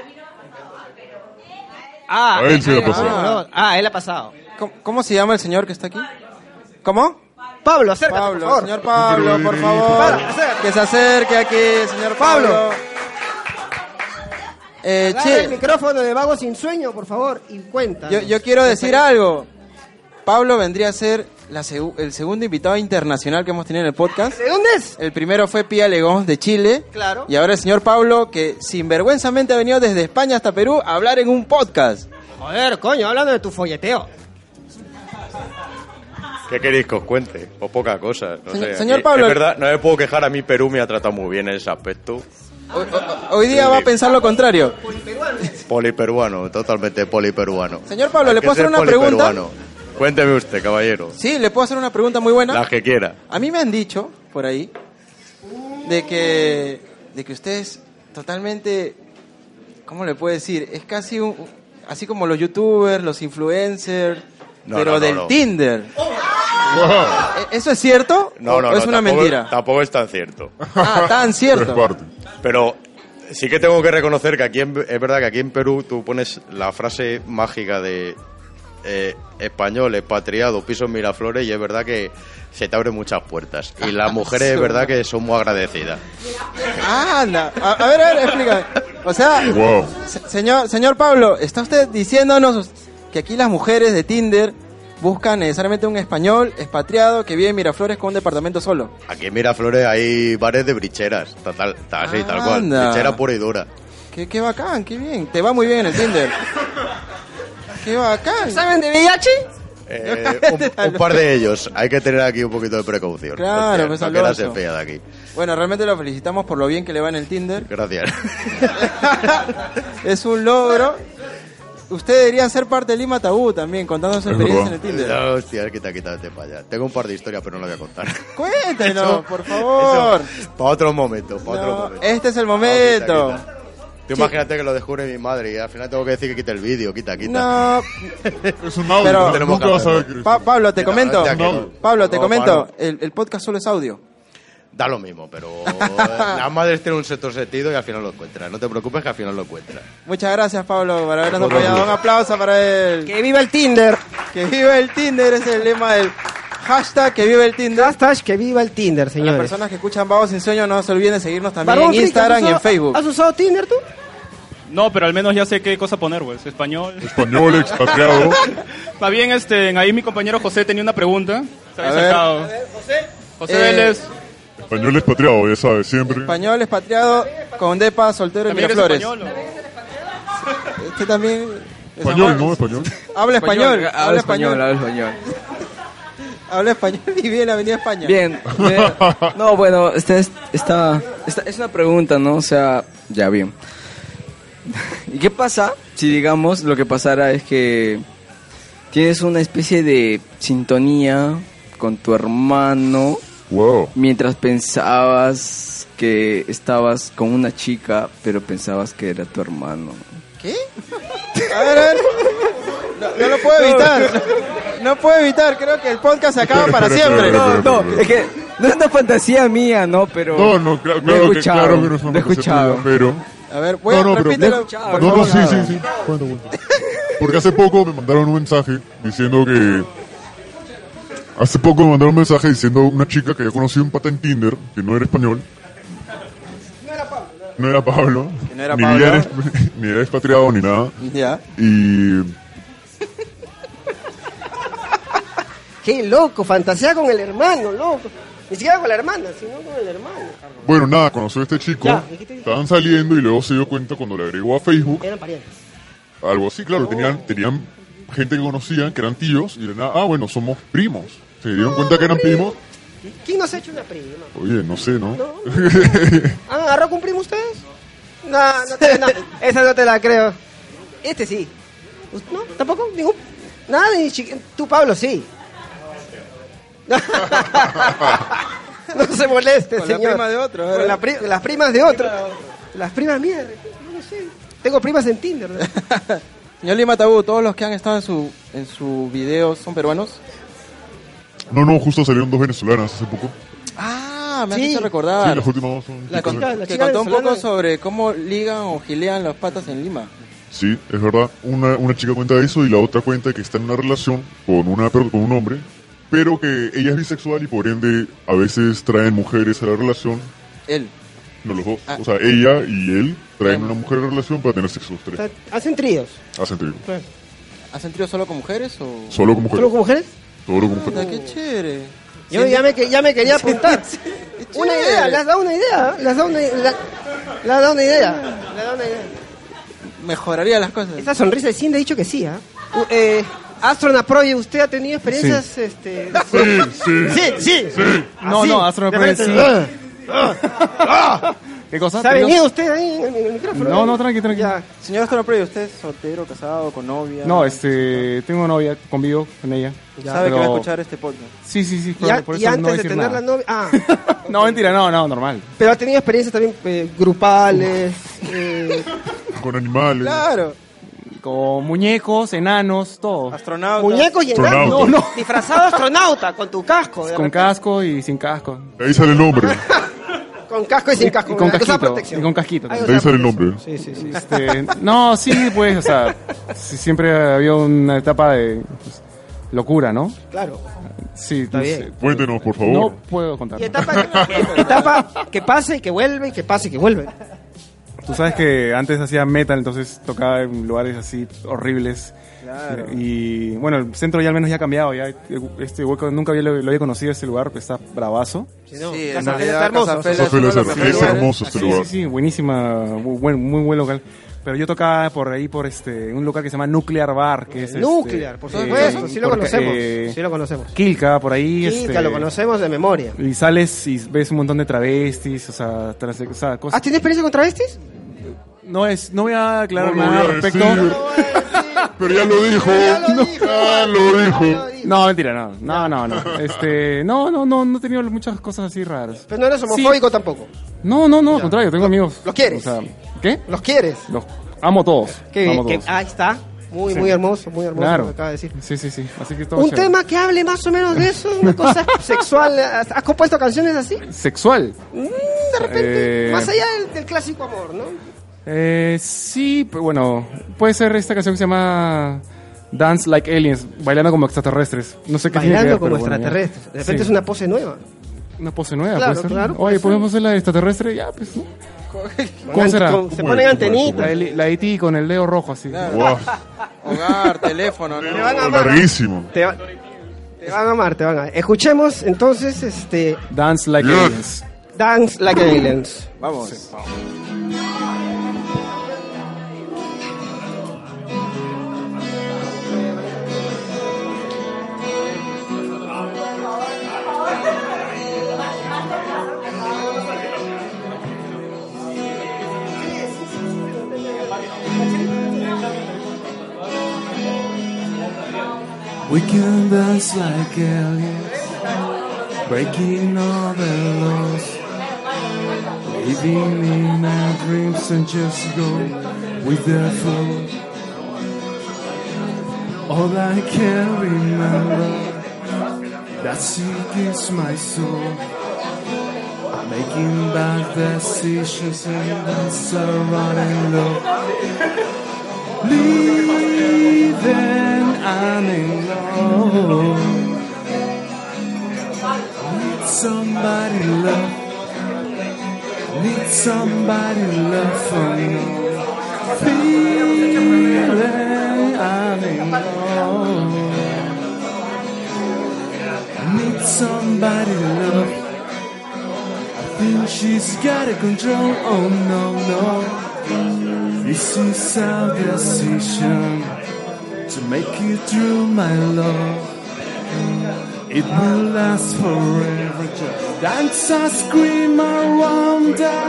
[SPEAKER 2] Ah,
[SPEAKER 5] A él sí le pasó.
[SPEAKER 2] poliamoroso. Ah, él ha pasado.
[SPEAKER 1] ¿Cómo, cómo se llama el señor que está aquí? ¿Cómo?
[SPEAKER 2] Pablo, acércate, por
[SPEAKER 1] Pablo,
[SPEAKER 2] favor.
[SPEAKER 1] señor Pablo, por favor.
[SPEAKER 2] Para, acércate.
[SPEAKER 1] Que se acerque aquí, señor Pablo.
[SPEAKER 2] Pablo.
[SPEAKER 1] Eh,
[SPEAKER 2] Agarra el
[SPEAKER 1] che,
[SPEAKER 2] micrófono de Vago Sin Sueño, por favor, y cuenta.
[SPEAKER 1] yo, yo quiero decir algo. Pablo vendría a ser la segu- el segundo invitado internacional que hemos tenido en el podcast.
[SPEAKER 2] ¿De dónde es?
[SPEAKER 1] El primero fue Pía Legón de Chile.
[SPEAKER 2] Claro.
[SPEAKER 1] Y ahora el señor Pablo, que sinvergüenzamente ha venido desde España hasta Perú a hablar en un podcast.
[SPEAKER 2] Joder, coño, hablando de tu folleteo.
[SPEAKER 11] ¿Qué queréis que os cuente? O poca cosa. No
[SPEAKER 1] Señor-
[SPEAKER 11] sé,
[SPEAKER 1] señor
[SPEAKER 11] aquí-
[SPEAKER 1] Pablo-
[SPEAKER 11] Es verdad, no me puedo quejar, a mí Perú me ha tratado muy bien en ese aspecto.
[SPEAKER 1] Hoy, hoy- hoy día va a pensar lo contrario.
[SPEAKER 11] Poliperuano, totalmente poliperuano.
[SPEAKER 1] Señor Pablo,
[SPEAKER 11] Hay
[SPEAKER 1] ¿le
[SPEAKER 11] que
[SPEAKER 1] puedo hacer
[SPEAKER 11] ser
[SPEAKER 1] una pregunta?
[SPEAKER 11] poliperuano. Cuénteme usted, caballero.
[SPEAKER 1] Sí, le puedo hacer una pregunta muy buena.
[SPEAKER 11] Las que quiera.
[SPEAKER 1] A mí me han dicho por ahí de que de que usted es totalmente ¿cómo le puedo decir? Es casi un así como los youtubers, los influencers,
[SPEAKER 11] No,
[SPEAKER 1] pero
[SPEAKER 11] no, no,
[SPEAKER 1] del
[SPEAKER 11] no.
[SPEAKER 1] Tinder. ¿E- ¿Eso es cierto?
[SPEAKER 11] No,
[SPEAKER 1] ¿O
[SPEAKER 11] no,
[SPEAKER 1] es
[SPEAKER 11] no,
[SPEAKER 1] una
[SPEAKER 11] tampoco-
[SPEAKER 1] mentira.
[SPEAKER 11] Tampoco es tan cierto.
[SPEAKER 1] Ah, tan
[SPEAKER 5] Tres
[SPEAKER 1] cierto.
[SPEAKER 5] partes.
[SPEAKER 11] Pero sí que tengo que reconocer que aquí en, es verdad que aquí en Perú tú pones la frase mágica de eh, español, expatriado, piso en Miraflores y es verdad que se te abren muchas puertas. Y las mujeres es verdad que son muy agradecidas.
[SPEAKER 1] Ah, anda. A, a ver, a ver, explícame. O sea,
[SPEAKER 5] Wow.
[SPEAKER 1] se- señor señor Pablo, ¿está usted diciéndonos que aquí las mujeres de Tinder buscan necesariamente un español expatriado que vive en Miraflores con un departamento solo?
[SPEAKER 11] Aquí en Miraflores hay bares de bricheras, tal, tal, tal, así, tal cual,
[SPEAKER 1] Anda.
[SPEAKER 11] brichera pura y dura.
[SPEAKER 1] Qué, qué bacán, qué bien. Te va muy bien en el Tinder. Qué bacán.
[SPEAKER 2] ¿Saben de VIH?
[SPEAKER 11] Eh, un, un par de ellos, hay que tener aquí un poquito de precaución.
[SPEAKER 1] Ah, Claro,
[SPEAKER 11] Hostia,
[SPEAKER 1] pues,
[SPEAKER 11] no quedarse
[SPEAKER 1] Alonso.
[SPEAKER 11] fea de aquí.
[SPEAKER 1] Bueno, realmente lo felicitamos por lo bien que le va en el Tinder.
[SPEAKER 11] Gracias.
[SPEAKER 1] es un logro. Ustedes deberían ser parte de Lima Tabú también, contando su
[SPEAKER 5] Es
[SPEAKER 1] experiencia en
[SPEAKER 5] verdad.
[SPEAKER 1] el Tinder.
[SPEAKER 11] No, hostia, quita, quítate para allá. Tengo un par de historias, pero no las voy a contar.
[SPEAKER 1] Cuéntenos, por favor.
[SPEAKER 11] Para otro momento, para otro
[SPEAKER 1] No,
[SPEAKER 11] momento.
[SPEAKER 1] este es el
[SPEAKER 11] No, quita,
[SPEAKER 1] momento.
[SPEAKER 11] quita. Tú imagínate que lo descubre mi madre y al final tengo que decir que quite el vídeo, quita, quita.
[SPEAKER 1] No,
[SPEAKER 5] Es un audio,
[SPEAKER 1] Pero-
[SPEAKER 5] nunca
[SPEAKER 11] Tenemos que
[SPEAKER 5] vas a ver
[SPEAKER 11] hacerlo.
[SPEAKER 5] que-
[SPEAKER 1] Pa- Pablo, te
[SPEAKER 11] Quita,
[SPEAKER 1] comento.
[SPEAKER 11] ya que-
[SPEAKER 1] Pablo, te
[SPEAKER 11] No,
[SPEAKER 1] comento.
[SPEAKER 11] Pablo.
[SPEAKER 1] El, el podcast solo es audio.
[SPEAKER 11] Da lo mismo, pero eh, las madres tienen un sexto sentido y al final lo encuentran. No te preocupes que al final lo encuentran.
[SPEAKER 1] Muchas gracias, Pablo, por habernos
[SPEAKER 11] Por
[SPEAKER 1] apoyado.
[SPEAKER 11] favor.
[SPEAKER 1] Un aplauso para él.
[SPEAKER 2] Que viva el Tinder.
[SPEAKER 1] Que vive el Tinder es el lema del hashtag que vive el Tinder. A
[SPEAKER 2] Hashtag que viva el Tinder,
[SPEAKER 1] las
[SPEAKER 2] señores.
[SPEAKER 1] personas que escuchan Vagos sin Sueño no se olviden de seguirnos también
[SPEAKER 2] Barbón
[SPEAKER 1] en
[SPEAKER 2] Freak, ¿has
[SPEAKER 1] Instagram y en
[SPEAKER 2] usado-
[SPEAKER 1] Facebook.
[SPEAKER 2] ¿Has usado Tinder tú?
[SPEAKER 3] No, pero al menos ya sé qué cosa poner, güey. Español.
[SPEAKER 5] Español, expatriado.
[SPEAKER 3] Más bien, este, ahí mi compañero José tenía una pregunta. Se había
[SPEAKER 1] A ver.
[SPEAKER 3] sacado. José.
[SPEAKER 1] Eh,
[SPEAKER 3] José Vélez.
[SPEAKER 5] Español, expatriado, ya sabes, siempre.
[SPEAKER 1] Español, expatriado, con depa, soltero y
[SPEAKER 3] ¿También eres
[SPEAKER 1] Miraflores.
[SPEAKER 3] español? o?
[SPEAKER 1] Este también es
[SPEAKER 5] Español,
[SPEAKER 1] amable.
[SPEAKER 5] ¿no? Español.
[SPEAKER 1] Habla español. Habla español.
[SPEAKER 12] habla español.
[SPEAKER 1] Habla español y vive en la Avenida España.
[SPEAKER 12] Bien. bien. No, bueno, esta es, esta- esta es una pregunta, ¿no? O sea, ya bien. ¿Y qué pasa si, digamos, lo que pasara es que tienes una especie de sintonía con tu hermano
[SPEAKER 5] Wow.
[SPEAKER 12] mientras pensabas que estabas con una chica, pero pensabas que era tu hermano?
[SPEAKER 1] ¿Qué? A ver, a ver. No, no lo puedo evitar. No puedo evitar. Creo que el podcast se acaba
[SPEAKER 5] Espera,
[SPEAKER 1] para
[SPEAKER 5] espera,
[SPEAKER 1] siempre.
[SPEAKER 5] espera,
[SPEAKER 12] No,
[SPEAKER 5] Pero,
[SPEAKER 12] no,
[SPEAKER 5] pero, pero.
[SPEAKER 12] es que no es una fantasía mía, ¿no? Pero
[SPEAKER 5] No, no, cla- claro,
[SPEAKER 12] lo he
[SPEAKER 5] que, claro que no es
[SPEAKER 12] escuchado,
[SPEAKER 5] una
[SPEAKER 12] lo he
[SPEAKER 5] cosa
[SPEAKER 12] escuchado.
[SPEAKER 5] tuya, pero...
[SPEAKER 1] A ver, voy a
[SPEAKER 5] no, no, pero-
[SPEAKER 1] repítelo.
[SPEAKER 12] Escuchado,
[SPEAKER 5] No, no,
[SPEAKER 12] por
[SPEAKER 5] sí,
[SPEAKER 12] favor.
[SPEAKER 5] sí, sí. Cuenta, cuenta. Porque hace poco me mandaron un mensaje diciendo que Hace poco me mandaron un mensaje diciendo una chica que había conocido un pata en Tinder, que no era español. No era Pablo.
[SPEAKER 1] Que no era
[SPEAKER 5] ni
[SPEAKER 1] Pablo.
[SPEAKER 5] Era, ni era expatriado ni nada.
[SPEAKER 1] Ya.
[SPEAKER 5] Y
[SPEAKER 2] Qué loco, fantasea con el hermano, loco. Ni siquiera con la hermana, sino con el hermano.
[SPEAKER 5] bueno, nada, conoció a este chico.
[SPEAKER 2] Ya, ¿y qué te dijo?
[SPEAKER 5] Estaban saliendo y luego se dio cuenta cuando le agregó a Facebook.
[SPEAKER 2] Eran parientes.
[SPEAKER 5] Algo así, claro. Tenían, tenían gente que conocían, que eran tíos. Y de nada, ah, bueno, somos primos. Se dieron cuenta que eran primos.
[SPEAKER 2] ¿Quién nos ha hecho una prima?
[SPEAKER 5] Oye, no sé, ¿no?
[SPEAKER 2] ¿Han agarrado con primo ustedes? No, no te, no, esa no te la creo. Este sí. Ust- No, tampoco, ningún. Nada, ni chiqui- Tú, Pablo, sí. no se moleste,
[SPEAKER 1] Con la
[SPEAKER 2] señor.
[SPEAKER 1] prima de otro, ¿eh?
[SPEAKER 2] Con la pri- las primas de otro. Las primas mías. yo No sé. Tengo primas en Tinder. ¿no?
[SPEAKER 1] Señor Lima Tabú, todos los que han estado en su, en su video son peruanos.
[SPEAKER 5] No, no, justo salieron dos venezolanas hace poco.
[SPEAKER 1] Ah, me
[SPEAKER 5] Sí.
[SPEAKER 1] has hecho
[SPEAKER 5] Sí,
[SPEAKER 1] recordar.
[SPEAKER 5] las últimas dos son
[SPEAKER 1] La
[SPEAKER 5] chicas.
[SPEAKER 1] con-
[SPEAKER 5] la
[SPEAKER 1] que
[SPEAKER 5] chica
[SPEAKER 1] contó un
[SPEAKER 5] venezolana.
[SPEAKER 1] poco sobre cómo ligan o gilean los patas en Lima.
[SPEAKER 5] Sí, es verdad. Una, una chica cuenta eso y la otra cuenta que está en una relación con, una, per- con un hombre, pero que ella es bisexual y por ende a veces traen mujeres a la relación.
[SPEAKER 1] Él.
[SPEAKER 5] No los dos.
[SPEAKER 2] Ah.
[SPEAKER 5] O sea, ella y él traen una mujer a la relación para tener sexo los
[SPEAKER 2] O
[SPEAKER 5] tres.
[SPEAKER 2] sea, Hacen tríos.
[SPEAKER 5] Hacen trío.
[SPEAKER 1] ¿Has sentido solo con mujeres o...?
[SPEAKER 5] Solo con mujeres.
[SPEAKER 2] ¿Solo con mujeres?
[SPEAKER 5] Solo con
[SPEAKER 1] Puta,
[SPEAKER 5] mujeres.
[SPEAKER 1] qué chévere.
[SPEAKER 2] Yo ya me, que- ya me quería apuntar. Una idea, le has dado una idea. ¿eh? Le has dado una, la- le has dado una idea. Le has dado una idea.
[SPEAKER 1] Mejoraría las cosas.
[SPEAKER 2] Esa sonrisa de Cindy ha dicho que sí, ¿ah? U- Eh, Astronaut Project, ¿usted ha tenido experiencias? Este,
[SPEAKER 7] Sí, sí.
[SPEAKER 2] sí, sí.
[SPEAKER 6] No,
[SPEAKER 2] Así,
[SPEAKER 6] no, Astro
[SPEAKER 2] de
[SPEAKER 6] Project,
[SPEAKER 2] repente,
[SPEAKER 6] sí. ¿Qué cosa?
[SPEAKER 2] ¿Se ha
[SPEAKER 6] Tenemos-
[SPEAKER 2] venido usted ahí en el micrófono?
[SPEAKER 6] No, no,
[SPEAKER 2] Ahí.
[SPEAKER 6] tranqui, tranqui.
[SPEAKER 1] Señor Astronoprey, ¿usted es soltero, casado, con novia?
[SPEAKER 6] No, este, tengo una novia, convivo con ella.
[SPEAKER 1] Sabe
[SPEAKER 6] Pero-
[SPEAKER 1] que va a escuchar este podcast.
[SPEAKER 6] Sí, sí, sí,
[SPEAKER 2] Y, a-
[SPEAKER 6] por, por
[SPEAKER 2] y
[SPEAKER 6] eso
[SPEAKER 2] antes
[SPEAKER 6] no voy a
[SPEAKER 2] de
[SPEAKER 6] decir
[SPEAKER 2] tener
[SPEAKER 6] nada.
[SPEAKER 2] la novia. Ah,
[SPEAKER 6] No, mentira, no, no, normal.
[SPEAKER 2] pero ha tenido experiencias también eh, grupales. eh,
[SPEAKER 5] Con animales.
[SPEAKER 2] claro.
[SPEAKER 6] Con muñecos, enanos, todo.
[SPEAKER 1] Astronautas.
[SPEAKER 2] Muñecos y enanos.
[SPEAKER 6] No, no.
[SPEAKER 2] Disfrazado astronauta, con tu casco. de
[SPEAKER 6] Con
[SPEAKER 2] repente.
[SPEAKER 6] casco y sin casco.
[SPEAKER 5] Ahí sale el nombre.
[SPEAKER 2] con casco y sin casco.
[SPEAKER 6] Y con
[SPEAKER 2] ¿verdad? Que usa
[SPEAKER 6] casquito.
[SPEAKER 2] protección.
[SPEAKER 6] Y con casquito.
[SPEAKER 2] Ahí
[SPEAKER 6] también.
[SPEAKER 5] De ahí sale el nombre.
[SPEAKER 2] Sí, sí, sí.
[SPEAKER 6] Este, no, sí, pues, o sea, sí, siempre había una etapa de pues, locura, ¿no?
[SPEAKER 2] Claro.
[SPEAKER 6] Sí,
[SPEAKER 2] Está
[SPEAKER 6] no
[SPEAKER 2] bien.
[SPEAKER 6] sé.
[SPEAKER 5] Cuéntenos, por favor.
[SPEAKER 6] No puedo contar.
[SPEAKER 2] Y etapa que, etapa que pasa y que vuelve, y que pasa y que vuelve.
[SPEAKER 6] Tú sabes que antes hacía metal, entonces tocaba en lugares así horribles.
[SPEAKER 1] Claro.
[SPEAKER 6] Y bueno, el centro ya al menos ya ha cambiado. Ya este hueco nunca había, lo, lo había conocido este lugar, pues está bravazo.
[SPEAKER 1] Sí, no,
[SPEAKER 2] Sí,
[SPEAKER 1] sí,
[SPEAKER 2] en
[SPEAKER 1] Casa
[SPEAKER 2] realidad
[SPEAKER 1] Fela está hermoso.
[SPEAKER 6] Casafela
[SPEAKER 5] es uno de los mejores lugares.
[SPEAKER 6] Sí,
[SPEAKER 5] este lugar.
[SPEAKER 6] sí, sí, buenísima, muy buen, muy buen local. Pero yo tocaba por ahí, por este, un local que se llama Nuclear Bar, que es este,
[SPEAKER 2] Nuclear, por
[SPEAKER 6] eh,
[SPEAKER 2] supuesto, sí lo
[SPEAKER 6] por-
[SPEAKER 2] conocemos.
[SPEAKER 6] eh,
[SPEAKER 2] sí lo conocemos.
[SPEAKER 6] Quilca, por ahí.
[SPEAKER 2] Quilca,
[SPEAKER 6] este,
[SPEAKER 2] lo conocemos de memoria.
[SPEAKER 6] Y sales y ves un montón de travestis, o sea, trans- o sea,
[SPEAKER 2] ¿Has
[SPEAKER 6] cosas.
[SPEAKER 2] tenido Ah, experiencia con travestis?
[SPEAKER 6] No, es, no voy a aclarar
[SPEAKER 5] No lo
[SPEAKER 6] nada
[SPEAKER 5] voy a
[SPEAKER 6] al respecto.
[SPEAKER 5] decir. Pero ya lo dijo. Ya lo dijo.
[SPEAKER 6] No, mentira, no. No, no, no. Este, no, no, no, no he tenido muchas cosas así raras.
[SPEAKER 2] Pero Pues no eres homofóbico tampoco.
[SPEAKER 6] No, no, no, al contrario, tengo amigos.
[SPEAKER 2] ¿Los quieres?
[SPEAKER 6] O sea, ¿qué?
[SPEAKER 2] ¿Los quieres?
[SPEAKER 6] Los amo a todos.
[SPEAKER 2] Que,
[SPEAKER 6] amo a
[SPEAKER 2] que-
[SPEAKER 6] todos.
[SPEAKER 2] ahí está. Muy,
[SPEAKER 6] Sí.
[SPEAKER 2] muy hermoso, muy hermoso
[SPEAKER 6] Claro.
[SPEAKER 2] lo que acaba de decir.
[SPEAKER 6] Sí, sí, sí. Así que todo
[SPEAKER 2] Un
[SPEAKER 6] chévere.
[SPEAKER 2] tema que hable más o menos de eso, una cosa sexual. ¿Has has compuesto canciones así?
[SPEAKER 6] sexual.
[SPEAKER 2] Mm, de repente,
[SPEAKER 6] Eh.
[SPEAKER 2] más allá del, del clásico amor, ¿no?
[SPEAKER 6] Eh, sí, pero bueno, puede ser esta canción que se llama Dance Like Aliens, bailando como extraterrestres. No sé qué tiene que
[SPEAKER 2] Bailando
[SPEAKER 6] ver,
[SPEAKER 2] como
[SPEAKER 6] pero bueno, ya.
[SPEAKER 2] extraterrestre. De repente
[SPEAKER 6] Sí.
[SPEAKER 2] es una pose nueva.
[SPEAKER 6] Una pose nueva,
[SPEAKER 2] Claro,
[SPEAKER 6] puede ser.
[SPEAKER 2] claro, puede
[SPEAKER 6] Oye,
[SPEAKER 2] ser.
[SPEAKER 6] podemos hacer la de extraterrestre, ya, pues. ¿no?
[SPEAKER 2] Con-
[SPEAKER 6] ¿Cómo será?
[SPEAKER 2] con- se ponen
[SPEAKER 6] La,
[SPEAKER 2] antenitas.
[SPEAKER 6] de- la de ti con el dedo rojo, así.
[SPEAKER 5] Guau,
[SPEAKER 1] Hogar, teléfono, ¿no?
[SPEAKER 2] van a-
[SPEAKER 5] larguísimo.
[SPEAKER 2] Te, va- te van a amar, te van a Escuchemos entonces este
[SPEAKER 6] Dance Like
[SPEAKER 5] Yes.
[SPEAKER 6] Aliens.
[SPEAKER 2] Dance Like Aliens.
[SPEAKER 1] Vamos.
[SPEAKER 7] We can dance like aliens, breaking all the laws, living in our dreams and just go with the flow. All I can remember that she gives my soul. I'm making bad decisions and that's a running low. Leaving, I'm in love. somebody love. Need somebody love for me. Feeling I'm in love. Need somebody love. I think she's got a control. Oh no no. This is our decision to make it through, my love. It will last forever. Just dance or scream or wonder.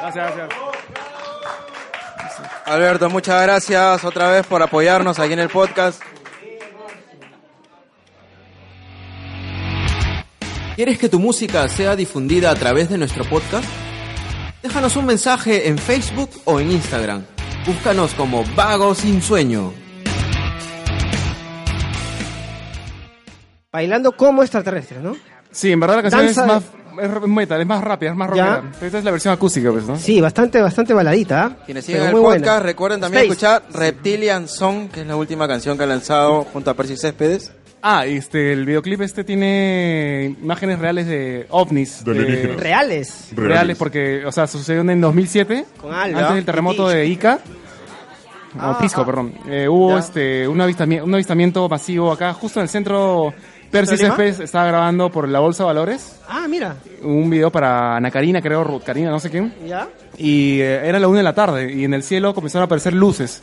[SPEAKER 6] Gracias, gracias.
[SPEAKER 1] Alberto, muchas gracias otra vez por apoyarnos aquí en el podcast.
[SPEAKER 10] ¿Quieres que tu música sea difundida a través de nuestro podcast? Déjanos un mensaje en Facebook o en Instagram. Búscanos como Vago Sin Sueño.
[SPEAKER 2] Bailando como extraterrestres, ¿no?
[SPEAKER 6] Sí, en verdad la canción
[SPEAKER 2] Danza
[SPEAKER 6] es
[SPEAKER 2] de-
[SPEAKER 6] más es metal, es más rápida, es más
[SPEAKER 2] Ya.
[SPEAKER 6] rockera. Esta es la versión acústica, pues, ¿no?
[SPEAKER 2] Sí, bastante, bastante baladita. ¿ah?
[SPEAKER 1] Quienes
[SPEAKER 2] Pero
[SPEAKER 1] siguen el
[SPEAKER 2] muy
[SPEAKER 1] podcast,
[SPEAKER 2] buena.
[SPEAKER 1] recuerden también
[SPEAKER 2] Space.
[SPEAKER 1] escuchar Reptilian Song, que es la última canción que ha lanzado junto a Percy Céspedes.
[SPEAKER 6] Ah, este, el videoclip este tiene imágenes reales de ovnis.
[SPEAKER 1] De
[SPEAKER 6] eh,
[SPEAKER 1] alienígenas.
[SPEAKER 2] Reales.
[SPEAKER 6] Reales. porque, o sea, sucedió en el 2007,
[SPEAKER 2] Con alga.
[SPEAKER 6] antes del terremoto de Ica. o
[SPEAKER 2] Ah,
[SPEAKER 6] Pisco,
[SPEAKER 2] ah.
[SPEAKER 6] perdón. Eh, hubo
[SPEAKER 2] Ya.
[SPEAKER 6] este un avistamiento, un avistamiento masivo acá, justo en el centro. Percy
[SPEAKER 2] ¿De Lima?
[SPEAKER 6] Céspedes estaba grabando por la Bolsa de Valores
[SPEAKER 2] Ah, mira.
[SPEAKER 6] un video para Ana Karina, creo, Ruth Karina, no sé quién.
[SPEAKER 2] ¿Ya?
[SPEAKER 6] Y eh, era la una de la tarde y en el cielo comenzaron a aparecer luces.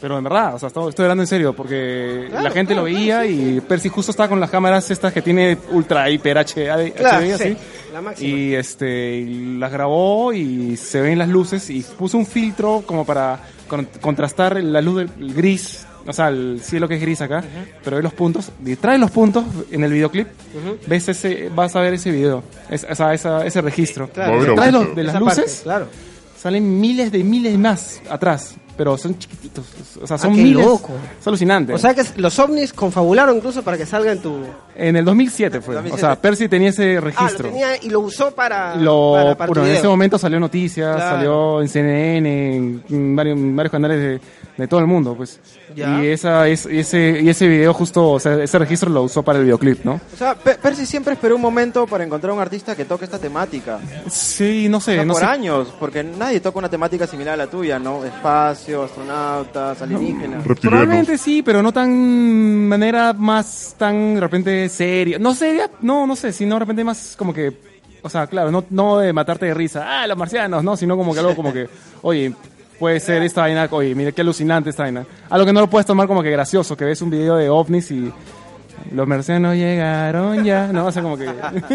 [SPEAKER 6] Pero en verdad, o sea, estoy, estoy hablando en serio porque la gente lo veía y Percy justo estaba con las cámaras estas que tiene ultra hiper HD,
[SPEAKER 2] Claro, sí.
[SPEAKER 6] así.
[SPEAKER 2] La máxima.
[SPEAKER 6] Y este y las grabó y se ven las luces y puso un filtro como para con- contrastar la luz del el gris, o sea, el cielo que es gris acá, pero ve los puntos, y trae los puntos en el videoclip,
[SPEAKER 2] Ujú.
[SPEAKER 6] ves ese vas a ver ese video, es- o sea, esa- ese registro.
[SPEAKER 2] Claro. Va a haber
[SPEAKER 6] Detrás de
[SPEAKER 2] aumento.
[SPEAKER 6] los- de las
[SPEAKER 2] Esa parte,
[SPEAKER 6] luces
[SPEAKER 2] claro.
[SPEAKER 6] salen miles de miles más atrás, pero son chiquititos, o sea,
[SPEAKER 2] Ah,
[SPEAKER 6] son
[SPEAKER 2] qué
[SPEAKER 6] miles.
[SPEAKER 2] loco.
[SPEAKER 6] Es alucinante.
[SPEAKER 2] O sea que los ovnis confabularon incluso para que salga en tu...
[SPEAKER 6] en el 2007 fue, o
[SPEAKER 2] 2007.
[SPEAKER 6] sea, Percy tenía ese
[SPEAKER 2] Ah, lo
[SPEAKER 6] registro.
[SPEAKER 2] tenía y lo usó para...
[SPEAKER 6] Lo-
[SPEAKER 2] para- para tu
[SPEAKER 6] bueno, en
[SPEAKER 2] video.
[SPEAKER 6] ese momento salió noticias,
[SPEAKER 2] Claro.
[SPEAKER 6] salió en CNN, en, en varios, en varios canales de, de todo el mundo, pues.
[SPEAKER 2] Ya.
[SPEAKER 6] Y esa es, y ese y ese video justo, o sea, ese registro lo usó para el videoclip, ¿no?
[SPEAKER 1] O sea, Pe- Percy siempre esperó un momento para encontrar un artista que toque esta temática.
[SPEAKER 6] Sí, no sé,
[SPEAKER 1] O sea,
[SPEAKER 6] no
[SPEAKER 1] por
[SPEAKER 6] sé.
[SPEAKER 1] años, porque nadie toca una temática similar a la tuya, ¿no? Espacio, astronautas, alienígenas.
[SPEAKER 6] Probablemente sí, pero no tan manera más tan de repente seria. No seria, no, no sé, sino de repente más como que, o sea, claro, no, no de matarte de risa, ah, los marcianos, no, sino como que algo como que, oye, puede ser esta vaina, oye, mira qué alucinante esta vaina. Algo que no lo puedes tomar como que gracioso, que ves un video de ovnis y los marcianos llegaron ya, no, o sea, como que...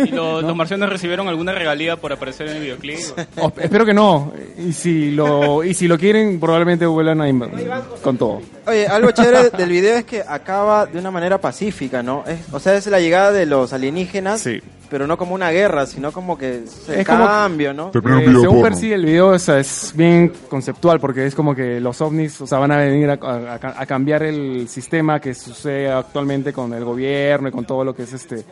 [SPEAKER 3] ¿Y lo- los marcianos recibieron alguna regalía por aparecer en el videoclip?
[SPEAKER 6] O- espero que no, y si lo, y si lo quieren, probablemente vuelan a inv- con todo.
[SPEAKER 1] Oye, algo chévere del video es que acaba de una manera pacífica, ¿no? Es- o sea, es la llegada de los alienígenas, pero no como una guerra, sino como que se
[SPEAKER 6] como-
[SPEAKER 1] cambio, ¿no?
[SPEAKER 6] Eh, según Percy, el video o sea, es bien conceptual porque es como que los ovnis o sea, van a venir a, a- a cambiar el sistema que sucede actualmente con el gobierno y con todo lo que es este.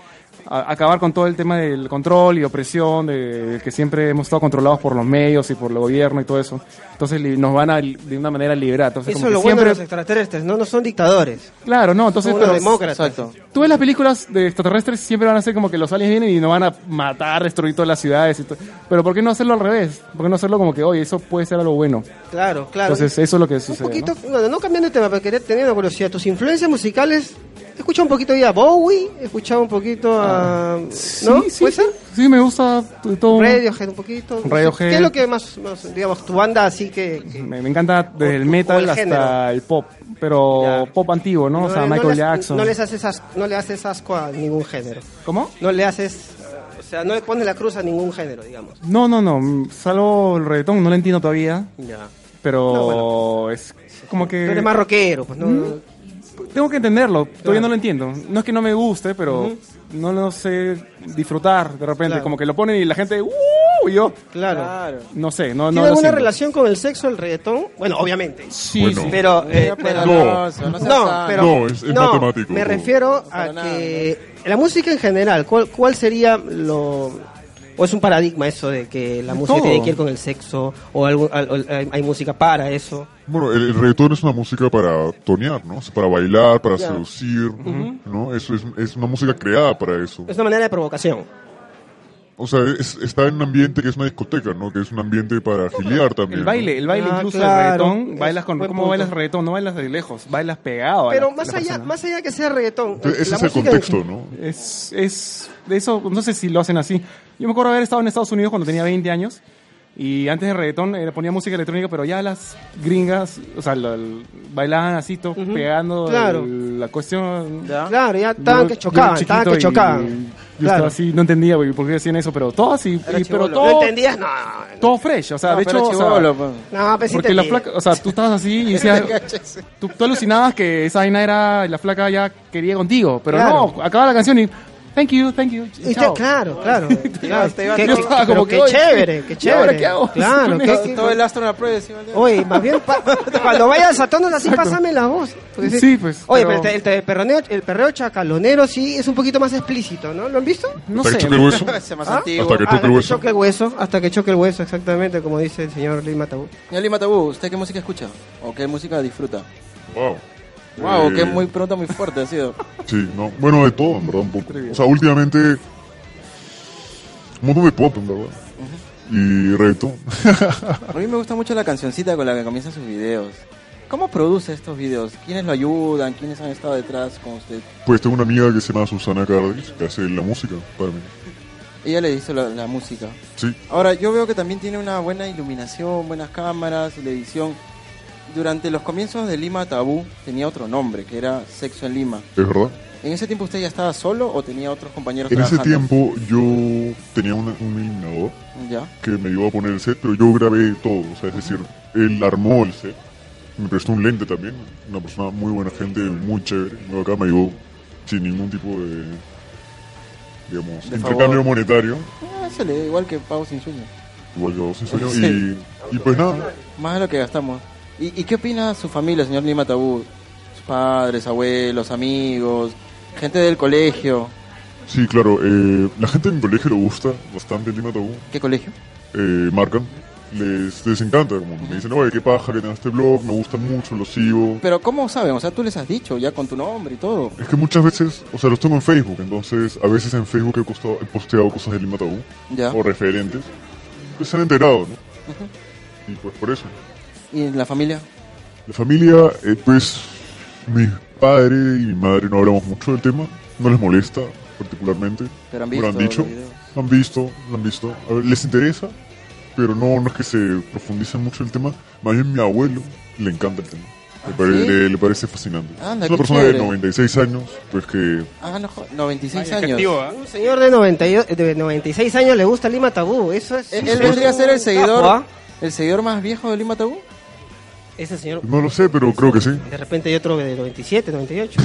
[SPEAKER 6] a- acabar con todo el tema del control y opresión, de, de que siempre hemos estado controlados por los medios y por el gobierno y todo eso. Entonces li- nos van a, li- de una manera, liberar. Entonces,
[SPEAKER 2] Eso
[SPEAKER 6] como
[SPEAKER 2] es
[SPEAKER 6] que
[SPEAKER 2] lo bueno de
[SPEAKER 6] siempre.
[SPEAKER 2] los extraterrestres, ¿no? No son dictadores.
[SPEAKER 6] Claro, no, entonces.
[SPEAKER 2] Son unos
[SPEAKER 6] pero-
[SPEAKER 2] demócratas.
[SPEAKER 6] Tú ves las películas de extraterrestres, siempre van a ser como que los aliens vienen y nos van a matar, destruir todas las ciudades. Y to- Pero ¿por qué no hacerlo al revés? ¿Por qué no hacerlo como que, oye, eso puede ser algo bueno?
[SPEAKER 2] Claro, claro.
[SPEAKER 6] Entonces, eso es lo que
[SPEAKER 2] un
[SPEAKER 6] sucede.
[SPEAKER 2] poquito, bueno, no cambiando de tema, pero quería tener una curiosidad. Tus influencias musicales, he escuchado un poquito ya a Bowie, he escuchado un poquito a... ¿No?
[SPEAKER 6] Ah, sí,
[SPEAKER 2] ¿Puede ser?
[SPEAKER 6] ¿no? Sí, me gusta t- todo.
[SPEAKER 2] Radiohead un poquito.
[SPEAKER 6] Radiohead.
[SPEAKER 2] ¿Qué es lo que más, más, digamos, tu banda así que... que-
[SPEAKER 6] Me, me encanta desde el metal
[SPEAKER 2] el
[SPEAKER 6] hasta
[SPEAKER 2] género.
[SPEAKER 6] el pop, pero pop antiguo, ¿no? o sea,
[SPEAKER 2] le-
[SPEAKER 6] Michael
[SPEAKER 2] les-
[SPEAKER 6] Jackson.
[SPEAKER 2] No, les haces as- no le haces asco a ningún género.
[SPEAKER 6] ¿Cómo?
[SPEAKER 2] No le haces... O sea, no le pones la cruz a ningún género, digamos.
[SPEAKER 6] No, no, no, mm, salvo el reggaetón, no lo entiendo todavía,
[SPEAKER 2] Ya.
[SPEAKER 6] pero es como que... Mm.
[SPEAKER 2] Tú eres más rockero, pues no...
[SPEAKER 6] tengo que entenderlo, todavía no lo entiendo. No es que no me guste, pero
[SPEAKER 2] Ujú.
[SPEAKER 6] no lo sé disfrutar de repente.
[SPEAKER 2] Claro.
[SPEAKER 6] Como que lo ponen y la gente, ¡uh! y yo,
[SPEAKER 2] Claro.
[SPEAKER 6] no sé, no, no
[SPEAKER 2] ¿Tiene
[SPEAKER 6] lo
[SPEAKER 2] alguna
[SPEAKER 6] siento.
[SPEAKER 2] relación con el sexo, el reggaetón? Bueno, obviamente.
[SPEAKER 6] Sí, Bueno. sí.
[SPEAKER 2] Pero, eh,
[SPEAKER 6] No,
[SPEAKER 2] pero-
[SPEAKER 6] no,
[SPEAKER 2] no, pero-
[SPEAKER 6] no, es- es
[SPEAKER 2] no,
[SPEAKER 6] matemático.
[SPEAKER 2] Me refiero a que la música en general, ¿cuál, cuál sería lo... ¿O es un paradigma eso de que la música
[SPEAKER 5] Todo.
[SPEAKER 2] tiene que ir con el sexo? ¿O algo- al- al- hay, hay música para eso?
[SPEAKER 5] Bueno, el, el reggaetón es una música para tonear, ¿no? O sea, para bailar, para
[SPEAKER 2] Ya.
[SPEAKER 5] seducir,
[SPEAKER 2] Ujú.
[SPEAKER 5] ¿no? Eso es, es una música creada para eso.
[SPEAKER 2] Es una manera de provocación.
[SPEAKER 5] O sea, es- está en un ambiente que es una discoteca, ¿no? Que es un ambiente para giliar también.
[SPEAKER 6] El
[SPEAKER 5] ¿no?
[SPEAKER 6] baile, el baile
[SPEAKER 2] Ah,
[SPEAKER 6] incluso
[SPEAKER 2] claro.
[SPEAKER 6] el reggaetón, bailas con,
[SPEAKER 2] buen
[SPEAKER 6] ¿cómo
[SPEAKER 2] punto.
[SPEAKER 6] bailas reggaetón? No bailas de lejos, bailas pegado. a
[SPEAKER 2] Pero
[SPEAKER 6] la-
[SPEAKER 2] más
[SPEAKER 6] la
[SPEAKER 2] allá,
[SPEAKER 6] persona.
[SPEAKER 2] más allá que sea reggaetón. eh,
[SPEAKER 6] Entonces, ese
[SPEAKER 2] la
[SPEAKER 6] es el
[SPEAKER 2] música en-
[SPEAKER 6] contexto, Es, es, de eso, no sé si lo hacen así. Yo me acuerdo haber estado en Estados Unidos cuando tenía 20 años y antes de reggaetón eh, ponía música electrónica, pero ya las gringas, o sea, lo- lo- bailaban así, to- pegando
[SPEAKER 2] claro.
[SPEAKER 6] el- la cuestión.
[SPEAKER 2] Claro, ya estaban
[SPEAKER 6] Yo-
[SPEAKER 2] que
[SPEAKER 6] yo
[SPEAKER 2] chocaban,
[SPEAKER 6] era
[SPEAKER 2] estaban que
[SPEAKER 6] chiquito y-
[SPEAKER 2] chocaban.
[SPEAKER 6] Yo estaba
[SPEAKER 2] Claro.
[SPEAKER 6] así, no entendía güey, por qué hacían eso, pero todo así, y- pero
[SPEAKER 2] chibolo.
[SPEAKER 6] todo,
[SPEAKER 2] ¿No entendías? No.
[SPEAKER 6] todo fresh, o sea,
[SPEAKER 2] No,
[SPEAKER 6] de
[SPEAKER 2] pero
[SPEAKER 6] hecho, o sea,
[SPEAKER 2] chibolo, pues. No, pues sí
[SPEAKER 6] porque la
[SPEAKER 2] entendí.
[SPEAKER 6] flaca, o sea, tú estabas así y decías, tú, tú alucinabas que esa vaina era, la flaca ya quería contigo, pero
[SPEAKER 2] Claro.
[SPEAKER 6] no, acaba la canción y, thank you, thank you,
[SPEAKER 2] Y
[SPEAKER 6] chao.
[SPEAKER 2] te- claro, claro. claro.
[SPEAKER 6] te ibas-
[SPEAKER 2] Qué-
[SPEAKER 6] yo estaba
[SPEAKER 2] pero
[SPEAKER 6] como que,
[SPEAKER 2] qué
[SPEAKER 6] oye,
[SPEAKER 2] chévere,
[SPEAKER 6] ¿y
[SPEAKER 2] qué
[SPEAKER 6] ahora
[SPEAKER 2] chévere.
[SPEAKER 6] qué hago?
[SPEAKER 2] Claro,
[SPEAKER 6] Con esto?
[SPEAKER 2] qué-
[SPEAKER 1] Todo el astro en prueba.
[SPEAKER 2] Oye, más bien, pa- cuando vayas a tonos así, pásame la voz. Porque
[SPEAKER 6] Sí, pues,
[SPEAKER 2] Oye,
[SPEAKER 6] pero-
[SPEAKER 2] pero, el, te- el perroneo- el perreo chacalonero sí es un poquito más explícito, ¿no? ¿Lo han visto?
[SPEAKER 6] No
[SPEAKER 5] Hasta que sé. choque el hueso. Ese
[SPEAKER 1] ¿Ah?
[SPEAKER 5] más antiguo.
[SPEAKER 2] Ah,
[SPEAKER 5] Hasta que choque el hueso.
[SPEAKER 2] choque el hueso. Hasta que choque el hueso, exactamente, como dice el señor Lima Tabú.
[SPEAKER 1] Señor Lima Tabú, ¿usted qué música escucha? ¿O qué música disfruta?
[SPEAKER 5] Wow.
[SPEAKER 1] Wow,
[SPEAKER 5] Eh,
[SPEAKER 1] qué muy pregunta muy fuerte ha sido.
[SPEAKER 5] Sí, no. Bueno, de todo, en verdad, un poco. O sea, últimamente. Un montón de pop, en verdad. Y reggaetón.
[SPEAKER 1] A mí me gusta mucho la cancioncita con la que comienzan sus videos. ¿Cómo produce estos videos? ¿Quiénes lo ayudan? ¿Quiénes han estado detrás con usted?
[SPEAKER 5] Pues tengo una amiga que se llama Susana Cardis, que hace la música para mí.
[SPEAKER 1] Ella le hizo la, la música.
[SPEAKER 5] Sí.
[SPEAKER 1] Ahora, yo veo que también tiene una buena iluminación, buenas cámaras, la edición. Durante los comienzos de Lima Tabú tenía otro nombre, que era Sexo en Lima.
[SPEAKER 5] Es verdad.
[SPEAKER 1] ¿En ese tiempo usted ya estaba solo o tenía otros compañeros
[SPEAKER 5] En ese
[SPEAKER 1] trabajando?
[SPEAKER 5] tiempo yo tenía un, un iluminador
[SPEAKER 1] Ya.
[SPEAKER 5] que me ayudó a poner el set, pero yo grabé todo. O sea, es decir, él armó el set. Me prestó un lente también. Una persona muy buena gente, muy chévere. Luego acá me ayudó sin ningún tipo de, digamos,
[SPEAKER 1] De
[SPEAKER 5] intercambio
[SPEAKER 1] favor.
[SPEAKER 5] monetario.
[SPEAKER 1] Ah, se le da igual que Pago sin sueño.
[SPEAKER 5] Igual yo sin sueño.
[SPEAKER 1] Sí.
[SPEAKER 5] Y, y pues nada,
[SPEAKER 1] Más de lo que gastamos. ¿Y, y qué opina su familia, señor Lima Tabú? Sus padres, abuelos, amigos, gente del colegio.
[SPEAKER 5] sí, claro. eh, la gente en mi colegio le gusta bastante Lima Tabú.
[SPEAKER 1] ¿Qué colegio?
[SPEAKER 5] eh, marcan, les, les encanta. Como me dicen, oye, qué paja que tengas este blog, me gusta mucho, lo sigo.
[SPEAKER 1] Pero ¿cómo saben? O sea, tú les has dicho ya con tu nombre y todo.
[SPEAKER 5] Es que muchas veces, o sea, los tengo en Facebook, entonces a veces en Facebook he, costado- he posteado cosas de Lima Tabú
[SPEAKER 1] Ya.
[SPEAKER 5] o referentes. Pues se han enterado, ¿no? Y pues por eso.
[SPEAKER 1] ¿Y en la familia?
[SPEAKER 5] La familia, eh, pues, mi padre y mi madre no hablamos mucho del tema, no les molesta particularmente.
[SPEAKER 1] Pero han
[SPEAKER 5] Me lo
[SPEAKER 1] visto
[SPEAKER 5] han dicho,
[SPEAKER 1] los videos.
[SPEAKER 5] han visto, lo han visto. A ver, les interesa, pero no, no es que se profundice mucho el tema. Más bien mi abuelo le encanta el tema. Le, pare-
[SPEAKER 1] ¿Ah, sí?
[SPEAKER 5] le- le parece fascinante.
[SPEAKER 1] Anda,
[SPEAKER 5] es una
[SPEAKER 1] qué
[SPEAKER 5] persona
[SPEAKER 1] chévere.
[SPEAKER 5] de 96 años, pues que...
[SPEAKER 1] Ah, no, jo- 96
[SPEAKER 3] Vaya, qué
[SPEAKER 1] años.
[SPEAKER 3] activo, ¿ah?
[SPEAKER 2] Un señor de, 92 de 96 años le gusta Lima Tabú. Eso es.
[SPEAKER 1] ¿E-, Él, él vendría a ser el seguidor,
[SPEAKER 2] Capo, ¿ah?
[SPEAKER 1] el seguidor más viejo de Lima Tabú.
[SPEAKER 2] Ese señor.
[SPEAKER 5] No lo sé, pero creo que sí.
[SPEAKER 2] De repente hay otro de 97, 98.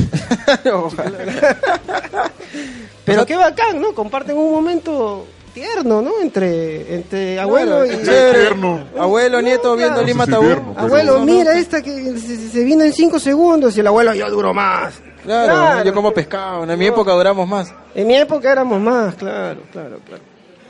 [SPEAKER 2] Pero qué bacán, ¿no? Comparten un momento tierno, ¿no? Entre, entre abuelo y...
[SPEAKER 1] Chévere. Abuelo, nieto viendo Lima Tabú.
[SPEAKER 2] Abuelo,
[SPEAKER 1] No, no,
[SPEAKER 2] mira esta que se, se vino en 5 segundos y el abuelo, yo duro más.
[SPEAKER 1] Claro,
[SPEAKER 2] Claro.
[SPEAKER 1] yo como pescado. En mi época duramos más.
[SPEAKER 2] En mi época éramos más, claro, claro, claro.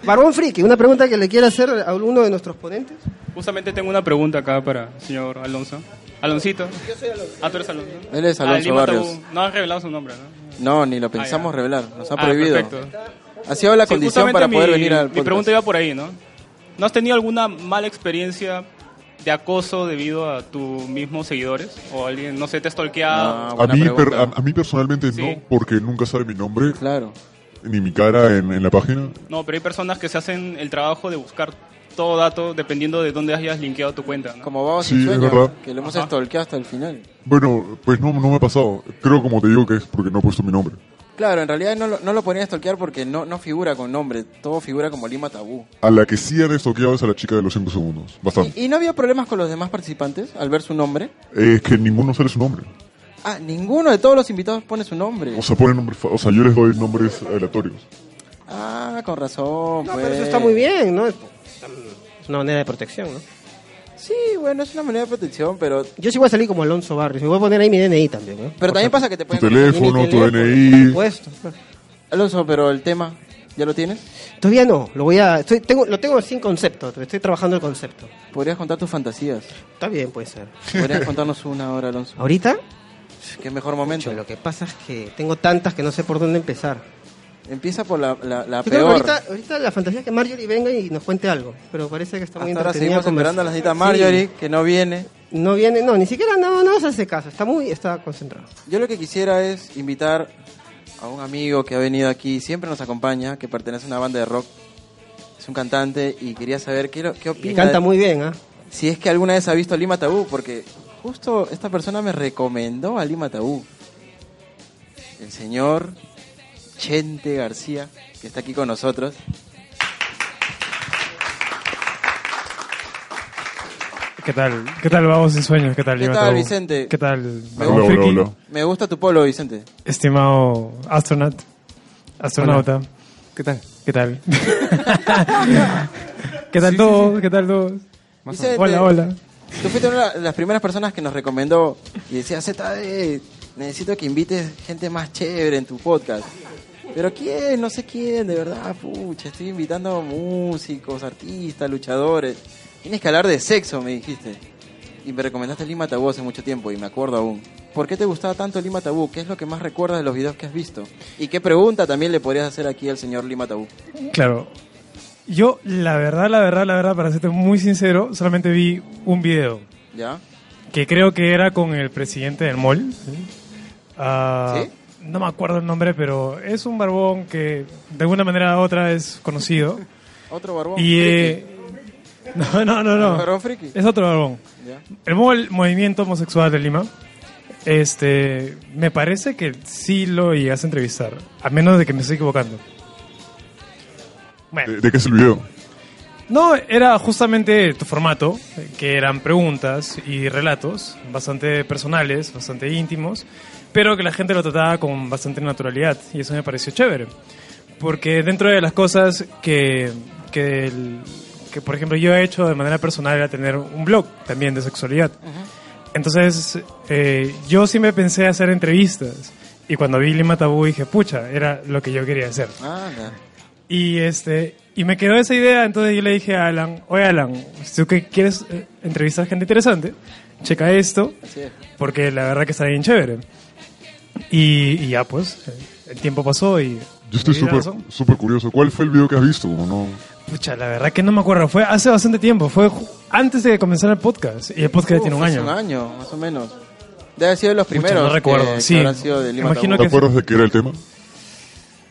[SPEAKER 2] Barbón Friki, una pregunta que le quiero hacer a uno de nuestros ponentes.
[SPEAKER 3] Justamente tengo una pregunta acá para el señor Alonso. Aloncito. Yo soy Alonso. Ah, tú eres Alonso.
[SPEAKER 1] Él es
[SPEAKER 3] Ah,
[SPEAKER 1] Alonso
[SPEAKER 3] Lima Tabú.
[SPEAKER 1] Barrios.
[SPEAKER 3] No has revelado su nombre, ¿no?
[SPEAKER 1] No, ni lo pensamos revelar. Nos ha
[SPEAKER 3] Ah,
[SPEAKER 1] prohibido.
[SPEAKER 3] perfecto.
[SPEAKER 1] Ha sido la
[SPEAKER 3] Sí,
[SPEAKER 1] condición
[SPEAKER 3] justamente
[SPEAKER 1] para
[SPEAKER 3] mi-
[SPEAKER 1] poder venir al
[SPEAKER 3] Mi
[SPEAKER 1] podcast.
[SPEAKER 3] pregunta iba por ahí, ¿no? ¿No has tenido alguna mala experiencia de acoso debido a tus mismos seguidores? ¿O alguien, no sé, te ha
[SPEAKER 1] Ah,
[SPEAKER 3] stalkeado?
[SPEAKER 5] a, mí, per- a, a mí personalmente
[SPEAKER 3] Sí.
[SPEAKER 5] no, porque nunca sabe mi nombre.
[SPEAKER 1] Claro.
[SPEAKER 5] Ni mi cara en, en la página.
[SPEAKER 3] No, pero hay personas que se hacen el trabajo de buscar todo dato dependiendo de dónde hayas linkeado tu cuenta, ¿no?
[SPEAKER 1] Como vamos
[SPEAKER 5] Sí, es verdad.
[SPEAKER 1] que lo hemos
[SPEAKER 3] Ajá.
[SPEAKER 1] stalkeado hasta el final.
[SPEAKER 5] Bueno, pues no, no me ha pasado. Creo, como te digo, que es porque no he puesto mi nombre.
[SPEAKER 1] Claro, en realidad no lo, no lo ponía a stalkear porque no, no figura con nombre. Todo figura como Lima Tabú.
[SPEAKER 5] A la que sí han estoqueado es a la chica de los 5
[SPEAKER 2] Oh.
[SPEAKER 5] segundos. Bastante.
[SPEAKER 1] ¿Y no había problemas con los demás participantes al ver su nombre?
[SPEAKER 5] Eh, Es que ninguno sale su nombre.
[SPEAKER 1] Ah, ninguno de todos los invitados pone su nombre.
[SPEAKER 5] O sea, ponen nombres, fa- o sea, yo les doy nombres aleatorios.
[SPEAKER 1] Ah, con razón.
[SPEAKER 2] No,
[SPEAKER 1] pues.
[SPEAKER 2] pero eso está muy bien, ¿no? Es una manera de protección, ¿no?
[SPEAKER 1] Sí, bueno, es una manera de protección, pero.
[SPEAKER 2] Yo sí voy a salir como Alonso Barrios. Me voy a poner ahí mi DNI también, ¿no?
[SPEAKER 1] Pero también pasa que te
[SPEAKER 2] Tu
[SPEAKER 1] pueden.
[SPEAKER 2] teléfono, tu DNI. Por supuesto.
[SPEAKER 1] Alonso, pero el tema, ¿ya lo tienes?
[SPEAKER 2] Todavía no, lo voy a. Estoy, tengo, lo tengo sin concepto, estoy trabajando el concepto.
[SPEAKER 1] Podrías contar tus fantasías.
[SPEAKER 2] Está bien, puede ser.
[SPEAKER 1] Podrías contarnos una ahora, Alonso.
[SPEAKER 2] ¿Ahorita?
[SPEAKER 1] Qué mejor momento.
[SPEAKER 2] lo que pasa es que tengo tantas que no sé por dónde empezar.
[SPEAKER 1] Empieza por la, la, la
[SPEAKER 2] Yo creo que
[SPEAKER 1] peor.
[SPEAKER 2] ahorita, ahorita la fantasía es que Marjorie venga y nos cuente algo, pero parece que está muy
[SPEAKER 1] Hasta ahora
[SPEAKER 2] entretenida
[SPEAKER 1] seguimos esperando a la cita Marjorie, que no viene.
[SPEAKER 2] No viene, no, ni siquiera no, no nos hace caso, está muy está concentrado.
[SPEAKER 1] Yo lo que quisiera es invitar a un amigo que ha venido aquí, siempre nos acompaña, que pertenece a una banda de rock. Es un cantante y quería saber qué, lo- qué opina.
[SPEAKER 2] Y canta muy bien, ¿ah?
[SPEAKER 1] Si es que alguna vez ha visto a Lima Tabú, porque justo esta persona me recomendó a Lima Tabú. El señor Chente García, que está aquí con nosotros.
[SPEAKER 13] ¿Qué tal? ¿Qué tal vamos en sueños? ¿Qué tal?
[SPEAKER 1] ¿Qué
[SPEAKER 13] Lima
[SPEAKER 1] tal,
[SPEAKER 13] Tabú?
[SPEAKER 1] Vicente?
[SPEAKER 13] ¿Qué tal?
[SPEAKER 1] Me
[SPEAKER 13] Marco
[SPEAKER 1] gusta,
[SPEAKER 13] Friki?
[SPEAKER 1] Me gusta tu polo, Vicente.
[SPEAKER 13] Estimado astronaut, astronauta.
[SPEAKER 6] ¿Qué tal?
[SPEAKER 13] ¿Qué tal? ¿Qué tal todos? ¿Qué tal todos?
[SPEAKER 1] Vicente,
[SPEAKER 13] Hola, hola.
[SPEAKER 1] Tú fuiste una de las primeras personas que nos recomendó y decía, ZD, necesito que invites gente más chévere en tu podcast. Pero quién, no sé quién, de verdad, pucha, estoy invitando a músicos, artistas, luchadores. Tienes que hablar de sexo, me dijiste. Y me recomendaste Lima Tabú hace mucho tiempo y me acuerdo aún. ¿Por qué te gustaba tanto Lima Tabú? ¿Qué es lo que más recuerdas de los videos que has visto? ¿Y qué pregunta también le podrías hacer aquí al señor Lima Tabú?
[SPEAKER 13] Claro. Yo, la verdad, la verdad, la verdad, para serte muy sincero, solamente vi un video.
[SPEAKER 1] ¿Ya?
[SPEAKER 13] que creo que era con el presidente del mall. Ah, No me acuerdo el nombre, pero es un barbón que de alguna manera u otra es conocido.
[SPEAKER 1] Otro barbón.
[SPEAKER 13] y eh, no, no, no, no.
[SPEAKER 1] ¿Un barbón friki?
[SPEAKER 13] Es otro barbón.
[SPEAKER 1] Ya.
[SPEAKER 13] El mol- movimiento homosexual de Lima. Este, me parece que sí lo llegas a entrevistar, a menos de que me estoy equivocando.
[SPEAKER 5] ¿De, de qué es el video?
[SPEAKER 13] No, era justamente tu formato, que eran preguntas y relatos bastante personales, bastante íntimos, pero que la gente lo trataba con bastante naturalidad y eso me pareció chévere. Porque dentro de las cosas que, que, el- que, por ejemplo, yo he hecho de manera personal era tener un blog también de sexualidad. Entonces, eh, yo siempre pensé hacer entrevistas y cuando vi Lima Tabú dije, pucha, era lo que yo quería hacer.
[SPEAKER 1] Ah, ya.
[SPEAKER 13] Y este y me quedó esa idea, entonces yo le dije a Alan, oye Alan, si tú que quieres eh, entrevistar gente interesante, checa esto,
[SPEAKER 1] Así es.
[SPEAKER 13] porque la verdad que está bien chévere. Y, y ya pues, eh, el tiempo pasó y...
[SPEAKER 5] Yo estoy
[SPEAKER 13] me dio
[SPEAKER 5] súper
[SPEAKER 13] razón.
[SPEAKER 5] súper curioso. ¿Cuál fue el video que has visto? Como no...
[SPEAKER 13] Pucha, la verdad que no me acuerdo, fue hace bastante tiempo, fue ju- antes de comenzar el podcast, y el podcast ya
[SPEAKER 1] Uf,
[SPEAKER 13] tiene un
[SPEAKER 1] hace
[SPEAKER 13] año.
[SPEAKER 1] un año, más o menos. Debe haber sido de los
[SPEAKER 13] Pucha,
[SPEAKER 1] primeros.
[SPEAKER 13] no recuerdo,
[SPEAKER 1] que-
[SPEAKER 13] sí.
[SPEAKER 1] que habrán sido de Lima
[SPEAKER 13] Imagino
[SPEAKER 1] Tabú.
[SPEAKER 5] ¿Te
[SPEAKER 13] que-
[SPEAKER 5] acuerdas de qué era el tema?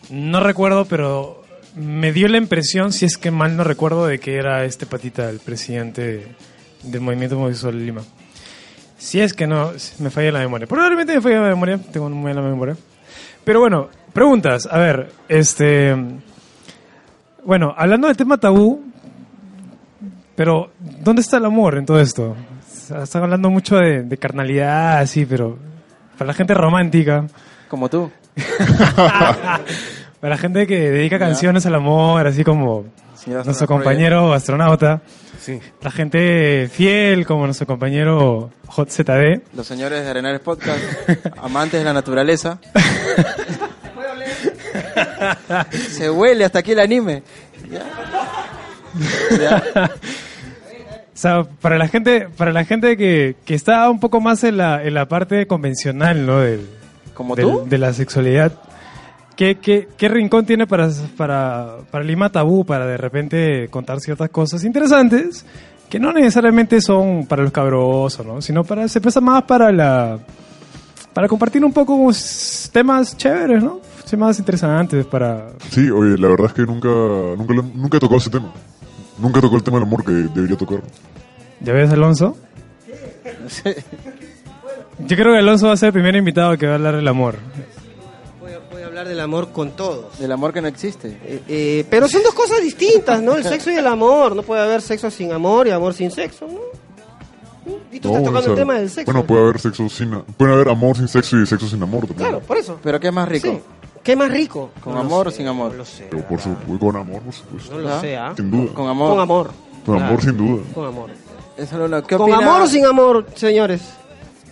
[SPEAKER 13] No recuerdo, pero me dio la impresión, si es que mal no recuerdo, de que era este patita, el presidente del movimiento homosexual de Lima. Si es que no, me falla la memoria. Probablemente me falla la memoria, tengo una mala memoria. Pero bueno, preguntas. A ver, este. Bueno, hablando del tema tabú, pero ¿dónde está el amor en todo esto? Están hablando mucho de, de carnalidad, así, pero para la gente romántica.
[SPEAKER 1] Como tú.
[SPEAKER 13] Para la gente que dedica canciones al amor, así como
[SPEAKER 1] Señor
[SPEAKER 13] nuestro
[SPEAKER 1] astronauta.
[SPEAKER 13] compañero astronauta.
[SPEAKER 6] Sí.
[SPEAKER 13] La gente fiel, como nuestro compañero JZD.
[SPEAKER 1] Los señores de Arenales Podcast, amantes de la naturaleza. Se huele hasta aquí el anime.
[SPEAKER 13] O sea, para la gente, para la gente que, que está un poco más en la, en la parte convencional, ¿no? Del,
[SPEAKER 1] ¿Como
[SPEAKER 13] del-
[SPEAKER 1] tú?
[SPEAKER 13] De la sexualidad. ¿Qué, qué, qué rincón tiene para, para, para Lima Tabú para de repente contar ciertas cosas interesantes que no necesariamente son para los cabrosos, ¿no? Sino para, se pesa más para la, para compartir un poco unos temas chéveres, ¿no? Temas interesantes para,
[SPEAKER 5] Sí, oye, la verdad es que nunca, nunca, lo- nunca he tocado ese tema. Nunca tocó el tema del amor que debería tocar.
[SPEAKER 13] ¿Ya ves, Alonso? Yo creo que Alonso va a ser el primer invitado que va a hablar del amor.
[SPEAKER 2] Voy a hablar del amor con todos. Eh,
[SPEAKER 1] Del amor que no existe.
[SPEAKER 2] pero son dos cosas distintas, ¿no? El sexo y el amor, no puede haber sexo sin amor y amor sin sexo, ¿no? Y tú estás tocando el tema del sexo.
[SPEAKER 5] Bueno, puede haber sexo sin. Puede haber amor sin sexo y sexo sin amor también.
[SPEAKER 2] Claro, por eso.
[SPEAKER 1] Pero qué más rico.
[SPEAKER 2] Sí. ¿Qué más rico?
[SPEAKER 1] ¿Con amor o sin amor?
[SPEAKER 5] Pero por supuesto, con amor, por supuesto.
[SPEAKER 2] No lo sé, ¿ah?
[SPEAKER 5] Sin duda.
[SPEAKER 1] Con amor. Con amor.
[SPEAKER 5] Con amor,
[SPEAKER 1] Claro.
[SPEAKER 5] sin duda.
[SPEAKER 2] Con amor.
[SPEAKER 1] Eso es lo- ¿Qué
[SPEAKER 2] ¿Con
[SPEAKER 1] opina-
[SPEAKER 2] amor o sin amor, señores?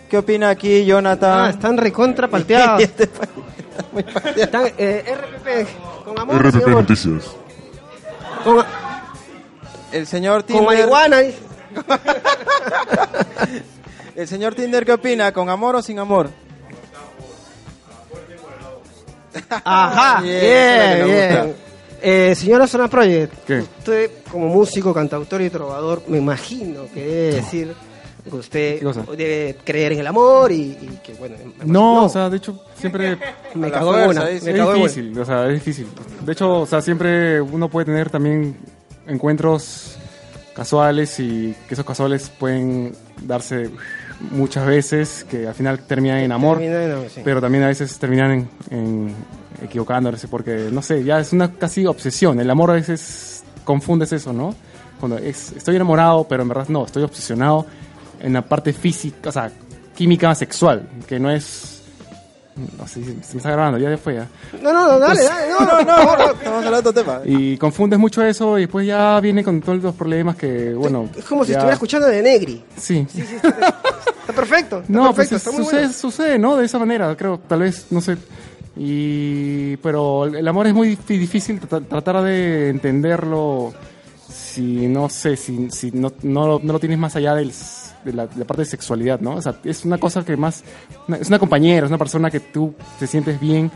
[SPEAKER 1] ¿Qué opina aquí, Jonathan?
[SPEAKER 2] Ah, están recontra palteados. están, eh, RPP, con amor o sin
[SPEAKER 5] RPP
[SPEAKER 2] amor.
[SPEAKER 5] Noticias.
[SPEAKER 2] Con,
[SPEAKER 1] El señor Tinder.
[SPEAKER 2] con marihuana. dice.
[SPEAKER 1] El señor Tinder, ¿qué opina? ¿Con amor o sin amor?
[SPEAKER 2] Ajá, bien,
[SPEAKER 1] Bien, eso es lo que nos
[SPEAKER 2] bien.
[SPEAKER 1] gusta.
[SPEAKER 2] Eh, señora Zona Project,
[SPEAKER 6] ¿Qué?
[SPEAKER 2] usted como músico, cantautor y trovador, me imagino que debe decir que usted
[SPEAKER 6] ¿Qué cosa?
[SPEAKER 2] debe creer en el amor y, y que, bueno,
[SPEAKER 6] No, o sea, de hecho, siempre.
[SPEAKER 2] Me
[SPEAKER 6] A la
[SPEAKER 2] cagó
[SPEAKER 6] fuerza,
[SPEAKER 2] una,
[SPEAKER 6] dice.
[SPEAKER 2] me
[SPEAKER 6] Es
[SPEAKER 2] cagó una.
[SPEAKER 6] difícil, o sea, es difícil. De hecho, o sea, siempre uno puede tener también encuentros casuales y que esos casuales pueden darse muchas veces, que al final terminan en amor,
[SPEAKER 2] terminan en amor, sí.
[SPEAKER 6] pero también a veces terminan en, en equivocándose, porque no sé, ya es una casi obsesión. El amor a veces confundes eso, ¿no? Cuando es, estoy enamorado, pero en verdad no, estoy obsesionado en la parte física, o sea, química sexual, que no es. No sé, se me está grabando, ya fue ya.
[SPEAKER 2] no, no, no,
[SPEAKER 5] Pues,
[SPEAKER 2] dale, dale, no, no, no, no, no.
[SPEAKER 1] Estamos hablando de otro tema.
[SPEAKER 6] Y confundes mucho eso y después ya viene con todos los problemas que, bueno.
[SPEAKER 2] Es como si
[SPEAKER 6] ya-
[SPEAKER 2] estuviera escuchando de Negri.
[SPEAKER 6] Sí.
[SPEAKER 2] Está perfecto, está
[SPEAKER 6] No, pues
[SPEAKER 2] perfecto, está muy
[SPEAKER 6] sucede,
[SPEAKER 2] bueno.
[SPEAKER 6] sucede, ¿no? De esa manera, creo, tal vez, no sé. Y, pero el el amor es muy dif- difícil tra- tratar de entenderlo si, no sé, si, si no, no, lo- no lo tienes más allá del s- de, la, de la parte de sexualidad, ¿no? O sea, es una cosa que más, una- es una compañera, es una persona que tú te sientes bien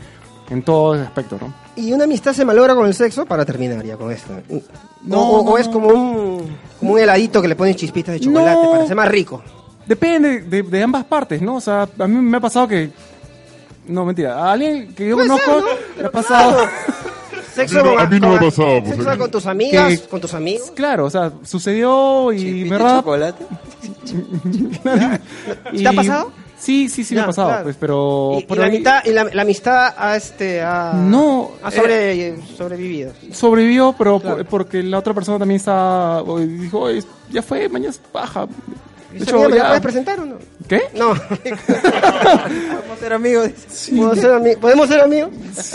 [SPEAKER 6] en todo ese aspecto, ¿no?
[SPEAKER 2] Y una amistad se malogra con el sexo para terminar ya con esto. No,
[SPEAKER 6] No,
[SPEAKER 2] o,
[SPEAKER 6] no,
[SPEAKER 2] o es como un, como un heladito que le pones chispitas de chocolate
[SPEAKER 6] No.
[SPEAKER 2] para ser más rico.
[SPEAKER 6] Depende de, de ambas partes, ¿no? O sea, a mí me ha pasado que... No, mentira. A alguien que yo
[SPEAKER 2] Puede
[SPEAKER 6] conozco
[SPEAKER 2] ser, ¿no?
[SPEAKER 6] le ha pasado...
[SPEAKER 2] Sexo
[SPEAKER 5] A mí no-
[SPEAKER 2] con-
[SPEAKER 5] a mí no me pues, eh. ha
[SPEAKER 2] con-
[SPEAKER 5] pasado, por
[SPEAKER 2] Sexo
[SPEAKER 5] ejemplo.
[SPEAKER 2] con tus amigas,
[SPEAKER 6] Que-
[SPEAKER 2] con tus amigos.
[SPEAKER 6] Claro, o sea, sucedió y,
[SPEAKER 1] ¿Viste
[SPEAKER 6] ¿verdad?
[SPEAKER 1] chocolate?
[SPEAKER 6] Y-
[SPEAKER 2] ¿Te ha pasado?
[SPEAKER 6] Sí, sí, sí me
[SPEAKER 2] Ya,
[SPEAKER 6] ha pasado,
[SPEAKER 2] claro.
[SPEAKER 6] pues, pero...
[SPEAKER 2] Y, y
[SPEAKER 6] por
[SPEAKER 2] la,
[SPEAKER 6] ahí
[SPEAKER 2] mitad, y la, la amistad a este a,
[SPEAKER 6] No, eh,
[SPEAKER 2] ha sobre- sobrevivido.
[SPEAKER 6] Sobrevivió, pero por- porque la otra persona también está... o- Dijo, "Oye, ya fue, mañana es paja. De
[SPEAKER 2] Esa mía ¿Me
[SPEAKER 6] hecho,
[SPEAKER 2] la
[SPEAKER 6] ya...
[SPEAKER 2] puedes presentar o no?
[SPEAKER 6] ¿Qué?
[SPEAKER 2] No.
[SPEAKER 1] Vamos a ser amigos.
[SPEAKER 2] ¿Podemos ser, ami- ¿podemos ser amigos?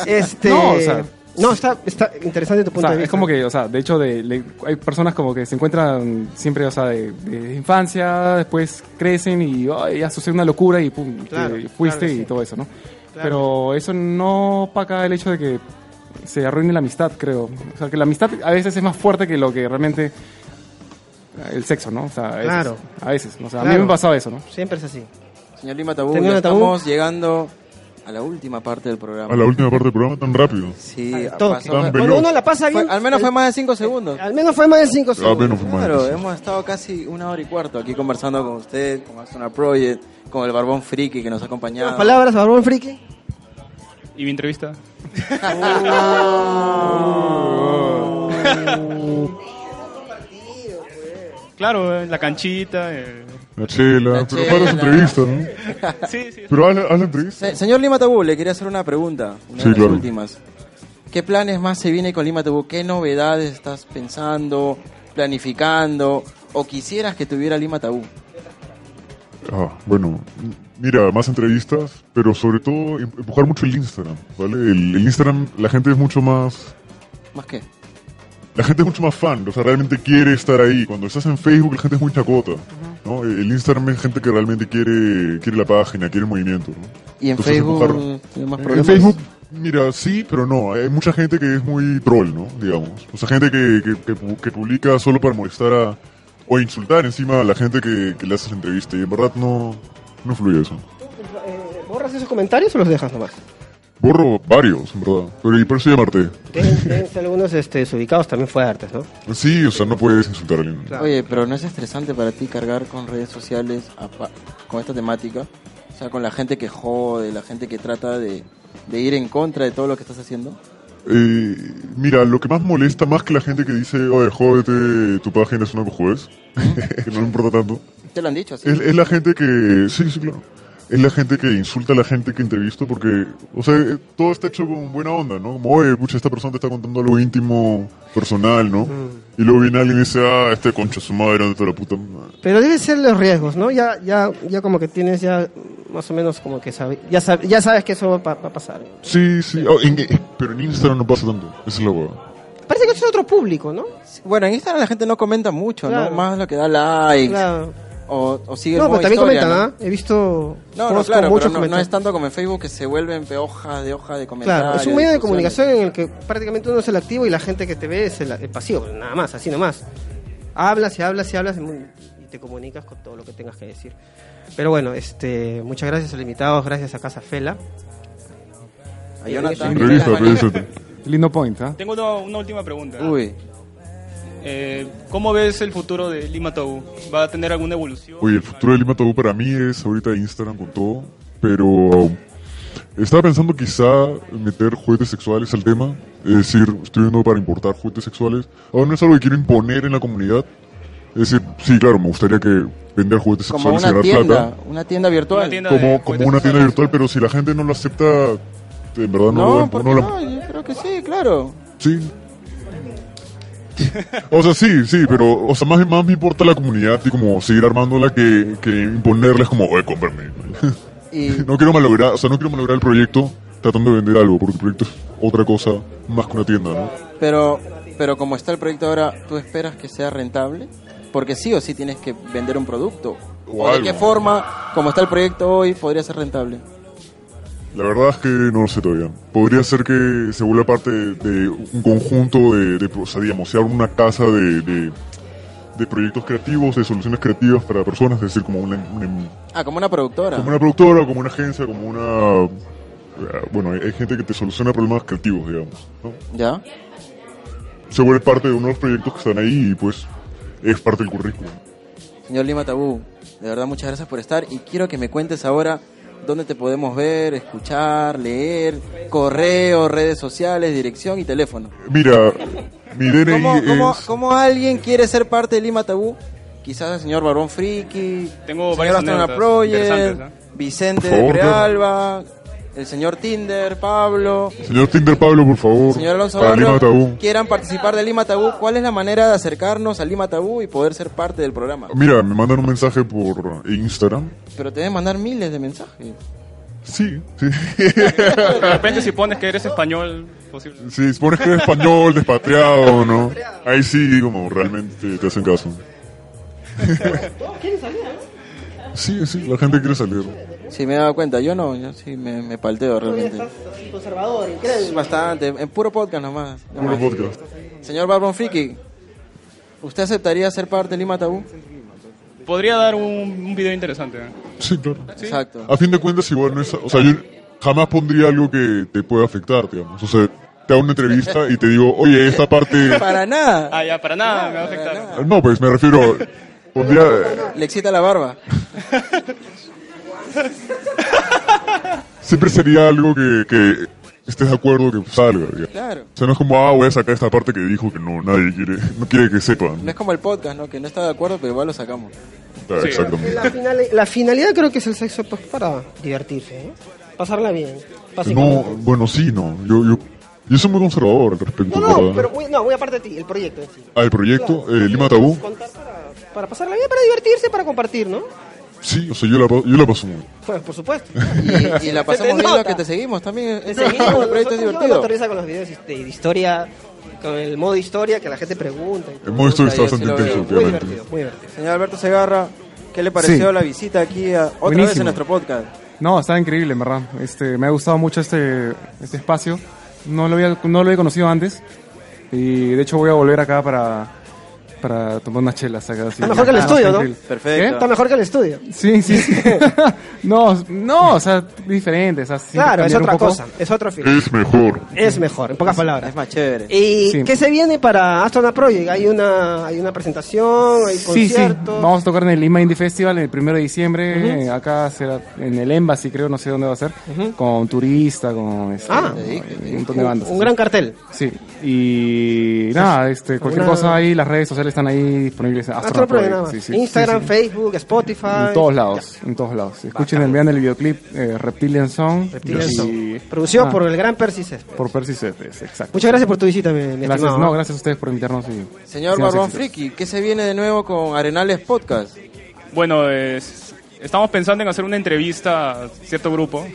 [SPEAKER 2] Este,
[SPEAKER 6] No, o sea-
[SPEAKER 2] no, está, está interesante tu
[SPEAKER 6] O
[SPEAKER 2] punto
[SPEAKER 6] sea,
[SPEAKER 2] de vista.
[SPEAKER 6] es como que, o sea, de hecho, de, le- hay personas como que se encuentran siempre, o sea, de, de infancia, después crecen y ay, ya sucede una locura y pum, te
[SPEAKER 2] Claro,
[SPEAKER 6] fuiste
[SPEAKER 2] claro,
[SPEAKER 6] y
[SPEAKER 2] sí.
[SPEAKER 6] todo eso, ¿no?
[SPEAKER 2] Claro.
[SPEAKER 6] Pero eso no opaca el hecho de que se arruine la amistad, creo. O sea, que la amistad a veces es más fuerte que lo que realmente eh, el sexo, ¿no? O sea, a veces,
[SPEAKER 2] Claro.
[SPEAKER 6] A veces, ¿no? o sea, a mí
[SPEAKER 2] Claro.
[SPEAKER 6] me ha pasado eso, ¿no?
[SPEAKER 2] Siempre es así.
[SPEAKER 1] Señor Lima Tabú,
[SPEAKER 2] Señor
[SPEAKER 1] ya
[SPEAKER 2] Tabú.
[SPEAKER 1] estamos llegando a la última parte del programa.
[SPEAKER 5] A la última parte del programa tan rápido.
[SPEAKER 1] Sí, ah,
[SPEAKER 2] Todo.
[SPEAKER 1] pasó-
[SPEAKER 5] Tan
[SPEAKER 1] fue-
[SPEAKER 2] Cuando uno la pasa bien,
[SPEAKER 1] fue- al menos
[SPEAKER 2] al-
[SPEAKER 1] fue más de 5 segundos.
[SPEAKER 2] al menos fue más de 5
[SPEAKER 5] Ah,
[SPEAKER 2] segundos.
[SPEAKER 5] menos fue más.
[SPEAKER 1] Claro, hemos estado casi una hora y cuarto aquí conversando con usted, con Astona Project, con el Barbón Friki que nos
[SPEAKER 2] Unas
[SPEAKER 1] ha acompañado.
[SPEAKER 2] palabras, Barbón Friki.
[SPEAKER 3] ¿Y mi entrevista? Claro, eh, la canchita. eh.
[SPEAKER 5] La chela,
[SPEAKER 1] La
[SPEAKER 5] pero para
[SPEAKER 1] chela.
[SPEAKER 5] su entrevista, ¿no?
[SPEAKER 3] Sí, sí.
[SPEAKER 5] Pero haz la, haz la entrevista.
[SPEAKER 1] Se- señor Lima Tabú, le quería hacer una pregunta, una
[SPEAKER 5] Sí,
[SPEAKER 1] de las
[SPEAKER 5] claro.
[SPEAKER 1] últimas. ¿Qué planes más se viene con Lima Tabú? ¿Qué novedades estás pensando, planificando o quisieras que tuviera Lima Tabú?
[SPEAKER 5] Ah, bueno, m- mira, más entrevistas, pero sobre todo em- empujar mucho el Instagram, ¿vale? El, el Instagram, la gente es mucho más...
[SPEAKER 1] ¿Más qué?
[SPEAKER 5] La gente es mucho más fan, o sea, realmente quiere estar ahí. Cuando estás en Facebook, la gente es muy chacota, ¿no? El el Instagram es gente que realmente quiere, quiere la página, quiere el movimiento, ¿no?
[SPEAKER 1] ¿Y en
[SPEAKER 5] Entonces,
[SPEAKER 1] Facebook
[SPEAKER 5] empujar-
[SPEAKER 1] tiene más
[SPEAKER 5] En
[SPEAKER 1] problemas?
[SPEAKER 5] Facebook, mira, sí, pero no. Hay mucha gente que es muy troll, ¿no? Digamos. O sea, gente que, que- que pu- que publica solo para molestar a, o insultar encima a la gente que, que le hace la entrevista. Y en verdad no, no fluye eso.
[SPEAKER 2] Eh, ¿Borras esos comentarios o los dejas nomás?
[SPEAKER 5] Borro varios, en verdad. Pero y por eso llamarte.
[SPEAKER 2] Deben, deben ser algunos este, desubicados también fuertes, ¿no?
[SPEAKER 5] Sí, o sea, no puedes insultar a alguien.
[SPEAKER 1] Oye, pero ¿no es estresante para ti cargar con redes sociales apa- con esta temática? O sea, con la gente que jode, la gente que trata de, de ir en contra de todo lo que estás haciendo.
[SPEAKER 5] Eh, mira, lo que más molesta, más que la gente que dice, oye, jódete, tu página es una cojudez, que no le importa tanto,
[SPEAKER 1] Te lo han dicho, así.
[SPEAKER 5] es, es la gente que... Sí, sí, claro. es la gente que insulta a la gente que entrevisto porque, o sea, eh, todo está hecho con buena onda, ¿no? Como, oye, pucha, esta persona te está contando algo íntimo, personal, ¿no?
[SPEAKER 1] Mm.
[SPEAKER 5] Y luego viene alguien y dice, ah, este concha su madre, ¿dónde está la puta madre?
[SPEAKER 2] Pero deben ser los riesgos, ¿no? Ya, ya, ya como que tienes ya más o menos como que sabe- ya, sab- ya sabes que eso va, pa- va a pasar.
[SPEAKER 5] Sí, sí, oh, en- eh, pero en Instagram no pasa tanto, esa es la hueá.
[SPEAKER 2] Parece que es otro público, ¿no?
[SPEAKER 1] Bueno, en Instagram la gente no comenta mucho,
[SPEAKER 2] Claro.
[SPEAKER 1] ¿no? Más lo que da like.
[SPEAKER 2] Claro.
[SPEAKER 1] O, o sigue
[SPEAKER 2] no,
[SPEAKER 1] el modo
[SPEAKER 2] pero también
[SPEAKER 1] historia,
[SPEAKER 2] comentan, ¿ah?
[SPEAKER 1] ¿no?
[SPEAKER 2] He visto
[SPEAKER 1] No, no,
[SPEAKER 2] conozco
[SPEAKER 1] claro, pero
[SPEAKER 2] muchos
[SPEAKER 1] no, no
[SPEAKER 2] comentarios.
[SPEAKER 1] es tanto como en Facebook que se vuelven pe- hoja de hoja de comentarios.
[SPEAKER 2] Claro, es un medio de
[SPEAKER 1] discusiones.
[SPEAKER 2] comunicación en el que prácticamente uno es el activo y la gente que te ve es el, el pasivo, pues, nada más, así nomás. Hablas y hablas y hablas y muy- y te comunicas con todo lo que tengas que decir. Pero bueno, este, muchas gracias a los invitados, gracias a Casa Fela.
[SPEAKER 1] A Jonathan.
[SPEAKER 6] Lindo point, ¿ah?
[SPEAKER 3] Tengo una, una última pregunta.
[SPEAKER 1] Uy.
[SPEAKER 3] Eh, ¿Cómo ves el futuro de Lima Tau? ¿Va a tener alguna evolución?
[SPEAKER 5] Oye, el futuro de Lima Tabú para mí es ahorita Instagram con todo, pero estaba pensando quizá meter juguetes sexuales al tema, es decir, estoy viendo para importar juguetes sexuales. Ahora no es algo que quiero imponer en la comunidad, es decir, sí, claro, me gustaría que vender juguetes
[SPEAKER 1] Como
[SPEAKER 5] sexuales y
[SPEAKER 1] una
[SPEAKER 5] ganar
[SPEAKER 1] tienda,
[SPEAKER 5] plata,
[SPEAKER 1] una tienda virtual.
[SPEAKER 5] como, como una tienda virtual, pero si la gente no lo acepta, en verdad no,
[SPEAKER 1] No,
[SPEAKER 5] lo-
[SPEAKER 1] ¿por
[SPEAKER 5] no
[SPEAKER 1] qué
[SPEAKER 5] la-
[SPEAKER 1] no? Yo creo que sí, claro.
[SPEAKER 5] Sí. O sea, sí, sí, pero o sea, más, más me importa la comunidad y como seguir armándola que, que imponerles como, oye, cómprame. No quiero malograr, o sea, no quiero malograr el proyecto tratando de vender algo, porque el proyecto es otra cosa más que una tienda, ¿no?
[SPEAKER 1] Pero, pero como está el proyecto ahora, ¿tú esperas que sea rentable? Porque sí o sí tienes que vender un producto.
[SPEAKER 5] O
[SPEAKER 1] ¿O, de
[SPEAKER 5] algo.
[SPEAKER 1] qué forma, como está el proyecto hoy, podría ser rentable?
[SPEAKER 5] La verdad es que no lo sé todavía. Podría ser que se vuelva parte de, de un conjunto de, de, o sea, digamos, se abre una casa de, de- de proyectos creativos, de soluciones creativas para personas, es decir, como una- una
[SPEAKER 1] Ah, como una productora.
[SPEAKER 5] Como una productora, como una agencia, como una... eh, Ah, Bueno, hay, hay gente que te soluciona problemas creativos, digamos. ¿no?
[SPEAKER 1] ¿Ya?
[SPEAKER 5] Se vuelve parte de uno de los proyectos que están ahí y pues es parte del currículum.
[SPEAKER 1] Señor Lima Tabú, de verdad muchas gracias por estar y quiero que me cuentes ahora dónde te podemos ver, escuchar, leer, correo, redes sociales, dirección y teléfono.
[SPEAKER 5] Mira, mi DNI
[SPEAKER 1] ¿Cómo, cómo-
[SPEAKER 5] es...
[SPEAKER 1] cómo alguien quiere ser parte de Lima Tabú? Quizás el señor Barón Friki,
[SPEAKER 3] Tengo
[SPEAKER 1] el señor
[SPEAKER 3] varias
[SPEAKER 1] Astronauta
[SPEAKER 3] anécdotas
[SPEAKER 1] Project,
[SPEAKER 3] interesantes,
[SPEAKER 1] Vicente
[SPEAKER 5] Por
[SPEAKER 1] de
[SPEAKER 5] favor,
[SPEAKER 1] Prealba, el señor Tinder, Pablo,
[SPEAKER 5] Señor Tinder Pablo, por favor.
[SPEAKER 1] señor Alonso
[SPEAKER 5] para
[SPEAKER 1] Barrio,
[SPEAKER 5] Lima Tabú.
[SPEAKER 1] quieran participar de Lima Tabú, ¿cuál es la manera de acercarnos a Lima Tabú y poder ser parte del programa?
[SPEAKER 5] Mira, me mandan un mensaje por Instagram.
[SPEAKER 1] Pero te deben mandar miles de mensajes.
[SPEAKER 5] Sí, sí.
[SPEAKER 3] De repente si pones que eres español, posible.
[SPEAKER 5] Si pones que eres español, despatriado, ¿no? Ahí sí, como realmente te hacen caso. Sí, sí, la gente quiere salir.
[SPEAKER 1] Sí, me he dado cuenta. Yo no, yo sí me, me palteo realmente.
[SPEAKER 2] Conservador,
[SPEAKER 1] Es bastante, en puro podcast nomás.
[SPEAKER 5] Puro podcast.
[SPEAKER 1] Señor Barbon Friki, ¿usted aceptaría ser parte de Lima Tabú?
[SPEAKER 3] Podría dar un, un video interesante. ¿eh?
[SPEAKER 5] Sí, claro.
[SPEAKER 1] Exacto.
[SPEAKER 5] A fin de cuentas, igual no es. O sea, yo jamás pondría algo que te pueda afectar, digamos. O sea, te hago una entrevista y te digo, oye, esta parte.
[SPEAKER 1] Para nada.
[SPEAKER 3] Ah, ya, para nada, me va a afectar.
[SPEAKER 5] No, pues me refiero. Pondría.
[SPEAKER 1] Le excita la barba.
[SPEAKER 5] Siempre sería algo que, que estés de acuerdo que salga, digamos.
[SPEAKER 1] Claro.
[SPEAKER 5] O sea, no es como, ah, voy a sacar esta parte que dijo que no, nadie quiere, no quiere que sepan.
[SPEAKER 1] No es como el podcast, ¿no? Que no está de acuerdo, pero igual lo sacamos.
[SPEAKER 5] Claro,
[SPEAKER 1] Sí.
[SPEAKER 5] Ah, exactamente.
[SPEAKER 2] La, finali- la finalidad creo que es el sexo pues, para divertirse, ¿eh? pasarla bien.
[SPEAKER 5] No,
[SPEAKER 2] básicamente.
[SPEAKER 5] bueno, sí, no. Yo, yo, yo soy muy conservador al respecto,
[SPEAKER 2] no, no,
[SPEAKER 5] ¿verdad?
[SPEAKER 2] pero muy- no, voy aparte de ti, el proyecto en sí.
[SPEAKER 5] Al proyecto, eh, Lima Tabú,
[SPEAKER 2] Contar para, para pasarla bien, para divertirse, para compartir, ¿no?
[SPEAKER 5] sí, o sea, yo la, pa- yo la paso muy bien.
[SPEAKER 2] Pues, por supuesto.
[SPEAKER 1] Y, y la pasamos bien lo que te seguimos también.
[SPEAKER 2] Te
[SPEAKER 1] Es
[SPEAKER 2] seguimos,
[SPEAKER 1] el proyecto es
[SPEAKER 2] nosotros
[SPEAKER 1] divertido.
[SPEAKER 2] nos autoriza con los videos de de historia, con el modo historia que la gente pregunta. y todo.
[SPEAKER 5] El modo historia está
[SPEAKER 1] Yo
[SPEAKER 5] bastante
[SPEAKER 1] sí lo veo.
[SPEAKER 5] intenso,
[SPEAKER 1] Muy
[SPEAKER 5] obviamente.
[SPEAKER 1] divertido.
[SPEAKER 2] Muy divertido.
[SPEAKER 1] Señor Alberto Segarra, ¿qué le pareció
[SPEAKER 6] Sí.
[SPEAKER 1] la visita aquí a- otra vez
[SPEAKER 6] Buenísimo.
[SPEAKER 1] en nuestro podcast?
[SPEAKER 6] No, está increíble, en verdad. Este, me ha gustado mucho este, este espacio. No lo, había, no lo había conocido antes. Y de hecho voy a volver acá para, para tomar unas chelas acá. así.
[SPEAKER 2] Está mejor que el
[SPEAKER 6] Ah,
[SPEAKER 2] estudio,
[SPEAKER 6] está
[SPEAKER 2] ¿no?
[SPEAKER 6] increíble. ¿Qué?
[SPEAKER 2] Está mejor que el estudio.
[SPEAKER 6] Sí, sí, sí. no, no, o sea, diferente. O sea, siento
[SPEAKER 2] Claro, es
[SPEAKER 6] cambiar un
[SPEAKER 2] otra
[SPEAKER 6] poco.
[SPEAKER 2] cosa, es otro film.
[SPEAKER 5] Es mejor.
[SPEAKER 2] Es mejor, en pocas palabras.
[SPEAKER 1] Es más chévere.
[SPEAKER 2] ¿Y
[SPEAKER 6] Sí.
[SPEAKER 2] qué se viene para Astrona Project? ¿Hay una, hay una presentación? ¿Hay
[SPEAKER 6] Sí, sí.
[SPEAKER 2] conciertos?
[SPEAKER 6] Vamos a tocar en el Lima Indie Festival el 1 de diciembre. eh, Acá será en el Embassy, creo, no sé dónde va a ser. Con Turista, con este,
[SPEAKER 2] Ah,
[SPEAKER 6] un montón de bandas.
[SPEAKER 2] Un gran cartel.
[SPEAKER 6] Sí, y nada, este, cualquier
[SPEAKER 2] Una-
[SPEAKER 6] cosa ahí, las redes sociales sociales están ahí disponibles.
[SPEAKER 2] Astro
[SPEAKER 6] Astro
[SPEAKER 2] Project,
[SPEAKER 6] Project,
[SPEAKER 2] nada más.
[SPEAKER 6] sí, sí,
[SPEAKER 2] Instagram,
[SPEAKER 6] sí, sí.
[SPEAKER 2] Facebook, Spotify.
[SPEAKER 6] En todos lados, en todos lados. Escuchen, vean el videoclip eh, Reptilian Sound.
[SPEAKER 2] Reptilian
[SPEAKER 6] y-
[SPEAKER 2] Sound. Producido
[SPEAKER 6] Ah,
[SPEAKER 2] por el gran Percy Céspedes.
[SPEAKER 6] por Percy Céspedes, exacto.
[SPEAKER 2] Muchas gracias por tu visita, mi, mi
[SPEAKER 6] Gracias,
[SPEAKER 2] estimado.
[SPEAKER 6] no, gracias a ustedes por invitarnos. y-
[SPEAKER 1] Señor
[SPEAKER 6] sí,
[SPEAKER 1] Barbón
[SPEAKER 6] sí, sí.
[SPEAKER 1] Friki, ¿qué se viene de nuevo con Arenales Podcast?
[SPEAKER 3] Bueno, es- estamos pensando en hacer una entrevista a cierto grupo.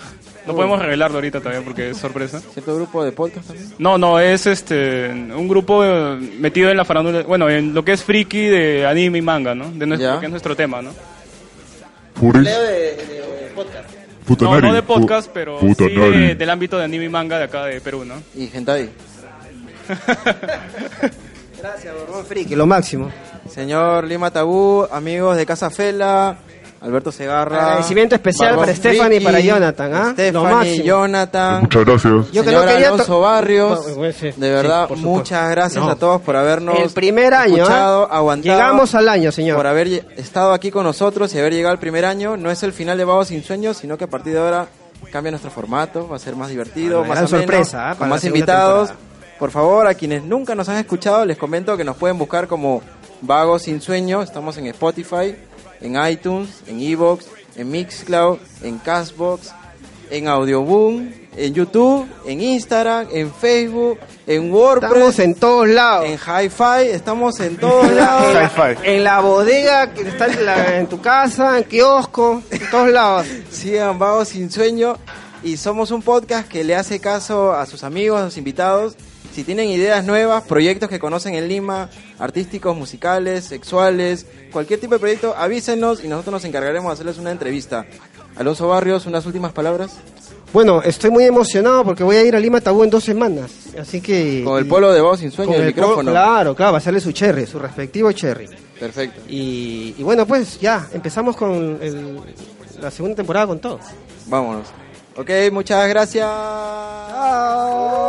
[SPEAKER 3] No
[SPEAKER 1] Uy.
[SPEAKER 3] podemos revelarlo ahorita todavía porque es sorpresa.
[SPEAKER 1] ¿Cierto grupo de podcast también?
[SPEAKER 3] No, no, es este un grupo eh, metido en la farándula, bueno, en lo que es friki de anime y manga, ¿no? De nuestro,
[SPEAKER 1] Ya.
[SPEAKER 3] lo que es nuestro tema, ¿no?
[SPEAKER 5] Puris.
[SPEAKER 3] No,
[SPEAKER 5] eh, Putanari.
[SPEAKER 3] no de
[SPEAKER 5] Pu-
[SPEAKER 3] podcast, pero sí
[SPEAKER 5] Putanari.
[SPEAKER 3] de- del ámbito de anime y manga de acá de Perú, ¿no?
[SPEAKER 1] Y hentai.
[SPEAKER 2] Gracias, Borbón Friki, lo máximo.
[SPEAKER 1] Señor Lima Tabú, amigos de Casa Fela, Alberto Segarra.
[SPEAKER 2] Agradecimiento especial
[SPEAKER 1] Barbón
[SPEAKER 2] para Stephanie y para Jonathan, ¿ah. Lo
[SPEAKER 1] Stephanie,
[SPEAKER 2] máximo.
[SPEAKER 1] Jonathan.
[SPEAKER 5] Muchas gracias.
[SPEAKER 2] Yo que
[SPEAKER 1] señor
[SPEAKER 2] no quería to-
[SPEAKER 1] Alonso Barrios,
[SPEAKER 2] Bueno, bueno, sí.
[SPEAKER 1] de verdad,
[SPEAKER 2] Sí, por supuesto.
[SPEAKER 1] muchas gracias
[SPEAKER 2] No.
[SPEAKER 1] a todos por habernos
[SPEAKER 2] El primer año,
[SPEAKER 1] escuchado,
[SPEAKER 2] ¿ah?
[SPEAKER 1] aguantado,
[SPEAKER 2] Llegamos al año, señor.
[SPEAKER 1] por haber lle- estado aquí con nosotros y haber llegado al primer año. No es el final de Vagos sin Sueños, sino que a partir de ahora cambia nuestro formato, va a ser más divertido,
[SPEAKER 2] Bueno,
[SPEAKER 1] más
[SPEAKER 2] gran
[SPEAKER 1] ameno,
[SPEAKER 2] sorpresa, ¿ah?
[SPEAKER 1] con
[SPEAKER 2] para la
[SPEAKER 1] más
[SPEAKER 2] segunda
[SPEAKER 1] invitados. Por favor, a quienes nunca nos han escuchado, les comento que nos pueden buscar como Vagos sin Sueño. Estamos en Spotify, en iTunes, en Evox, en Mixcloud, en Castbox, en Audioboom, en YouTube, en Instagram, en Facebook, en WordPress.
[SPEAKER 2] Estamos en todos lados.
[SPEAKER 1] En Hi-Fi, estamos en todos lados.
[SPEAKER 2] En la bodega, que está en, la- en tu casa, en kiosco, en todos lados.
[SPEAKER 1] Sigan Vagos Sin Sueño y somos un podcast que le hace caso a sus amigos, a sus invitados. Si tienen ideas nuevas, proyectos que conocen en Lima, artísticos, musicales, sexuales, cualquier tipo de proyecto, avísenos y nosotros nos encargaremos de hacerles una entrevista. Alonso Barrios, unas últimas palabras.
[SPEAKER 2] Bueno, estoy muy emocionado porque voy a ir a Lima Tabú en dos semanas. Así que.
[SPEAKER 1] Con el polo de Vagos Sin Sueño,
[SPEAKER 2] Con
[SPEAKER 1] el
[SPEAKER 2] el polo-
[SPEAKER 1] micrófono.
[SPEAKER 2] Claro, claro, va a hacerle su cherry, su respectivo cherry.
[SPEAKER 1] Perfecto.
[SPEAKER 2] Y, y bueno, pues ya, empezamos con el- la segunda temporada con todo.
[SPEAKER 1] Vámonos. Ok, muchas gracias.
[SPEAKER 6] Uh.